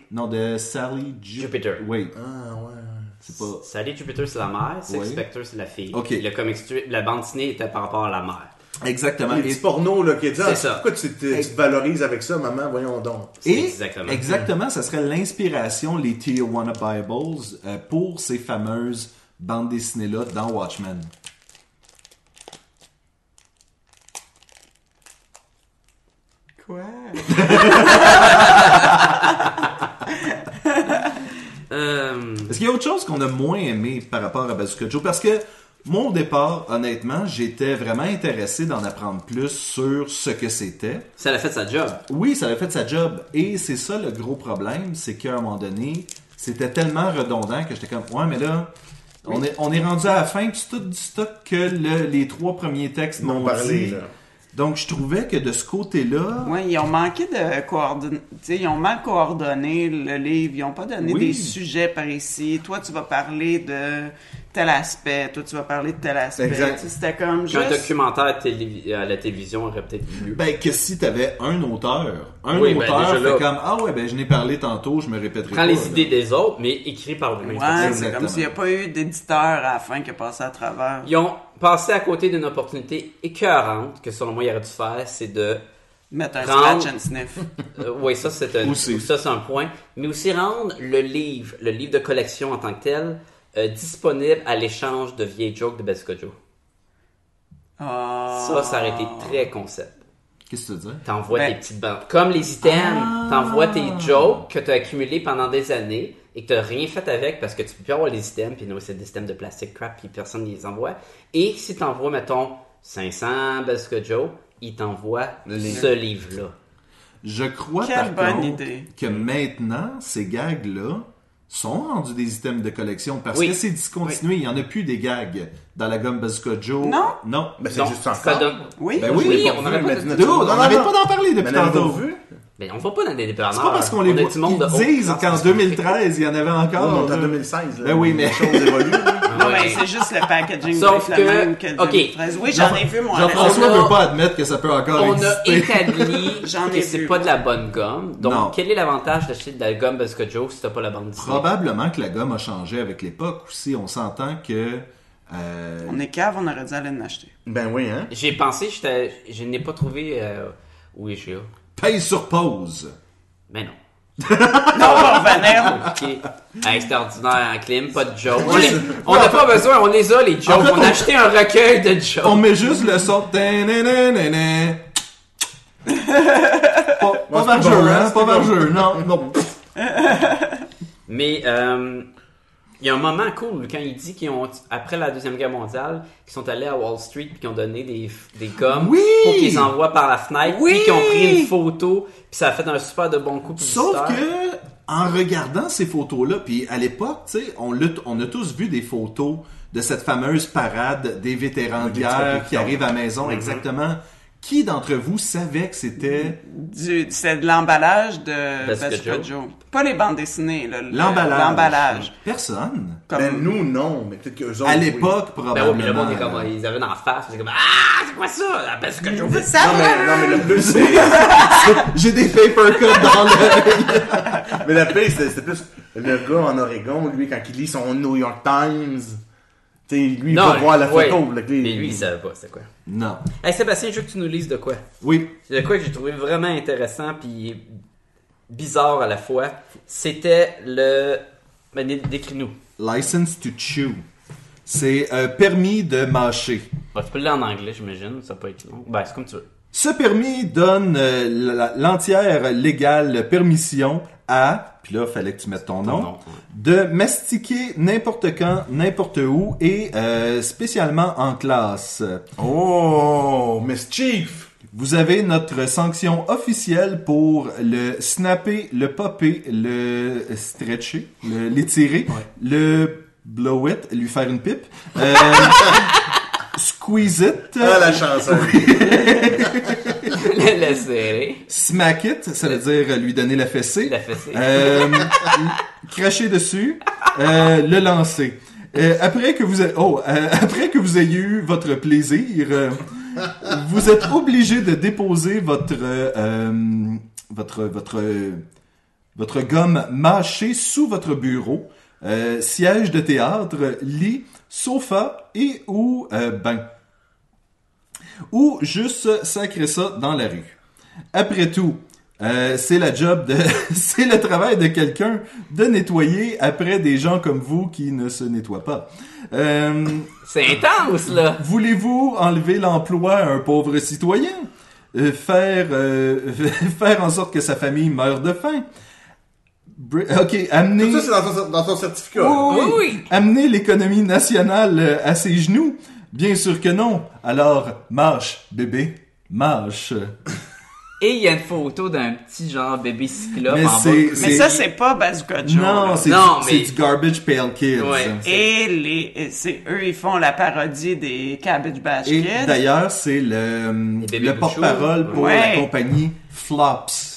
Speaker 1: Non, de Sally Ju-
Speaker 3: Mm-hmm. Jupiter.
Speaker 1: Oui. Ah ouais. C'est pas.
Speaker 3: Sally Jupiter, c'est la mère, Sex
Speaker 1: Oui.
Speaker 3: Spectre, c'est la fille.
Speaker 1: Ok.
Speaker 3: Et Le comic strip, la bande dessinée était par rapport à la mère.
Speaker 1: Exactement.
Speaker 4: Les
Speaker 1: Ah, Et-
Speaker 4: petits pornos, là, qui disent, ah,
Speaker 3: C'est ça.
Speaker 4: pourquoi tu te, tu te valorises avec ça, maman? Voyons donc.
Speaker 3: C'est
Speaker 1: Et
Speaker 3: exactement.
Speaker 1: exactement, ça serait l'inspiration, les Tijuana Bibles, euh, pour ces fameuses bandes dessinées-là dans Watchmen.
Speaker 5: Quoi?
Speaker 3: Euh,
Speaker 1: Est-ce qu'il y a autre chose qu'on a moins aimé par rapport à Bazooka Joe? Parce que mon départ, honnêtement, j'étais vraiment intéressé d'en apprendre plus sur ce que c'était.
Speaker 3: ça l'a fait sa job.
Speaker 1: Oui, ça a fait sa job. Et c'est ça le gros problème, c'est qu'à un moment donné, c'était tellement redondant que j'étais comme, ouais, mais là, on, est, on est rendu à la fin, puis c'est tout du stock que le- les trois premiers textes
Speaker 4: M'ont
Speaker 1: m'ont
Speaker 4: parlé,
Speaker 1: dit.
Speaker 4: là.
Speaker 1: Donc, je trouvais que de ce côté-là,
Speaker 5: Ouais, ils ont manqué de coordonner. Ils ont mal coordonné le livre. Ils n'ont pas donné
Speaker 1: Oui.
Speaker 5: des sujets par ici. Toi, tu vas parler de tel aspect. Toi, tu vas parler de tel aspect.
Speaker 4: Exact.
Speaker 5: Tu sais, C'était comme
Speaker 3: Un
Speaker 5: juste.
Speaker 3: documentaire télévi- à la télévision aurait peut-être mieux.
Speaker 1: ben, que si t'avais un auteur, un
Speaker 3: Oui, ben,
Speaker 1: auteur,
Speaker 3: déjà
Speaker 1: fait
Speaker 3: là.
Speaker 1: comme, ah ouais, ben, je n'ai parlé tantôt, je me répéterai
Speaker 3: Prends
Speaker 1: pas,
Speaker 3: les
Speaker 1: là.
Speaker 3: idées des autres, mais écrit par lui-même.
Speaker 5: Ouais, c'est
Speaker 1: Exactement.
Speaker 5: comme s'il n'y a pas eu d'éditeur à la fin qui a passé à travers.
Speaker 3: Ils ont passé à côté d'une opportunité écœurante que selon moi, il aurait dû faire, c'est de...
Speaker 5: Mettre un
Speaker 3: Prendre-
Speaker 5: scratch and sniff.
Speaker 3: oui, ça c'est un,
Speaker 1: Aussi.
Speaker 3: ça, c'est un point. Mais aussi rendre le livre, le livre de collection en tant que tel, euh, disponible à l'échange de vieilles jokes de Bazooka Joe.
Speaker 5: Ah. Oh.
Speaker 3: Ça, ça aurait été
Speaker 1: Ah.
Speaker 3: très concept.
Speaker 1: Qu'est-ce que tu dis?
Speaker 3: T'envoies
Speaker 5: Ben-
Speaker 3: tes petites bandes. Comme les items,
Speaker 1: Ah.
Speaker 3: t'envoies tes jokes que t'as accumulés pendant des années et que t'as rien fait avec parce que tu peux plus avoir les items, puis nous, c'est des items de plastique crap, puis personne ne les envoie. Et si t'envoies, mettons, 500 Bazooka Joe, il t'envoie ce livre-là.
Speaker 1: Je crois
Speaker 5: Quelle
Speaker 1: par
Speaker 5: bonne
Speaker 1: contre,
Speaker 5: idée.
Speaker 1: que maintenant, ces gags-là sont rendus des items de collection parce
Speaker 3: Oui.
Speaker 1: que c'est discontinué. Il n'y en a plus des gags dans la gomme Bazooka Joe.
Speaker 5: Non.
Speaker 1: Non.
Speaker 4: Ben, c'est
Speaker 3: Non,
Speaker 4: juste
Speaker 3: ça
Speaker 4: encore.
Speaker 3: donne-
Speaker 5: Oui.
Speaker 1: Ben oui,
Speaker 3: Oui,
Speaker 4: pas
Speaker 3: on
Speaker 4: vu,
Speaker 3: n'aurait pas
Speaker 4: mais
Speaker 3: de-
Speaker 4: dis-nous-
Speaker 1: Dude, on
Speaker 4: Non,
Speaker 1: n'arrête
Speaker 4: non.
Speaker 1: pas d'en parler depuis
Speaker 4: Mais n'avez-vous
Speaker 1: tantôt.
Speaker 4: vu?
Speaker 3: Mais Ben, on va pas dans des dépanneurs.
Speaker 1: C'est pas parce qu'on les
Speaker 3: Ah, On a
Speaker 1: voit
Speaker 3: du monde de haut. Ah,
Speaker 1: qu'ils disent qu'en 2013, il y en avait encore.
Speaker 4: on est en
Speaker 1: là.
Speaker 4: 2016. Là,
Speaker 1: Ben oui, mais-
Speaker 4: Les choses évoluent. là.
Speaker 5: Non,
Speaker 3: Ouais.
Speaker 5: mais c'est juste le packaging
Speaker 3: Sauf
Speaker 5: Sauf
Speaker 3: que-
Speaker 5: le même que le
Speaker 3: ok.
Speaker 5: 2013. Oui, j'en ai vu, moi.
Speaker 1: Jean-François
Speaker 3: On a-
Speaker 1: veut pas admettre que ça peut encore
Speaker 3: On a
Speaker 1: exister.
Speaker 3: établi
Speaker 5: J'en
Speaker 3: que
Speaker 5: ai
Speaker 3: c'est
Speaker 5: vu.
Speaker 3: pas de la bonne gomme. Donc,
Speaker 1: Non.
Speaker 3: quel est l'avantage d'acheter de la gomme Bazooka Joe si t'as pas la bande dessinée?
Speaker 1: Probablement que la gomme a changé avec l'époque aussi. On s'entend que. euh,
Speaker 5: On est cave, on aurait dû aller en acheter.
Speaker 4: ben oui, hein.
Speaker 3: J'ai pensé, j'étais- je n'ai pas trouvé euh, où est GA.
Speaker 1: Paye sur pause.
Speaker 3: Mais non.
Speaker 5: Non, on va revenir.
Speaker 3: Ok. Hey, c'était ordinaire en clim, pas de jokes. On
Speaker 1: Oui.
Speaker 3: les- On n'a pas besoin, on les a les jokes.
Speaker 1: En fait,
Speaker 3: on
Speaker 1: on-
Speaker 3: a acheté un recueil de jokes.
Speaker 1: On met juste le son. Tinananana. Pas, pas
Speaker 4: c'est
Speaker 1: vergeux,
Speaker 4: bon,
Speaker 1: hein?
Speaker 4: c'est
Speaker 1: Pas
Speaker 4: bon.
Speaker 1: vergeux, non, non.
Speaker 3: Mais euh, il y a un moment cool quand il dit qu'ils ont, après la Deuxième Guerre mondiale, qu'ils sont allés à Wall Street puis qu'ils ont donné des, des gommes
Speaker 1: Oui!
Speaker 3: pour qu'ils les envoient par la fenêtre
Speaker 5: Oui!
Speaker 3: puis qu'ils ont pris une photo puis ça a fait un super de bon coup
Speaker 1: Sauf
Speaker 3: publicitaire.
Speaker 1: que en regardant ces photos-là, puis à l'époque, tu sais, on, l'a- on a tous vu des photos de cette fameuse parade des vétérans de
Speaker 4: Des Mm-hmm.
Speaker 1: guerre
Speaker 4: trafiquants.
Speaker 1: qui arrivent à la maison, exactement. Qui d'entre vous savait que c'était
Speaker 5: Du- C'est de l'emballage de
Speaker 3: Bazooka
Speaker 5: Bazooka
Speaker 3: Joe.
Speaker 5: Joe. Pas les bandes dessinées, là, le-
Speaker 3: Mm-hmm.
Speaker 1: l'emballage?
Speaker 5: L'emballage.
Speaker 1: Personne.
Speaker 5: Comme-
Speaker 4: Ben, nous, non, mais peut-être qu'eux autres.
Speaker 1: Ah, À
Speaker 4: Oh oui.
Speaker 1: l'époque,
Speaker 4: Ah,
Speaker 3: Ben oui, mais le
Speaker 1: probablement.
Speaker 3: monde est comme, ils avaient dans la face, c'est comme, ah, c'est quoi ça? Ah, ben, c'est que je veux.
Speaker 5: Ça
Speaker 4: Non,
Speaker 5: va!
Speaker 4: mais, non, mais le plus, c'est.
Speaker 1: J'ai des paper cuts dans l'œil.
Speaker 4: Mais la pire, c'était c'était plus le gars en Oregon, lui, quand il lit son New York Times. Tu sais, lui, il peut voir la
Speaker 3: ouais.
Speaker 4: photo. là, que les-
Speaker 3: Mais lui, il savait pas, c'est quoi.
Speaker 1: Non.
Speaker 3: Hey, Sébastien, je veux que tu nous lises de quoi?
Speaker 1: Oui.
Speaker 3: De quoi que j'ai trouvé vraiment intéressant puis bizarre à la fois. C'était le. Ben, dé- décris-nous.
Speaker 1: License to chew. C'est un permis de mâcher.
Speaker 3: Bah, tu peux le lire en anglais, j'imagine. Ça peut être long. Ben, c'est comme tu veux.
Speaker 1: Ce permis donne euh, la- l'entière légale permission à, puis là, fallait que tu mettes ton nom,
Speaker 3: nom, ouais.
Speaker 1: de mastiquer n'importe quand, n'importe où et euh, spécialement en classe.
Speaker 4: Oh, mischief!
Speaker 1: Vous avez notre sanction officielle pour le snapper, le popper, le stretcher, le- l'étirer, le blow it, lui faire une pipe, euh, squeeze it,
Speaker 4: Ah, la chanson.
Speaker 3: le le serrer.
Speaker 1: smack it, ça veut dire lui donner la fessée.
Speaker 3: La fessée.
Speaker 1: Euh, cracher dessus, euh, le lancer. Euh, après que vous ayez, oh, euh, après que vous ayez eu votre plaisir, euh, vous êtes obligé de déposer votre euh, euh, votre votre votre gomme mâchée sous votre bureau, euh, siège de théâtre, lit, sofa et ou euh, bain. Ou juste sacrer ça dans la rue. Après tout, euh, c'est la job de, c'est le travail de quelqu'un de nettoyer après des gens comme vous qui ne se nettoient pas. Euh,
Speaker 3: C'est intense, là!
Speaker 1: Voulez-vous enlever l'emploi à un pauvre citoyen? Euh, faire, euh, faire en sorte que sa famille meure de faim? Br- ok, amener...
Speaker 4: Tout ça, c'est dans son, dans son certificat.
Speaker 1: Oui, oui.
Speaker 3: Oui.
Speaker 1: Amener l'économie nationale euh, à ses genoux? Bien sûr que non. Alors, marche, bébé, marche.
Speaker 3: Et il y a une photo d'un petit genre bébé cyclope
Speaker 1: Mais
Speaker 3: en bas.
Speaker 1: c'est-
Speaker 5: Mais
Speaker 1: c'est-
Speaker 5: ça, c'est pas Bazooka Joe.
Speaker 1: Non,
Speaker 5: là.
Speaker 1: c'est
Speaker 3: Non,
Speaker 1: du,
Speaker 3: mais-
Speaker 1: c'est du garbage pale kids.
Speaker 3: Ouais.
Speaker 5: Et les, et c'est eux, ils font la parodie des Cabbage Bash
Speaker 1: Et
Speaker 5: Kids.
Speaker 1: d'ailleurs, c'est le,
Speaker 3: Les bébés
Speaker 1: le
Speaker 3: bouchous.
Speaker 1: porte-parole pour
Speaker 5: Ouais.
Speaker 1: la compagnie Flops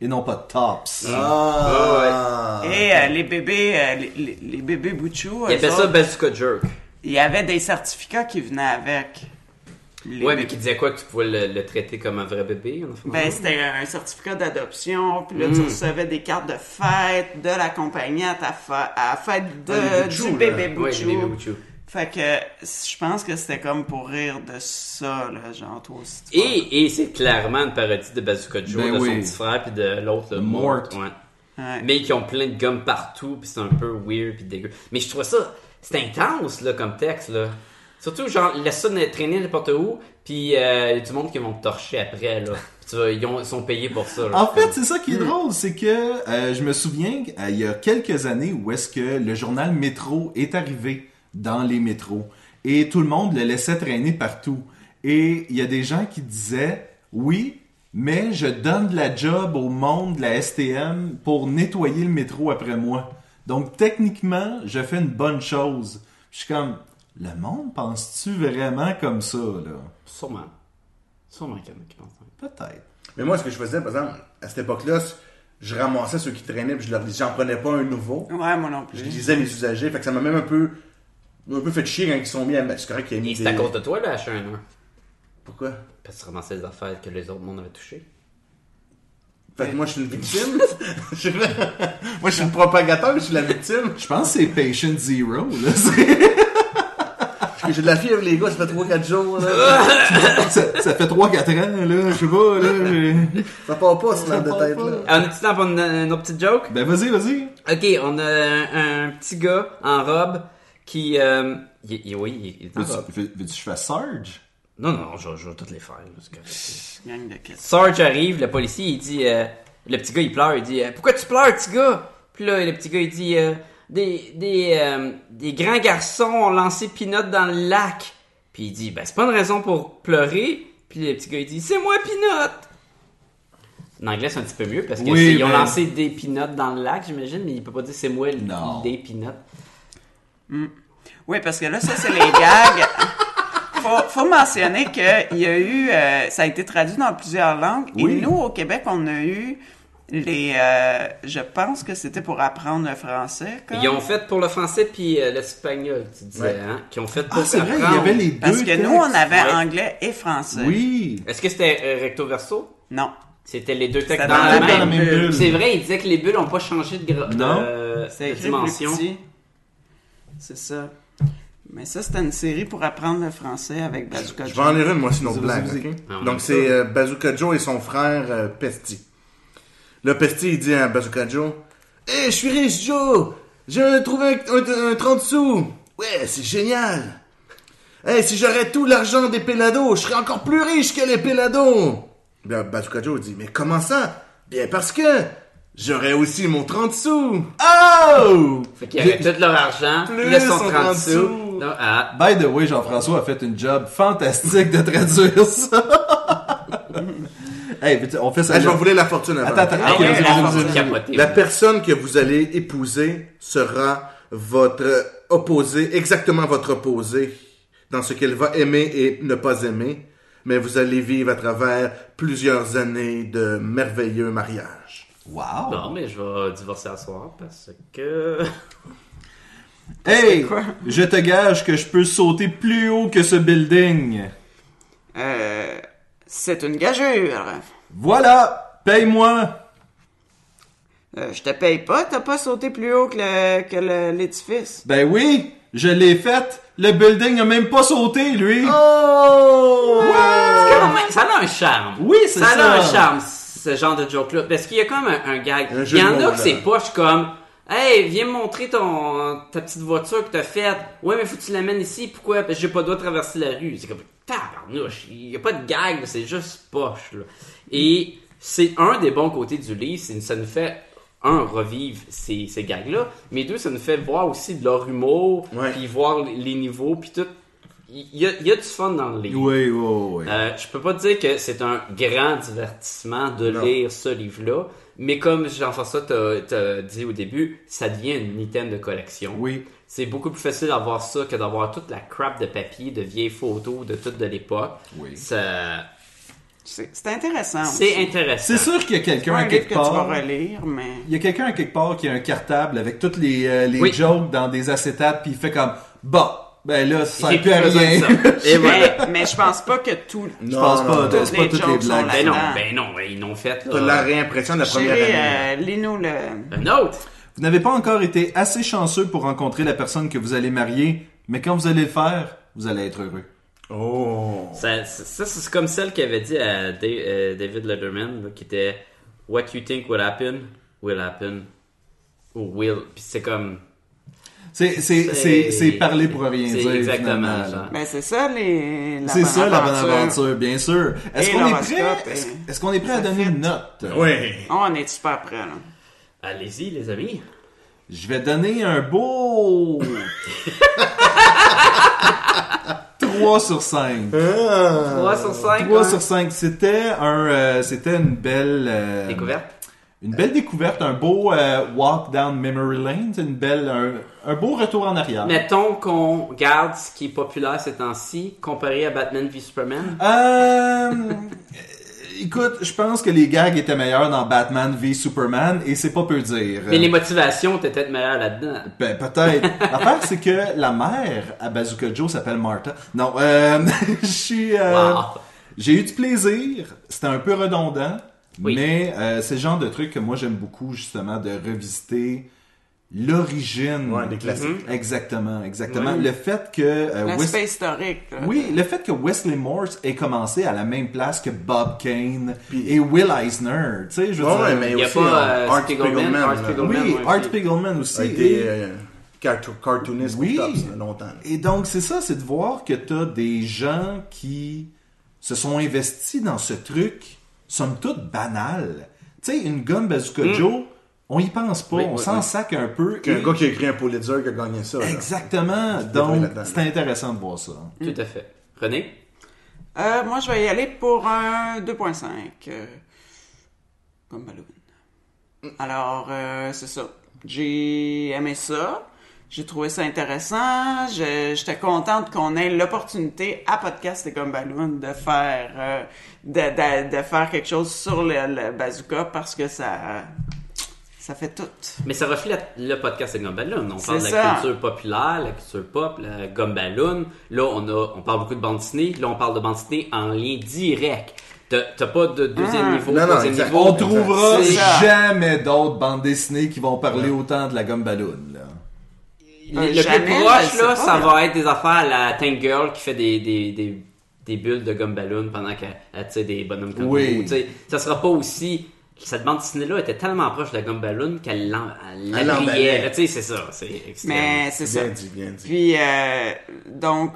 Speaker 1: et non pas Tops.
Speaker 4: Ah,
Speaker 5: Et euh, les bébés, euh, les, les- les bébés Bouchou,
Speaker 3: Il
Speaker 5: eux
Speaker 3: appelle ça
Speaker 5: autres,
Speaker 3: Bazooka Jerk.
Speaker 5: il y avait des certificats qui venaient avec. Les
Speaker 3: Ouais,
Speaker 5: bébés-
Speaker 3: mais qui disait quoi que tu pouvais le, le traiter comme un vrai bébé? en fait?
Speaker 5: Ben, c'était un certificat d'adoption, puis là, tu recevais des cartes de fête de la compagnie à ta fa- à la fête de,
Speaker 4: Ah, les Bouchous,
Speaker 5: du
Speaker 4: là.
Speaker 5: bébé
Speaker 3: Ouais,
Speaker 5: Bouchou.
Speaker 3: j'ai bébé Bouchou.
Speaker 5: Fait que, je pense que c'était comme pour rire de ça, là, genre, toi aussi. tu vois.
Speaker 3: Et, et c'est clairement une parodie de Bazooka Joe,
Speaker 1: Ben
Speaker 3: de
Speaker 1: oui.
Speaker 3: son petit frère, puis de l'autre, le
Speaker 1: Mort.
Speaker 3: Mort. ouais.
Speaker 5: Ouais.
Speaker 3: Mais qui ont plein de gomme partout, puis c'est un peu weird, puis dégueu. Mais je trouve ça, c'est intense, là, comme texte, là. Surtout, genre, laisse ça traîner n'importe où, puis euh, il y a du monde qui vont te torcher après, là. Puis tu vas- ils, ont- ils sont payés pour ça, là.
Speaker 1: En fait, c'est ça qui est drôle, c'est que euh, je me souviens euh, il y a quelques années où est-ce que le journal Métro est arrivé dans les métros et tout le monde le laissait traîner partout. Et il y a des gens qui disaient oui, mais je donne de la job au monde de la STM pour nettoyer le métro après moi. Donc techniquement, je fais une bonne chose. Je suis comme le monde pense-tu vraiment comme ça là
Speaker 3: Sûrement. Sûrement qu'il y en a qui pensent ça.
Speaker 1: Peut-être.
Speaker 4: Mais moi, ce que je faisais, par exemple, à cette époque-là, je ramassais ceux qui traînaient, puis je leur disais, j'en prenais pas un nouveau.
Speaker 5: Ouais, moi non
Speaker 4: Je
Speaker 5: plus.
Speaker 4: lisais les usagers, fait que ça m'a même un peu, un peu fait chier quand ils sont mis à. ben, C'est correct qu'ils aient mis.
Speaker 3: Et c'est
Speaker 4: des-
Speaker 3: à cause de toi, là, H1
Speaker 4: Pourquoi
Speaker 3: Parce que tu ramassais les affaires que les autres mondes avaient touchées.
Speaker 4: Fait que moi, je suis une victime. Je suis- moi, je suis le propagateur, je suis la victime.
Speaker 1: Je pense que c'est patient zero là. C'est-
Speaker 4: Parce que J'ai de la fièvre, les gars, ça fait 3-4 jours, là.
Speaker 1: ça, ça fait 3-4 ans, là, je sais pas, là. j'ai-
Speaker 4: Ça part pas, ce mal de
Speaker 1: part
Speaker 4: tête,
Speaker 1: pas.
Speaker 4: là.
Speaker 3: Ah, on est-tu temps pour une, une autre petite joke?
Speaker 1: Ben, vas-y, vas-y.
Speaker 3: Ok, on a un, un petit gars en robe qui. euh, il- il- oui, il- il est en robe.
Speaker 1: Veux-tu veux- veux-tu que je fasse Sarge?
Speaker 3: Non, non, je, je vais toutes les faire. là, c'est correct.
Speaker 5: Gang de kids.
Speaker 3: Sarge arrive, le policier, il dit. euh, le petit gars, il pleure, il dit euh, Pourquoi tu pleures, petit gars Puis là, le petit gars, il dit euh, des, des, euh, des grands garçons ont lancé Pinot dans le lac. Puis il dit Ben, c'est pas une raison pour pleurer. Puis le petit gars, il dit C'est moi, Pinot En anglais, c'est un petit peu mieux parce qu'ils
Speaker 1: Oui,
Speaker 3: ont
Speaker 1: mais-
Speaker 3: lancé des peanuts dans le lac, j'imagine, mais il peut pas dire c'est moi le-
Speaker 1: Non.
Speaker 3: des peanuts.
Speaker 5: Oui, parce que là, ça, c'est les gags. Faut, faut mentionner qu'il y a eu, euh, ça a été traduit dans plusieurs langues.
Speaker 1: Oui.
Speaker 5: Et nous, au Québec, on a eu les, euh, je pense que c'était pour apprendre le français. comme.
Speaker 3: Ils ont fait pour le français puis euh, l'espagnol, tu disais,
Speaker 4: Ouais.
Speaker 3: hein? Qui ont fait pour
Speaker 1: Ah, c'est vrai, il y
Speaker 3: apprendre.
Speaker 1: avait les deux.
Speaker 5: Ben, Parce que
Speaker 1: textes.
Speaker 5: nous, on avait
Speaker 3: ouais.
Speaker 5: anglais et français.
Speaker 1: Oui.
Speaker 3: Est-ce que c'était euh, recto verso?
Speaker 5: Non.
Speaker 3: C'était les deux textes
Speaker 5: C'était
Speaker 3: dans, la
Speaker 1: dans
Speaker 3: même.
Speaker 1: la même bulle.
Speaker 3: C'est vrai, il disait que les bulles n'ont pas changé de, gra-
Speaker 1: Non.
Speaker 3: euh, de
Speaker 5: C'est écrit plus
Speaker 3: dimension.
Speaker 5: petit. C'est ça. Mais ça, c'était une série pour apprendre le français avec Bazooka
Speaker 4: Je vais
Speaker 5: Joe.
Speaker 4: en lire une, moi, sinon
Speaker 1: Vas-y,
Speaker 4: blague.
Speaker 1: vas-y, vas-y.
Speaker 4: ok?
Speaker 3: Ah, on aime
Speaker 4: Donc, c'est euh, Bazooka Joe et son frère euh, Pesti. Le Pesti, il dit à Bazooka Joe Hé, je suis riche, Joe J'ai trouvé un, un- un 30 sous Ouais, c'est génial Hé, si j'aurais tout l'argent des Pélados, je serais encore plus riche que les Pélados Bien, Bazooka Joe dit Mais comment ça Bien, parce que j'aurais aussi mon 30 sous
Speaker 1: Oh!
Speaker 3: Fait qu'ils avaient tout leur argent,
Speaker 4: Plus
Speaker 3: le 130
Speaker 4: 130
Speaker 3: sous.
Speaker 4: sous.
Speaker 3: Non, ah,
Speaker 1: By the way, Jean-François a fait une job fantastique de traduire ça. Ben, hey, veux-tu- on fait ça.
Speaker 4: Ah, Je vais vous lire la fortune avant.
Speaker 1: Attends, attends,
Speaker 3: ah,
Speaker 1: attends.
Speaker 3: ouais,
Speaker 1: vas-y,
Speaker 3: la
Speaker 1: vas-y,
Speaker 3: force
Speaker 1: vas-y.
Speaker 3: de capoter.
Speaker 4: La personne que vous allez épouser sera votre opposé, exactement votre opposé, dans ce qu'elle va aimer et ne pas aimer, mais vous allez vivre à travers plusieurs années de merveilleux mariages.
Speaker 1: Wow!
Speaker 3: Bon, mais je vais divorcer à soir parce que.
Speaker 1: Hey!
Speaker 5: quoi?
Speaker 1: Je te gage que je peux sauter plus haut que ce building.
Speaker 5: Euh, c'est une gageure.
Speaker 1: Voilà! Paye-moi!
Speaker 5: Euh, je te paye pas, t'as pas sauté plus haut que le- que le- l'édifice.
Speaker 1: Ben oui! Je l'ai faite! Le building a même pas sauté, lui!
Speaker 5: Oh!
Speaker 3: Quand même, ça a un charme.
Speaker 1: Oui, c'est ça.
Speaker 3: a un charme, ce genre de joke-là. Parce qu'il y a comme un, un gag.
Speaker 4: Un jeu
Speaker 3: Il y
Speaker 4: de
Speaker 3: en
Speaker 4: mots,
Speaker 3: a que
Speaker 4: là.
Speaker 3: c'est poche comme. Hey, viens me montrer ton, ta petite voiture que t'as faite. Ouais, mais faut que tu l'amènes ici. Pourquoi? Parce que j'ai pas le droit de traverser la rue. C'est comme, tabarnouche. Il y a pas de gag, là, c'est juste poche, là. Et c'est un des bons côtés du livre. c'est- Ça nous fait, un, revivre ces, ces gags-là. Mais deux, ça nous fait voir aussi de leur humour.
Speaker 4: Ouais.
Speaker 3: Puis voir les, les niveaux. Puis tout. Il y a, il y a du fun dans le livre.
Speaker 1: Oui, oui, oui.
Speaker 3: Euh, je peux pas dire que c'est un grand divertissement de
Speaker 4: Non.
Speaker 3: lire ce livre-là, mais comme Jean-François t'a- t'a dit au début, ça devient un item de collection.
Speaker 1: Oui.
Speaker 3: C'est beaucoup plus facile d'avoir ça que d'avoir toute la crap de papier, de vieilles photos, de tout de l'époque.
Speaker 1: Oui.
Speaker 3: Ça-
Speaker 5: C'est c'est intéressant.
Speaker 3: C'est intéressant.
Speaker 1: C'est sûr qu'il y a
Speaker 5: C'est
Speaker 1: quelqu'un
Speaker 5: pas
Speaker 1: à
Speaker 5: un livre
Speaker 1: quelque
Speaker 5: que tu vas
Speaker 1: part.
Speaker 5: relire, mais...
Speaker 1: Il y a quelqu'un à quelque part qui a un cartable avec toutes les, euh, les
Speaker 3: Oui.
Speaker 1: jokes dans des acétates, puis il fait comme Bah, ben là, ça
Speaker 3: J'ai
Speaker 1: sert plus à
Speaker 3: besoin
Speaker 1: rien.
Speaker 3: de ça. Et voilà.
Speaker 5: mais, mais je pense pas que tout...
Speaker 1: Je pense pas,
Speaker 5: non.
Speaker 1: c'est pas toutes les
Speaker 5: Toutes les jokes sont
Speaker 1: blagues.
Speaker 5: là.
Speaker 3: Ben non,
Speaker 5: Ah.
Speaker 3: ben non, ils l'ont fait.
Speaker 4: T'as la réimpression de la première
Speaker 5: Chérie,
Speaker 4: année.
Speaker 5: euh, lis-nous le...
Speaker 1: Ben.
Speaker 3: Un autre.
Speaker 1: Vous n'avez pas encore été assez chanceux pour rencontrer la personne que vous allez marier, mais quand vous allez le faire, vous allez être heureux.
Speaker 4: Oh!
Speaker 3: Ça, ça, ça, c'est comme celle qu'il avait dit à Da- euh, David Letterman, là, qui était What you think will happen, will happen. Ou will. Puis c'est comme.
Speaker 1: C'est, c'est, c'est, c'est parler pour rien
Speaker 3: c'est
Speaker 1: dire.
Speaker 3: Exactement.
Speaker 1: finalement, là.
Speaker 3: genre.
Speaker 5: Ben c'est ça, les... la
Speaker 1: C'est
Speaker 5: bonne
Speaker 1: ça la bonne
Speaker 5: aventure.
Speaker 1: aventure, bien sûr. Est-ce
Speaker 5: Et
Speaker 1: qu'on est prêt?
Speaker 5: l'horoscope,
Speaker 1: Est-ce,
Speaker 5: et-
Speaker 1: est-ce qu'on est prêt à donner une note?
Speaker 4: Oui!
Speaker 5: Oh, On est super prêts, là.
Speaker 3: Allez-y, les amis.
Speaker 1: Je vais donner un beau 3 sur 5.
Speaker 3: 3 sur 5.
Speaker 1: 3 sur 5, c'était un euh, c'était une belle euh,
Speaker 3: Découverte.
Speaker 1: Une belle découverte, un beau euh, walk down memory lane, c'est une belle un, un beau retour en arrière.
Speaker 3: Mettons qu'on garde ce qui est populaire ces temps-ci, comparé à Batman v Superman.
Speaker 1: Euh, écoute, je pense que les gags étaient meilleurs dans Batman v Superman et c'est pas peu dire.
Speaker 3: Mais les motivations étaient peut-être meilleures là-dedans.
Speaker 1: Ben, peut-être. L'affaire, c'est que la mère à Bazooka Joe s'appelle Martha. Non, euh, je suis, euh,
Speaker 3: Wow.
Speaker 1: j'ai eu du plaisir. C'était un peu redondant.
Speaker 3: Oui.
Speaker 1: Mais euh, c'est le genre de truc que moi, j'aime beaucoup, justement, de revisiter l'origine.
Speaker 4: Ouais, des
Speaker 3: Mm-hmm.
Speaker 4: classiques.
Speaker 1: Exactement, exactement. Le fait que... euh, Wes-
Speaker 5: L'aspect hein, historique, là.
Speaker 1: Oui, le fait que Wesley Morse ait commencé à la même place que Bob Kane et Will Eisner, tu sais, je veux
Speaker 4: Ouais,
Speaker 1: dire...
Speaker 4: mais
Speaker 3: Il y a
Speaker 4: aussi
Speaker 3: pas,
Speaker 4: euh,
Speaker 3: euh,
Speaker 4: Art
Speaker 3: Spiegelman,
Speaker 4: Spiegelman,
Speaker 3: Art
Speaker 4: là,
Speaker 3: Spiegelman.
Speaker 1: Oui,
Speaker 3: Goldman, ouais,
Speaker 1: Art
Speaker 3: puis-
Speaker 1: Spiegelman aussi.
Speaker 4: a
Speaker 1: et-
Speaker 4: été euh, carto- cartooniste
Speaker 1: Oui.
Speaker 4: au top, ça, longtemps.
Speaker 1: Et donc, c'est ça, c'est de voir que t'as des gens qui se sont investis dans ce truc, somme toute banal. Tu sais, une gomme Bazooka Joe, on y pense pas,
Speaker 3: Oui,
Speaker 1: on
Speaker 3: oui,
Speaker 1: s'en
Speaker 3: oui.
Speaker 1: sac un peu.
Speaker 4: Qu'un
Speaker 1: et-
Speaker 4: gars qui a écrit un Pulitzer qui a gagné ça. là.
Speaker 1: Exactement.
Speaker 4: peux trouver
Speaker 1: Donc,
Speaker 4: là-dedans,
Speaker 1: c'est intéressant de voir ça.
Speaker 3: Tout à fait. René?
Speaker 5: Euh, moi, je vais y aller pour un 2.5. Euh, Comme Balloon. Alors, euh, c'est ça. J'ai aimé ça. J'ai trouvé ça intéressant. Je- J'étais contente qu'on ait l'opportunité à Podcast et comme Balloon de faire euh, de, de- de faire quelque chose sur le, le bazooka parce que ça ça fait tout.
Speaker 3: Mais ça reflète le podcast de Gumballoon. On
Speaker 5: C'est
Speaker 3: parle de
Speaker 5: ça.
Speaker 3: la culture populaire, la culture pop, la Gumballoon. Là, on, a, on parle beaucoup de bande dessinée. Là, on parle de bande dessinée en lien direct. T'as t'as pas de
Speaker 1: Ah.
Speaker 3: deuxième niveau,
Speaker 4: Non, non,
Speaker 3: troisième
Speaker 4: exact.
Speaker 3: niveau.
Speaker 1: On trouvera
Speaker 5: C'est ça.
Speaker 1: jamais d'autres bandes dessinées qui vont parler autant de la gomme ballon. Là.
Speaker 3: Euh, Le, le
Speaker 5: Jamais,
Speaker 3: plus
Speaker 5: je
Speaker 3: proche,
Speaker 5: le
Speaker 3: là,
Speaker 5: sais
Speaker 3: ça
Speaker 5: pas.
Speaker 3: va être des affaires à la Tank Girl qui fait des, des, des, des bulles de gomme ballon pendant qu'elle elle tire des bonhommes comme
Speaker 1: Oui.
Speaker 3: nous, tu sais. Ça sera pas aussi. Cette bande dessinée-là était tellement proche de la gomme ballon qu'elle l'en- elle
Speaker 4: Elle
Speaker 3: l'embrayait.
Speaker 4: l'emballait.
Speaker 3: Tu sais, c'est ça. C'est extrême.
Speaker 5: Mais c'est ça.
Speaker 4: Bien dit, bien dit.
Speaker 5: Puis euh, donc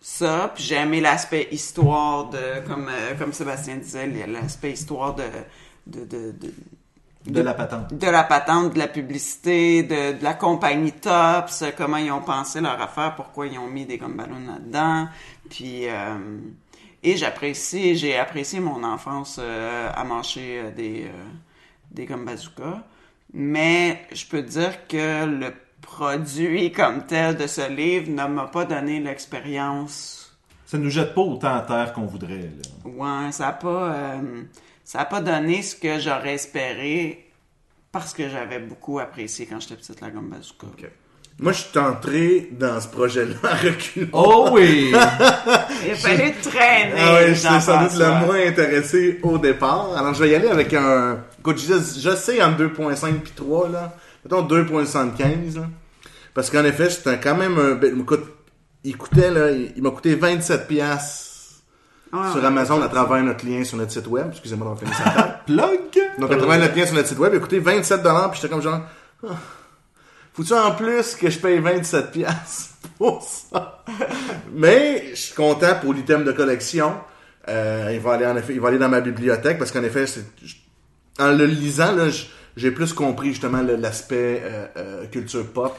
Speaker 5: ça, puis j'ai aimé l'aspect histoire de comme euh, comme Sébastien disait, l'aspect histoire de de, de, de
Speaker 1: De la patente.
Speaker 5: de la patente, de la publicité, de, de la compagnie Tops, comment ils ont pensé leur affaire, pourquoi ils ont mis des gommes ballons là-dedans. Puis, euh, et j'apprécie, j'ai apprécié mon enfance euh, à manger euh, des, euh, des gommes bazooka. Mais je peux dire que le produit comme tel de ce livre ne m'a pas donné l'expérience
Speaker 1: Ça nous jette pas autant à terre qu'on voudrait. Là.
Speaker 5: Ouais, ça a pas, euh, ça a pas donné ce que j'aurais espéré parce que j'avais beaucoup apprécié quand j'étais petite la gomme bazooka.
Speaker 4: Moi, je suis entré dans ce projet-là à recul.
Speaker 1: Oh oui!
Speaker 5: Il a fallu traîner.
Speaker 4: Ah ouais, j'étais sans doute
Speaker 5: Jean-François.
Speaker 4: le moins intéressé au départ. Alors, je vais y aller avec un. Écoute, je, je sais entre 2.5 puis 3, là. Mettons 2.75, là. Parce qu'en effet, j'étais quand même un. bel- Écoute, il coûtait, là. Il, il m'a coûté 27$ piastres
Speaker 5: Ah,
Speaker 4: sur
Speaker 5: ouais.
Speaker 4: Amazon à travers notre lien sur notre site web. Excusez-moi d'avoir fait une sale table.
Speaker 1: Plug!
Speaker 4: Donc, à travers notre lien sur notre site web, il a coûté 27$, puis j'étais comme genre. Ah, Faut-tu en plus que je paye 27$ piastres pour ça? Mais je suis content pour l'item de collection. Euh, il, va aller en effet, il va aller dans ma bibliothèque parce qu'en effet, c'est- je- en le lisant, là, je- j'ai plus compris justement le- l'aspect euh, euh, culture pop.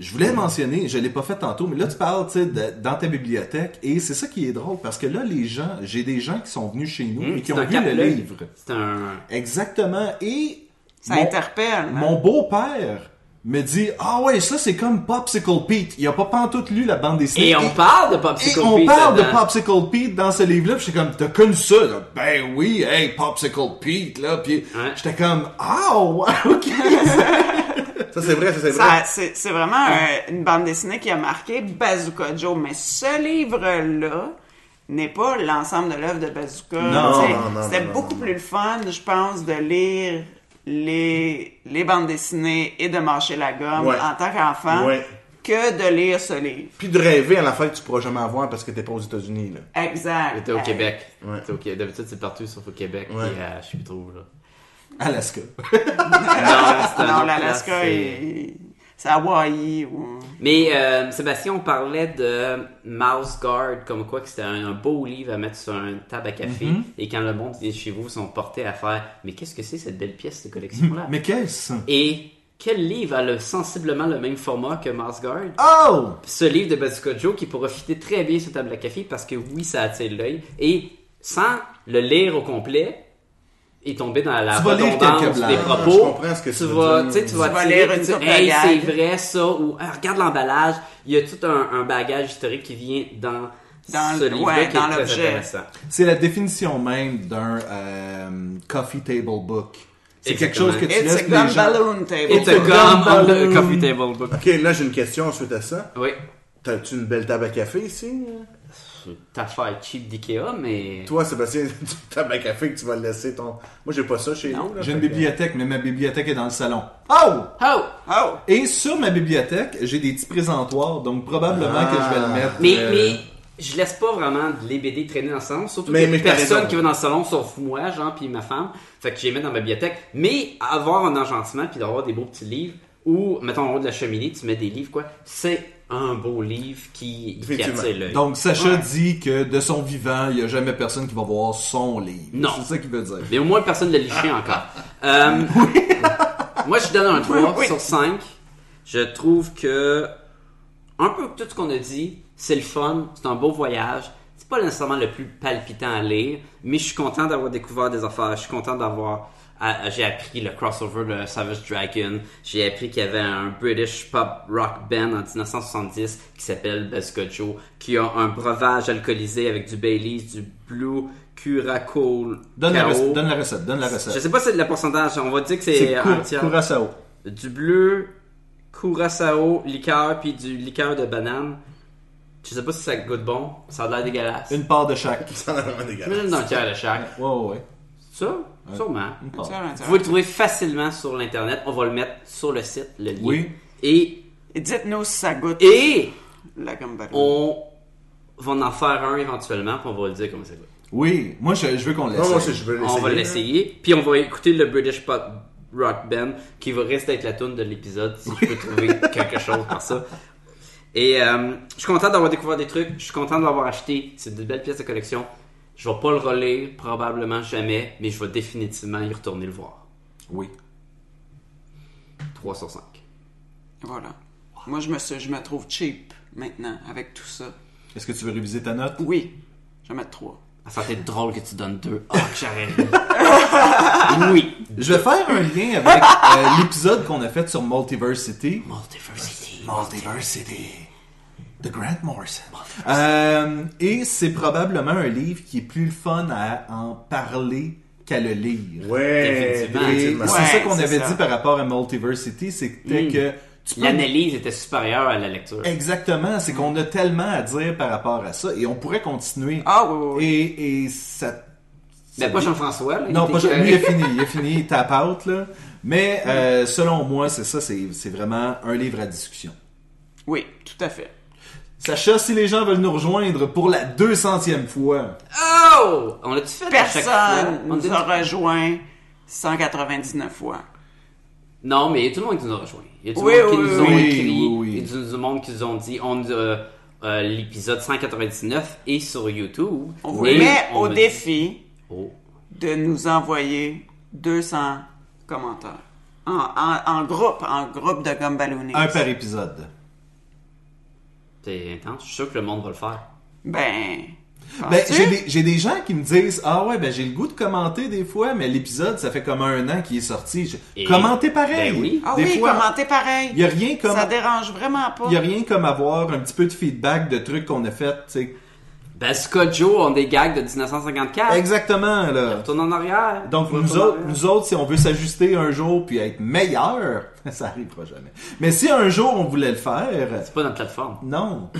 Speaker 1: Je voulais mentionner, je l'ai pas fait tantôt, mais là tu parles, tu sais, de- dans ta bibliothèque, et c'est ça qui est drôle, parce que là les gens, j'ai des gens qui sont venus chez nous
Speaker 3: Mmh,
Speaker 1: et qui
Speaker 3: c'est
Speaker 1: ont
Speaker 3: un
Speaker 1: vu le
Speaker 3: cap-l'œil.
Speaker 1: livre.
Speaker 3: C'est un.
Speaker 1: Exactement. Et
Speaker 5: Ça
Speaker 1: mon,
Speaker 5: interpelle. hein?
Speaker 1: mon beau-père me dit, ah ouais, ça c'est comme Popsicle Pete. Il a pas pantoute lu la bande dessinée.
Speaker 3: Et on parle de Popsicle
Speaker 1: Et on
Speaker 3: Pete
Speaker 1: parle de
Speaker 3: dedans.
Speaker 1: Popsicle Pete dans ce livre-là, puis j'étais comme, t'as connu ça, là? Ben oui, hey, Popsicle Pete, là, puis
Speaker 3: Ouais.
Speaker 1: j'étais comme, ah, ouais, ok.
Speaker 4: Ça, c'est vrai, ça, c'est vrai.
Speaker 5: Ça, c'est, c'est vraiment euh, une bande dessinée qui a marqué Bazooka Joe, mais ce livre-là n'est pas l'ensemble de l'œuvre de Bazooka.
Speaker 1: Non,
Speaker 5: Tu sais,
Speaker 4: non, non,
Speaker 5: C'était
Speaker 4: non, non,
Speaker 5: beaucoup
Speaker 4: non.
Speaker 5: plus le fun, je pense, de lire les, les bandes dessinées et de marcher la gomme
Speaker 4: Ouais.
Speaker 5: en tant qu'enfant
Speaker 4: Ouais.
Speaker 5: que de lire ce livre.
Speaker 4: Puis de rêver à la fin que tu pourras jamais avoir parce que t'es pas aux États-Unis. Là.
Speaker 5: Exact. Euh,
Speaker 3: J'étais au
Speaker 5: Hey.
Speaker 3: Québec.
Speaker 4: Ouais.
Speaker 3: J'étais au Québec. D'habitude, c'est partout sauf au Québec.
Speaker 4: Ouais.
Speaker 3: Puis, euh, je suis trop là.
Speaker 1: Alaska.
Speaker 3: Non,
Speaker 5: Non, l'Alaska,
Speaker 3: est...
Speaker 5: il- c'est Hawaï. ou-
Speaker 3: Mais euh, Sébastien, on parlait de Mouse Guard, comme quoi que c'était un, un beau livre à mettre sur un table à café. Et quand le monde vient chez vous, ils sont portés à faire Mais qu'est-ce que c'est cette belle pièce de collection-là
Speaker 1: Mhm. Mais qu'est-ce?
Speaker 3: Et quel livre a le, sensiblement le même format que Mouse Guard
Speaker 1: Oh!
Speaker 3: ce livre de Bazooka Joe qui pourra fitter très bien sur table à café parce que oui, ça attire l'œil. Et sans le lire au complet et tomber dans la
Speaker 1: Tu vas lire
Speaker 3: redondance
Speaker 1: quelques blagues.
Speaker 3: des
Speaker 4: Je
Speaker 3: propos,
Speaker 4: comprends ce que tu
Speaker 3: tu
Speaker 4: veux
Speaker 3: vas,
Speaker 4: dire.
Speaker 3: tu sais, tu vas
Speaker 5: Tu vas
Speaker 3: tirer,
Speaker 5: lire une
Speaker 3: tu dis,
Speaker 5: couple de
Speaker 3: hey, c'est
Speaker 5: gags.
Speaker 3: vrai ça ou Ah, regarde l'emballage, il y a tout un, un bagage historique qui vient dans,
Speaker 5: Dans
Speaker 3: ce
Speaker 5: le-
Speaker 3: livre
Speaker 5: ouais,
Speaker 3: qui
Speaker 5: dans
Speaker 3: est très
Speaker 5: l'objet.
Speaker 3: intéressant.
Speaker 1: C'est la définition même d'un euh, coffee table book. C'est quelque
Speaker 3: Exactement.
Speaker 1: chose que tu
Speaker 5: It's a
Speaker 1: laisses
Speaker 5: gum
Speaker 1: les gens...
Speaker 5: balloon table.
Speaker 3: It's a
Speaker 1: It's a
Speaker 3: gum on the
Speaker 1: gum
Speaker 3: coffee table book.
Speaker 4: Ok, là, j'ai une question suite à ça.
Speaker 3: Oui,
Speaker 4: T'as-tu une belle table à café ici? là?
Speaker 3: ta affaire cheap d'Ikea, mais...
Speaker 4: Toi, Sébastien, tu table à café que tu vas le laisser ton. Moi, j'ai pas ça chez nous. là.
Speaker 1: J'ai
Speaker 4: Fait
Speaker 1: une
Speaker 4: que-
Speaker 1: bibliothèque, mais ma bibliothèque est dans le salon. Oh!
Speaker 3: Oh!
Speaker 5: Oh!
Speaker 1: Et sur ma bibliothèque, j'ai des petits présentoirs, donc probablement
Speaker 4: Ah.
Speaker 1: que je vais le mettre.
Speaker 3: Mais,
Speaker 1: euh,
Speaker 3: mais je laisse pas vraiment les BD traîner dans le salon, surtout
Speaker 4: Mais-
Speaker 3: qu'il y a
Speaker 4: mais t'as
Speaker 3: personne
Speaker 4: raison.
Speaker 3: qui va dans le salon sauf moi, genre, puis ma femme. Fait que je les mets dans ma bibliothèque. Mais avoir un enchantiment, puis d'avoir des beaux petits livres, ou, mettons, en haut de la cheminée, tu mets des livres, quoi, c'est un beau livre qui, qui
Speaker 4: Effectivement.
Speaker 3: attire l'œil.
Speaker 1: Donc Sacha dit que de son vivant, il n'y a jamais personne qui va voir son livre.
Speaker 3: Non.
Speaker 1: C'est ça qu'il veut dire.
Speaker 3: Mais au moins, personne ne l'a liché encore. Euh, moi, je donne un 3
Speaker 5: oui.
Speaker 3: sur 5. Je trouve que, un peu tout ce qu'on a dit, c'est le fun, c'est un beau voyage. pas nécessairement le plus palpitant à lire, mais je suis content d'avoir découvert des affaires. Je suis content d'avoir. à- à- J'ai appris le crossover de Savage Dragon. J'ai appris qu'il y avait un British pop rock band en 1970 qui s'appelle Buzzcut Joe, qui a un breuvage alcoolisé avec du Baileys, du Blue Curacao.
Speaker 1: Donne la,
Speaker 3: Cao.
Speaker 1: recette, donne la recette, donne la
Speaker 3: Je
Speaker 1: recette.
Speaker 3: sais pas si c'est le pourcentage, on va dire que c'est
Speaker 1: C'est
Speaker 3: un
Speaker 1: cou-
Speaker 3: tiers.
Speaker 1: Curaçao.
Speaker 3: Du bleu, curaçao, liqueur, puis du liqueur de banane. Je sais pas si ça goûte bon, ça a l'air dégueulasse.
Speaker 1: Une part de chaque.
Speaker 4: Ça en a vraiment dégueulasse.
Speaker 3: J'imagine d'un tiers de chaque.
Speaker 1: Ouais, ouais, ouais.
Speaker 3: Ça, sûrement.
Speaker 1: Une part.
Speaker 5: Ça, ça.
Speaker 3: Vous le trouvez facilement sur l'internet, on va le mettre sur le site, le lien.
Speaker 1: Oui.
Speaker 3: Et,
Speaker 5: Et dites-nous si ça goûte
Speaker 3: et
Speaker 5: la gambadou.
Speaker 3: on va en faire un éventuellement, puis on va le dire comment ça goûte.
Speaker 1: Oui, moi je, je veux qu'on l'essaye.
Speaker 4: Non, moi, aussi, je veux l'essayer.
Speaker 3: On va l'essayer, puis on va écouter le British Pop Rock Band qui va rester être la tune de l'épisode si je peux trouver quelque chose par ça. Et euh, je suis content d'avoir découvert des trucs, je suis content de l'avoir acheté, c'est de belles pièces de collection. Je vais pas le relire probablement jamais, mais je vais définitivement y retourner le voir.
Speaker 1: Oui.
Speaker 3: 3 sur 5.
Speaker 5: Voilà. Moi, je me, suis- je me trouve cheap maintenant avec tout ça.
Speaker 1: Est-ce que tu veux réviser ta note?
Speaker 5: Oui, je vais mettre 3.
Speaker 3: Ah, Ça fait drôle que tu donnes 2. Ah, que j'aurais ri. Oui.
Speaker 1: Je vais faire un lien avec euh, l'épisode qu'on a fait sur Multiversity.
Speaker 3: Multiversity.
Speaker 1: Multiversity. De Grant Morrison. Euh, et c'est probablement un livre qui est plus le fun à en parler qu'à le lire.
Speaker 4: Ouais,
Speaker 3: Définitivement.
Speaker 1: Et
Speaker 4: définitivement.
Speaker 1: c'est
Speaker 5: Ouais,
Speaker 1: ça qu'on
Speaker 5: c'est
Speaker 1: avait
Speaker 5: ça. Hmm.
Speaker 1: dit par rapport à Multiversity, c'était
Speaker 3: Mm.
Speaker 1: que tu peux
Speaker 3: L'analyse était supérieure à la lecture.
Speaker 1: Exactement, c'est qu'on a tellement à dire par rapport à ça et on pourrait continuer.
Speaker 5: Ah oui, oui, oui.
Speaker 1: Et, et ça.
Speaker 3: Mais pas Jean-François. là, Ah, il
Speaker 1: Non,
Speaker 3: était
Speaker 1: pas Jean-
Speaker 3: correct.
Speaker 1: lui, il a fini, il a fini, il tape out, là. Mais euh, selon moi, c'est ça, c'est c'est vraiment un livre à discussion.
Speaker 5: Oui, tout à fait.
Speaker 1: Sacha, si les gens veulent nous rejoindre pour la 200e fois,
Speaker 3: Oh! On l'a-tu fait à chaque fois?
Speaker 5: Personne
Speaker 3: On
Speaker 5: nous
Speaker 3: l'a-tu-
Speaker 5: a rejoint 199 fois.
Speaker 3: Non, mais il y a tout le monde qui nous a rejoints. Il y a tout
Speaker 5: Oui,
Speaker 3: le monde qui
Speaker 5: oui,
Speaker 3: nous ont
Speaker 1: oui,
Speaker 3: écrit.
Speaker 1: oui, oui.
Speaker 3: Il y a tout le monde qui nous ont dit on euh, euh, l'épisode 199 est sur YouTube.
Speaker 5: On vous
Speaker 3: Et
Speaker 5: met
Speaker 3: on
Speaker 5: au
Speaker 3: me-
Speaker 5: défi
Speaker 3: Oh.
Speaker 5: de nous envoyer 200 commentaires. En, en- en groupe, en groupe de Gumballoonies.
Speaker 1: un par épisode.
Speaker 3: C'est intense. Je suis sûr que le monde va le faire.
Speaker 5: Ben.
Speaker 1: Ben,
Speaker 5: penses-tu?
Speaker 1: j'ai des, j'ai des gens qui me disent Ah ouais, ben j'ai le goût de commenter des fois, mais l'épisode, ça fait comme un an qu'il est sorti. Je-
Speaker 3: Et-
Speaker 1: Commentez pareil.
Speaker 3: Ben oui.
Speaker 5: Ah
Speaker 1: Des
Speaker 5: oui,
Speaker 1: fois,
Speaker 5: commentez pareil.
Speaker 1: Il n'y a rien comme.
Speaker 5: Ça dérange vraiment pas.
Speaker 1: Il n'y a rien comme avoir un petit peu de feedback de trucs qu'on a fait, tu sais.
Speaker 3: Ben, Scott Joe ont des gags de
Speaker 5: Ah.
Speaker 3: 1954.
Speaker 1: Exactement, là.
Speaker 3: Retourne en arrière.
Speaker 1: Donc, nous
Speaker 3: Retourne en
Speaker 1: autres,
Speaker 3: arrière.
Speaker 1: nous autres, si on veut s'ajuster un jour puis être meilleur, ça arrivera jamais. Mais si un jour on voulait le faire,
Speaker 3: C'est pas notre plateforme.
Speaker 1: non.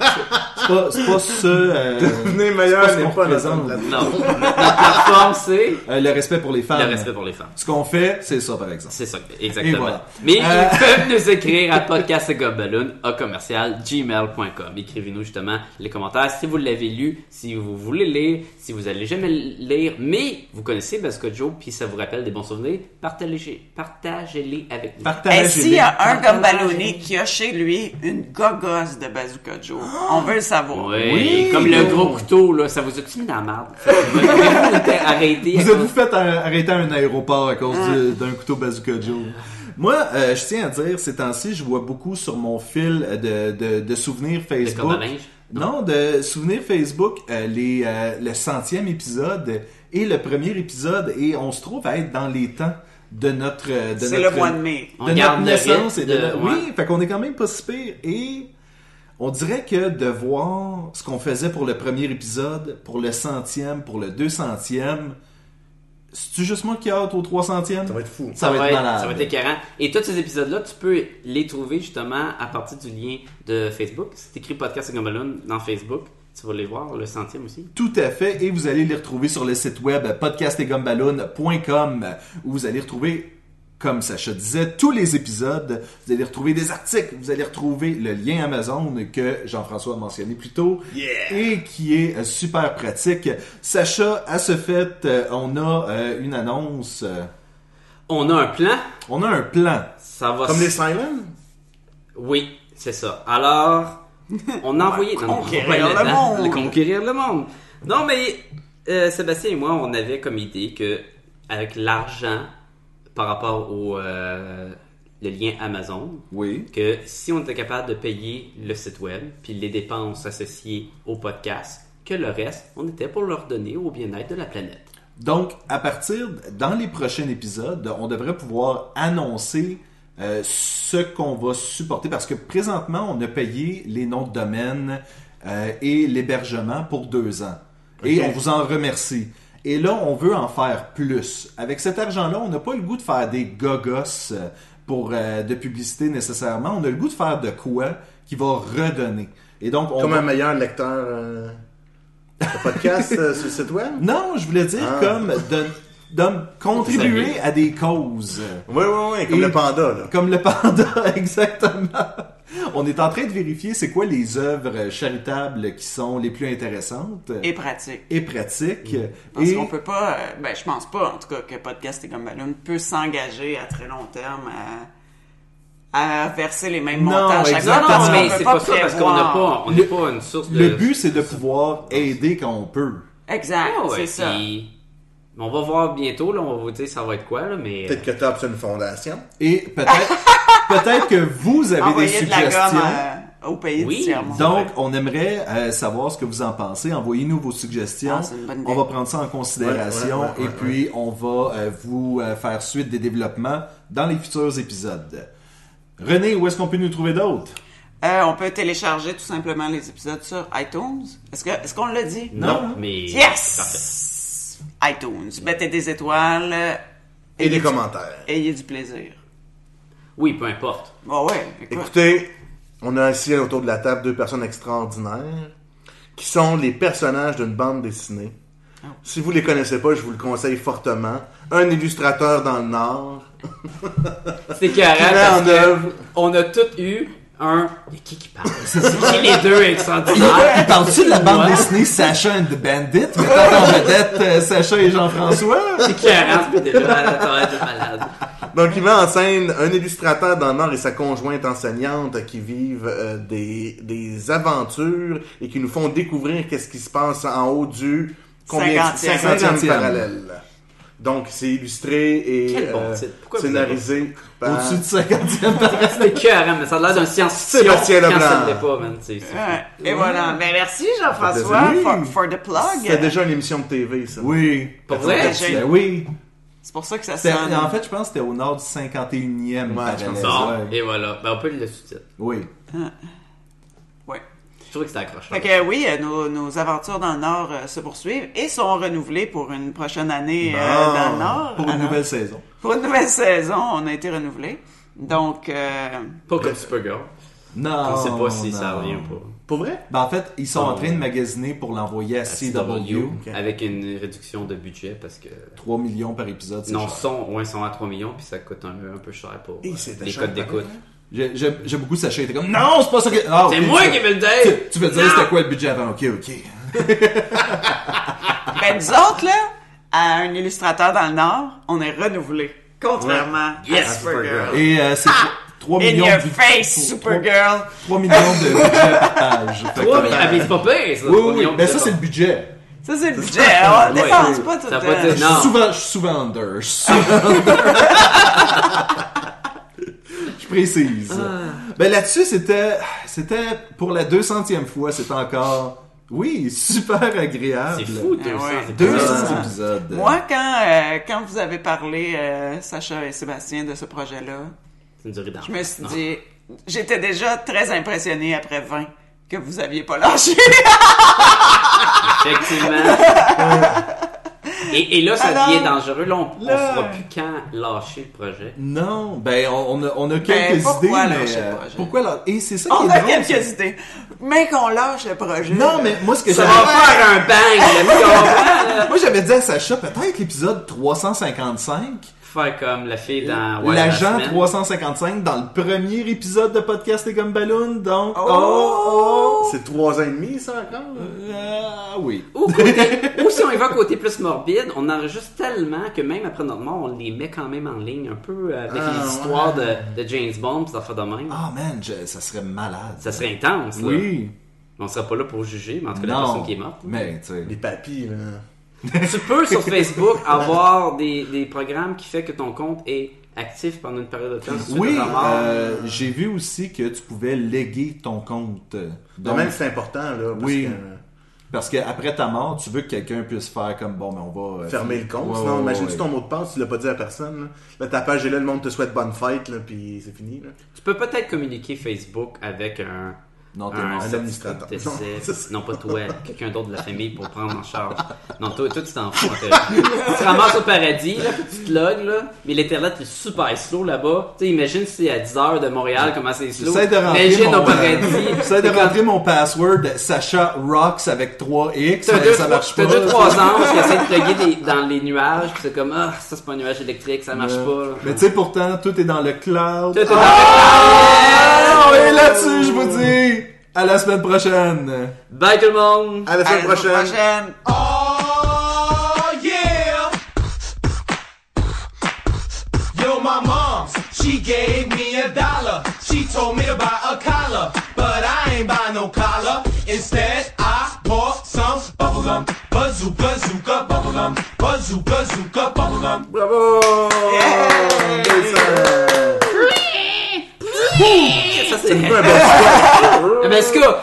Speaker 1: C'est pas, c'est pas ce. euh,
Speaker 4: Devenez
Speaker 1: c'est
Speaker 4: meilleur
Speaker 1: pas ce
Speaker 4: n'est
Speaker 1: qu'on
Speaker 4: pas notre
Speaker 1: représente.
Speaker 4: plan.
Speaker 3: Non. notre plateforme, c'est
Speaker 1: Euh, le respect pour les
Speaker 3: le
Speaker 1: femmes.
Speaker 3: respect pour Eh, les femmes.
Speaker 1: Ce qu'on fait, c'est ça, par exemple.
Speaker 3: C'est ça, exactement.
Speaker 1: Et voilà.
Speaker 3: Mais
Speaker 1: Euh,
Speaker 3: ils peuvent nous écrire à podcastgobaloon à commercial gmail.com. Écrivez-nous justement les commentaires si vous l'avez lu, si vous voulez lire, si vous allez jamais lire, mais vous connaissez Basco Joe puis ça vous rappelle des bons souvenirs, partagez, partagez-les avec nous.
Speaker 1: Partagez-les.
Speaker 5: Et Eh, s'il
Speaker 3: ah,
Speaker 5: y a un Gumballooney qui a chez lui une gogosse de Bazooka Joe, on veut le savoir.
Speaker 3: Ouais, comme le gros couteau, là, ça vous a-tu mis dans la merde? Vous avez arrêté à
Speaker 1: Vous êtes-vous
Speaker 3: cause-
Speaker 1: fait un- arrêter à un aéroport à cause du- d'un couteau bazooka Joe? Moi, euh, je tiens à dire, ces temps-ci, je vois beaucoup sur mon fil de, de, de souvenirs Facebook.
Speaker 3: corps à linge?
Speaker 1: non, de souvenirs Facebook, euh, les, euh, le centième épisode et le premier épisode, et on se trouve à être dans les temps de notre... euh, de
Speaker 5: C'est
Speaker 1: notre-
Speaker 5: le mois de mai.
Speaker 3: On
Speaker 1: de notre
Speaker 3: garde le
Speaker 1: naissance et
Speaker 3: rythme
Speaker 1: de,
Speaker 3: de-
Speaker 1: notre-
Speaker 3: ouais.
Speaker 1: oui fait qu'on est quand même pas si pire et on dirait que de voir ce qu'on faisait pour le premier épisode pour le centième pour le deux centième c'est-tu juste moi qui hâte au trois centième
Speaker 4: Ça va être fou.
Speaker 1: ça va être malade
Speaker 3: Ça va être écœurant. Et tous ces épisodes-là, tu peux les trouver justement à partir du lien de Facebook. C'est écrit Podcast et Gumballoon dans Facebook. Tu vas les voir, le centième aussi.
Speaker 1: tout à fait et vous allez les retrouver sur le site web podcastetgumballoon.com où vous allez retrouver comme Sacha disait, tous les épisodes, vous allez retrouver des articles, vous allez retrouver le lien Amazon que Jean-François a mentionné plus tôt.
Speaker 6: Yeah!
Speaker 1: et qui est euh, super pratique. Sacha, à ce fait, euh, on a euh, une annonce. euh,
Speaker 3: On a un plan.
Speaker 1: on a un plan.
Speaker 3: Ça va.
Speaker 4: Comme les
Speaker 3: s-
Speaker 4: Silent?
Speaker 3: Oui, c'est ça. Alors, on a envoyé. Non, non, on va
Speaker 5: Conquérir
Speaker 3: pas aller
Speaker 5: le
Speaker 3: là-dedans.
Speaker 5: monde.
Speaker 3: Le Conquérir le monde. Non, mais euh, Sébastien et moi, on avait comme idée que avec l'argent par rapport au euh, le lien Amazon,
Speaker 1: Oui.
Speaker 3: que si on était capable de payer le site web, puis les dépenses associées au podcast, que le reste, on était pour leur donner au bien-être de la planète.
Speaker 1: Donc, à partir, dans les prochains épisodes, on devrait pouvoir annoncer euh, ce qu'on va supporter parce que présentement, on a payé les noms de domaine euh, et l'hébergement pour deux ans. Et on vous en remercie. Et là, on veut en faire plus. Avec cet argent-là, on n'a pas le goût de faire des gogos euh, pour euh, de publicité nécessairement. On a le goût de faire de quoi qui va redonner. Et donc, on
Speaker 4: Comme
Speaker 1: va-
Speaker 4: un meilleur lecteur euh, de podcast euh, sur le site web.
Speaker 1: non, je voulais dire
Speaker 4: Ah.
Speaker 1: comme de, de contribuer à des causes.
Speaker 4: Oui, oui, oui, comme
Speaker 1: Et-
Speaker 4: le panda, là.
Speaker 1: Comme le panda, exactement. On est en train de vérifier c'est quoi les œuvres charitables qui sont les plus intéressantes
Speaker 5: Et
Speaker 1: et,
Speaker 5: pratique.
Speaker 1: pratiques.
Speaker 5: Parce
Speaker 1: Et-
Speaker 5: qu'on peut pas, euh, ben je pense pas en tout cas que Podcast et Comme Balloon peut s'engager à très long terme à, à verser les mêmes
Speaker 1: Non,
Speaker 5: montants à chaque fois.
Speaker 1: exactement.
Speaker 5: parce qu'on
Speaker 3: mais
Speaker 5: peut
Speaker 3: c'est pas ça parce qu'on n'a
Speaker 5: prévoir.
Speaker 3: pas, on n'a pas une source de. Ah
Speaker 1: Le but, c'est de pouvoir aider quand on peut.
Speaker 5: Exact,
Speaker 3: Ouais,
Speaker 5: c'est ça.
Speaker 3: puis On va voir bientôt, là, on va vous dire ça va être quoi, là, mais.
Speaker 4: Peut-être que Top, c'est une fondation.
Speaker 1: Et peut-être peut-être que vous avez des
Speaker 5: Envoyer de la
Speaker 1: suggestions.
Speaker 5: gomme euh, au pays
Speaker 3: Oui,
Speaker 5: du tiers-monde.
Speaker 1: Donc, on aimerait euh, savoir ce que vous en pensez. Envoyez-nous vos suggestions.
Speaker 5: Ah, c'est une bonne idée.
Speaker 1: on va prendre ça en considération
Speaker 4: Ouais, ouais, ouais,
Speaker 1: et
Speaker 4: ouais,
Speaker 1: puis on va euh, vous euh, faire suite des développements dans les futurs épisodes. René, où est-ce qu'on peut nous trouver d'autres?
Speaker 5: Euh, on peut télécharger tout simplement les épisodes sur iTunes. Est-ce que est-ce qu'on l'a dit?
Speaker 3: Non, mais. Parfait.
Speaker 5: Yes! iTunes. Mettez des étoiles. euh,
Speaker 4: Et des
Speaker 5: ayez du-
Speaker 4: commentaires.
Speaker 5: Ayez du plaisir.
Speaker 3: Oui, peu importe.
Speaker 5: Bon, ouais, écoute.
Speaker 4: Écoutez, on a assis autour de la table deux personnes extraordinaires qui sont les personnages d'une bande dessinée.
Speaker 3: Ah
Speaker 4: Si vous les connaissez pas, je vous le conseille fortement. Un illustrateur dans le Nord.
Speaker 3: C'est carré
Speaker 4: Qui met
Speaker 3: parce
Speaker 4: en
Speaker 3: que
Speaker 4: œuvre.
Speaker 3: on a tous eu un. Il y a qui qui parle C'est qui les deux extraordinaires
Speaker 1: Il Parles-tu de la bande
Speaker 3: Ouais.
Speaker 1: dessinée Sacha and the Bandit? Mais en vedette euh, Sacha et Jean-François?
Speaker 3: C'est carré, c'est déjà malade, ça va être malade.
Speaker 4: Donc, il met en scène un illustrateur dans le Nord et sa conjointe enseignante qui vivent euh, des, des aventures et qui nous font découvrir qu'est-ce qui se passe en haut du
Speaker 5: Cinquantième.
Speaker 4: 50e
Speaker 1: Cinquantième.
Speaker 4: parallèle. Donc, c'est illustré et euh,
Speaker 3: Quel bon titre. Pourquoi vous
Speaker 4: scénarisé par...
Speaker 1: Au-dessus du 50e par-
Speaker 3: C'est carré, mais ça a l'air d'un science-fiction.
Speaker 4: Sébastien
Speaker 3: quand
Speaker 4: Leblanc.
Speaker 3: ça l'est pas, man. c'est- c'est-
Speaker 5: Ouais, Et voilà. Ben, merci
Speaker 4: Ça
Speaker 5: Jean-François
Speaker 4: fait plaisir.
Speaker 5: for, for the plug.
Speaker 4: C'était déjà une émission de TV, ça.
Speaker 1: Oui.
Speaker 3: Pour vrai?
Speaker 1: Ben oui.
Speaker 5: C'est pour ça que ça
Speaker 1: C'était-
Speaker 5: sonne.
Speaker 1: En fait, je pense que c'était au nord du 51e.
Speaker 4: Ouais, je pense
Speaker 3: Bon,
Speaker 1: parallèle. Ouais.
Speaker 3: et voilà. Ben, on peut le sous-titre.
Speaker 1: Oui.
Speaker 5: Ouais.
Speaker 3: Je trouve que c'est accrocheur.
Speaker 5: Fait que oui, euh, nos, nos aventures dans le Nord euh, se poursuivent et sont renouvelées pour une prochaine année euh,
Speaker 4: Bon.
Speaker 5: dans le Nord.
Speaker 1: Pour une
Speaker 5: Alors,
Speaker 1: nouvelle saison.
Speaker 5: pour une nouvelle saison, on a été renouvelés. Donc, euh,
Speaker 3: Pas comme Supergirl.
Speaker 1: Non.
Speaker 3: On sait pas si ça
Speaker 1: Oh, non.
Speaker 3: revient ou pas.
Speaker 4: Pour vrai?
Speaker 1: Ben, en fait, ils sont en train de magasiner pour l'envoyer à CW.
Speaker 4: Ok.
Speaker 3: Avec une réduction de budget parce que.
Speaker 1: 3 millions par épisode. c'est
Speaker 3: Non,
Speaker 1: cher.
Speaker 3: son, ouais, son à 3 millions, puis ça coûte un, un peu cher pour
Speaker 4: Et
Speaker 3: euh,
Speaker 4: c'était
Speaker 3: les
Speaker 4: cher,
Speaker 3: codes d'écoute.
Speaker 1: J'ai- J'ai j'ai beaucoup saché. T'es comme, non, c'est pas ça que. Ah,
Speaker 3: C'est
Speaker 1: ok,
Speaker 3: moi
Speaker 1: tu-
Speaker 3: qui vais le
Speaker 1: Tu,
Speaker 3: dire!
Speaker 1: tu veux dire
Speaker 3: Non!
Speaker 1: c'était quoi le budget avant? Ok, ok.
Speaker 5: ben nous autres, là, à un illustrateur dans le Nord, on est renouvelés. Contrairement à
Speaker 3: Yes,
Speaker 5: Supergirl.
Speaker 1: Et euh, c'est
Speaker 3: Ah,
Speaker 1: 3
Speaker 5: In
Speaker 1: millions.
Speaker 5: your
Speaker 1: du-
Speaker 5: face,
Speaker 1: pour- pour-
Speaker 5: Supergirl!
Speaker 1: 3 millions de budget par page. Fait que-
Speaker 3: Trois millions. Ah, mais c'est pas pire, ça.
Speaker 1: Oui,
Speaker 3: trois
Speaker 1: oui,
Speaker 3: millions,
Speaker 1: oui. Ben, ça, c'est le budget.
Speaker 5: Ça, c'est le budget. On
Speaker 3: Ouais.
Speaker 5: dépense pas tout
Speaker 3: Ça
Speaker 5: le
Speaker 3: a pas
Speaker 5: temps.
Speaker 3: de- Non.
Speaker 1: Souvent, je suis souvent under. Je suis souvent under. Je précise.
Speaker 3: Ah.
Speaker 1: Ben là-dessus, c'était, c'était pour la 200e fois, c'était encore, oui, super agréable.
Speaker 3: C'est fou, Ah. 200.
Speaker 5: Ah, ouais.
Speaker 3: c'est
Speaker 1: 200
Speaker 3: bizarre.
Speaker 1: épisodes.
Speaker 5: Moi, quand, euh, quand vous avez parlé, euh, Sacha et Sébastien, de ce projet-là,
Speaker 3: C'est une durée d'enfer.
Speaker 5: je me suis
Speaker 3: Non.
Speaker 5: dit, j'étais déjà très impressionné après 20 que vous aviez pas lâché.
Speaker 3: Effectivement. et, et là, ça
Speaker 5: Alors,
Speaker 3: devient dangereux. Là, on, ne
Speaker 5: là-
Speaker 3: saura plus quand lâcher le projet.
Speaker 1: Non, ben on, on a, on a quelques
Speaker 5: pourquoi
Speaker 1: idées, mais
Speaker 5: lâcher le
Speaker 1: euh,
Speaker 5: projet?
Speaker 1: pourquoi là Et c'est ça qui
Speaker 5: On
Speaker 1: est
Speaker 5: a
Speaker 1: drôle,
Speaker 5: quelques
Speaker 1: c'est-
Speaker 5: idées. Mais qu'on lâche le projet. euh,
Speaker 1: Non, mais moi ce que
Speaker 3: Ça
Speaker 1: j'avais,
Speaker 3: va faire un bang, là, puis on va
Speaker 1: moi j'avais dit à Sacha, peut-être l'épisode 355,
Speaker 3: faire comme la fille dans Ah, Ouais,
Speaker 1: l'agent
Speaker 3: la semaine.
Speaker 1: 355 dans le premier épisode de podcast et comme ballon, donc oh, oh.
Speaker 4: C'est trois ans et demi, ça, encore?
Speaker 3: Oh!
Speaker 1: Ah oui.
Speaker 3: Ou, côté- ou si on y va côté plus morbide, on enregistre tellement que même après notre mort, on les met quand même en ligne, un peu euh, avec
Speaker 4: Ah,
Speaker 3: les histoires de, de James Bond, pis ça fait de même.
Speaker 1: Ah man, je- ça serait malade.
Speaker 3: Ça serait intense, là.
Speaker 1: Oui.
Speaker 3: On sera pas là pour juger, mais en tout cas, la
Speaker 1: non.
Speaker 3: personne qui est morte.
Speaker 1: Mais tu sais.
Speaker 4: Les papis, là.
Speaker 3: Tu peux, sur Facebook, avoir des, des programmes qui fait que ton compte est actif pendant une période de temps. suite à
Speaker 1: Oui,
Speaker 3: ta mort.
Speaker 1: euh, j'ai vu aussi que tu pouvais léguer ton compte.
Speaker 4: De
Speaker 1: Donc,
Speaker 4: même, c'est important, là. Parce
Speaker 1: Oui.
Speaker 4: Que, euh,
Speaker 1: Parce qu'après ta mort, tu veux que quelqu'un puisse faire comme bon, mais on va. euh,
Speaker 4: Fermer le compte,
Speaker 1: Ouais,
Speaker 4: sinon
Speaker 1: ouais,
Speaker 4: imagine-tu
Speaker 1: ouais.
Speaker 4: ton mot de passe, tu l'as pas dit à personne. Là, là ta page est là, le monde te souhaite bonne fête, là, puis c'est fini. Là.
Speaker 3: Tu peux peut-être communiquer Facebook avec un.
Speaker 1: Non, t'es
Speaker 3: un
Speaker 1: mort.
Speaker 4: Un administrateur.
Speaker 3: certificat de
Speaker 4: Non,
Speaker 3: décès.
Speaker 4: c'est ça.
Speaker 3: Non, pas toi, quelqu'un d'autre de la famille pour prendre en charge. Non, toi, toi tu t'en fous. en théorie. tu te ramasses au paradis, là, puis tu te logs, là, mais l'internet est super slow là-bas. Tu sais, imagine si c'est à 10h de Montréal, comment c'est slow.
Speaker 1: J'essaie de rentrer,
Speaker 3: Imagine
Speaker 1: mon,
Speaker 3: au paradis.
Speaker 1: j'essaie de rentrer mon password Sacha Rocks avec 3X,
Speaker 3: T'as
Speaker 1: mais
Speaker 3: deux,
Speaker 1: Ben, ça marche
Speaker 3: t'as
Speaker 1: pas.
Speaker 3: deux, trois ans, tu essaies de plugger des- dans les nuages, puis c'est comme, ah, ça c'est pas un nuage électrique, ça marche pas. là.
Speaker 1: Mais tu sais, pourtant, tout est dans le cloud.
Speaker 3: Tout est dans le
Speaker 1: Ah! Et là-dessus, je vous dis, à la semaine prochaine.
Speaker 3: Bye tout le monde!
Speaker 1: Ah,
Speaker 4: À la
Speaker 5: À
Speaker 4: semaine prochaine!
Speaker 5: prochaine.
Speaker 8: Oh yeah. Yo, my mom, she gave me a dollar. She told me to buy a collar, but I ain't buy no collar. Instead, I bought some bubblegum. Bazooka, zooka, bubblegum. Bazooka, zooka, bubblegum.
Speaker 4: Bravo!
Speaker 5: Euh,
Speaker 4: Jason!
Speaker 3: Ça c'est. Un Mexico!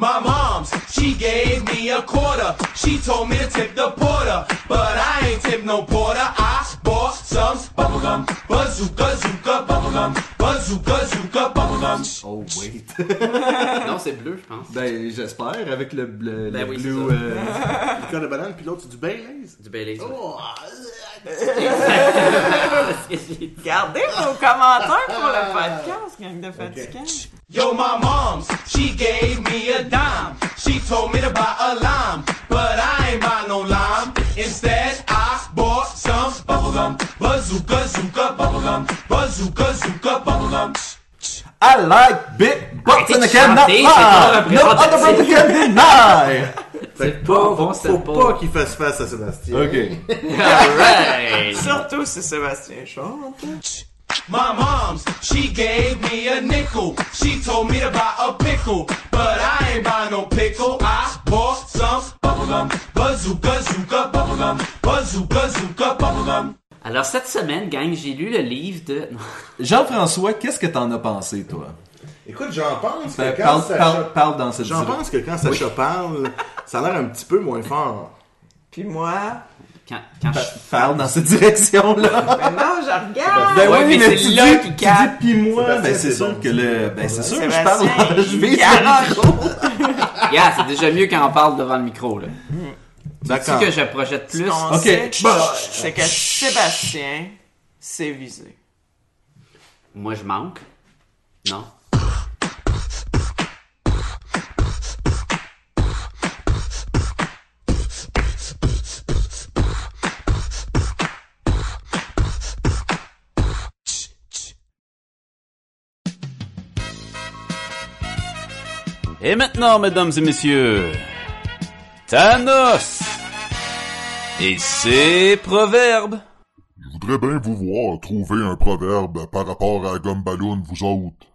Speaker 8: My mom's, she gave me a quarter. She told me to tip the porter, but I ain't tip no porter. I bought some bubblegum. Bazooka, zooka, bubblegum. Bazooka, zooka, bubblegum.
Speaker 1: Oh, wait.
Speaker 3: Non, c'est bleu, je pense.
Speaker 1: ben, j'espère, avec le, bleu
Speaker 3: Ben
Speaker 1: le
Speaker 3: oui,
Speaker 1: blue.
Speaker 3: c'est ça.
Speaker 1: euh,
Speaker 4: Du corps de banane, puis l'autre, c'est du Baileys.
Speaker 3: Du Baileys. ouais.
Speaker 5: Gardez vos commentaires pour
Speaker 1: Ah.
Speaker 5: le podcast, gang de fatigants.
Speaker 8: Yo, my mom's, she gave me a dime. She told me to buy a lime, but I ain't buy no lime. Instead, I bought some bubblegum. Bazooka, zooka, bubblegum. Bazooka, zooka, bubblegum.
Speaker 1: I like big butts and I cannot
Speaker 3: Arrêtez de chanter,
Speaker 1: lie.
Speaker 3: c'est
Speaker 1: No
Speaker 3: pas
Speaker 1: other brother
Speaker 3: représentatif.
Speaker 1: can deny.
Speaker 3: C'est pas bon, c'est
Speaker 4: Faut
Speaker 3: pas.
Speaker 4: pas qu'il fasse face à Sébastien.
Speaker 1: OK.
Speaker 3: Alright!
Speaker 5: Surtout si Sébastien chante.
Speaker 8: My mom's, she gave me a nickel. She told me to buy a pickle, but I ain't buy no pickle. I bought some bubblegum. Bazooka, zooka, bubblegum. Bazooka, zooka, bubblegum.
Speaker 3: Alors, cette semaine, gang, j'ai lu le livre de.
Speaker 1: Jean-François, qu'est-ce que t'en as pensé, toi?
Speaker 4: Écoute, j'en pense
Speaker 1: Ben,
Speaker 4: que quand
Speaker 1: parle,
Speaker 4: Sacha-
Speaker 1: parle- parle dans cette
Speaker 4: J'en
Speaker 1: direction.
Speaker 4: pense que quand Sacha parle, ça a l'air un petit peu moins fort.
Speaker 5: Puis moi,
Speaker 3: Quand, quand je.
Speaker 1: Parle dans cette direction-là.
Speaker 5: ben non, je regarde.
Speaker 1: Ben
Speaker 3: Ouais,
Speaker 1: oui,
Speaker 3: mais
Speaker 1: mais,
Speaker 3: c'est
Speaker 1: tu
Speaker 3: là
Speaker 1: dis,
Speaker 3: qu'il
Speaker 1: tu
Speaker 3: capte.
Speaker 1: dis pis moi,
Speaker 4: Sébastien,
Speaker 1: ben c'est
Speaker 4: c'est
Speaker 1: sûr
Speaker 4: bon.
Speaker 1: que le, ben c'est sûr que je
Speaker 5: Sébastien,
Speaker 1: parle, je vais
Speaker 5: il garoche.
Speaker 3: Yeah, c'est déjà mieux quand on parle devant le micro, là. Tu
Speaker 4: D'accord.
Speaker 3: que je projette plus.
Speaker 5: On
Speaker 1: Ok,
Speaker 5: sait
Speaker 1: bah.
Speaker 5: c'est que Sébastien s'est visé.
Speaker 3: Moi, je manque. Non.
Speaker 7: Et maintenant, mesdames et messieurs, Thanos et ses proverbes.
Speaker 9: Je voudrais bien vous voir trouver un proverbe par rapport à la gomme ballon, vous autres.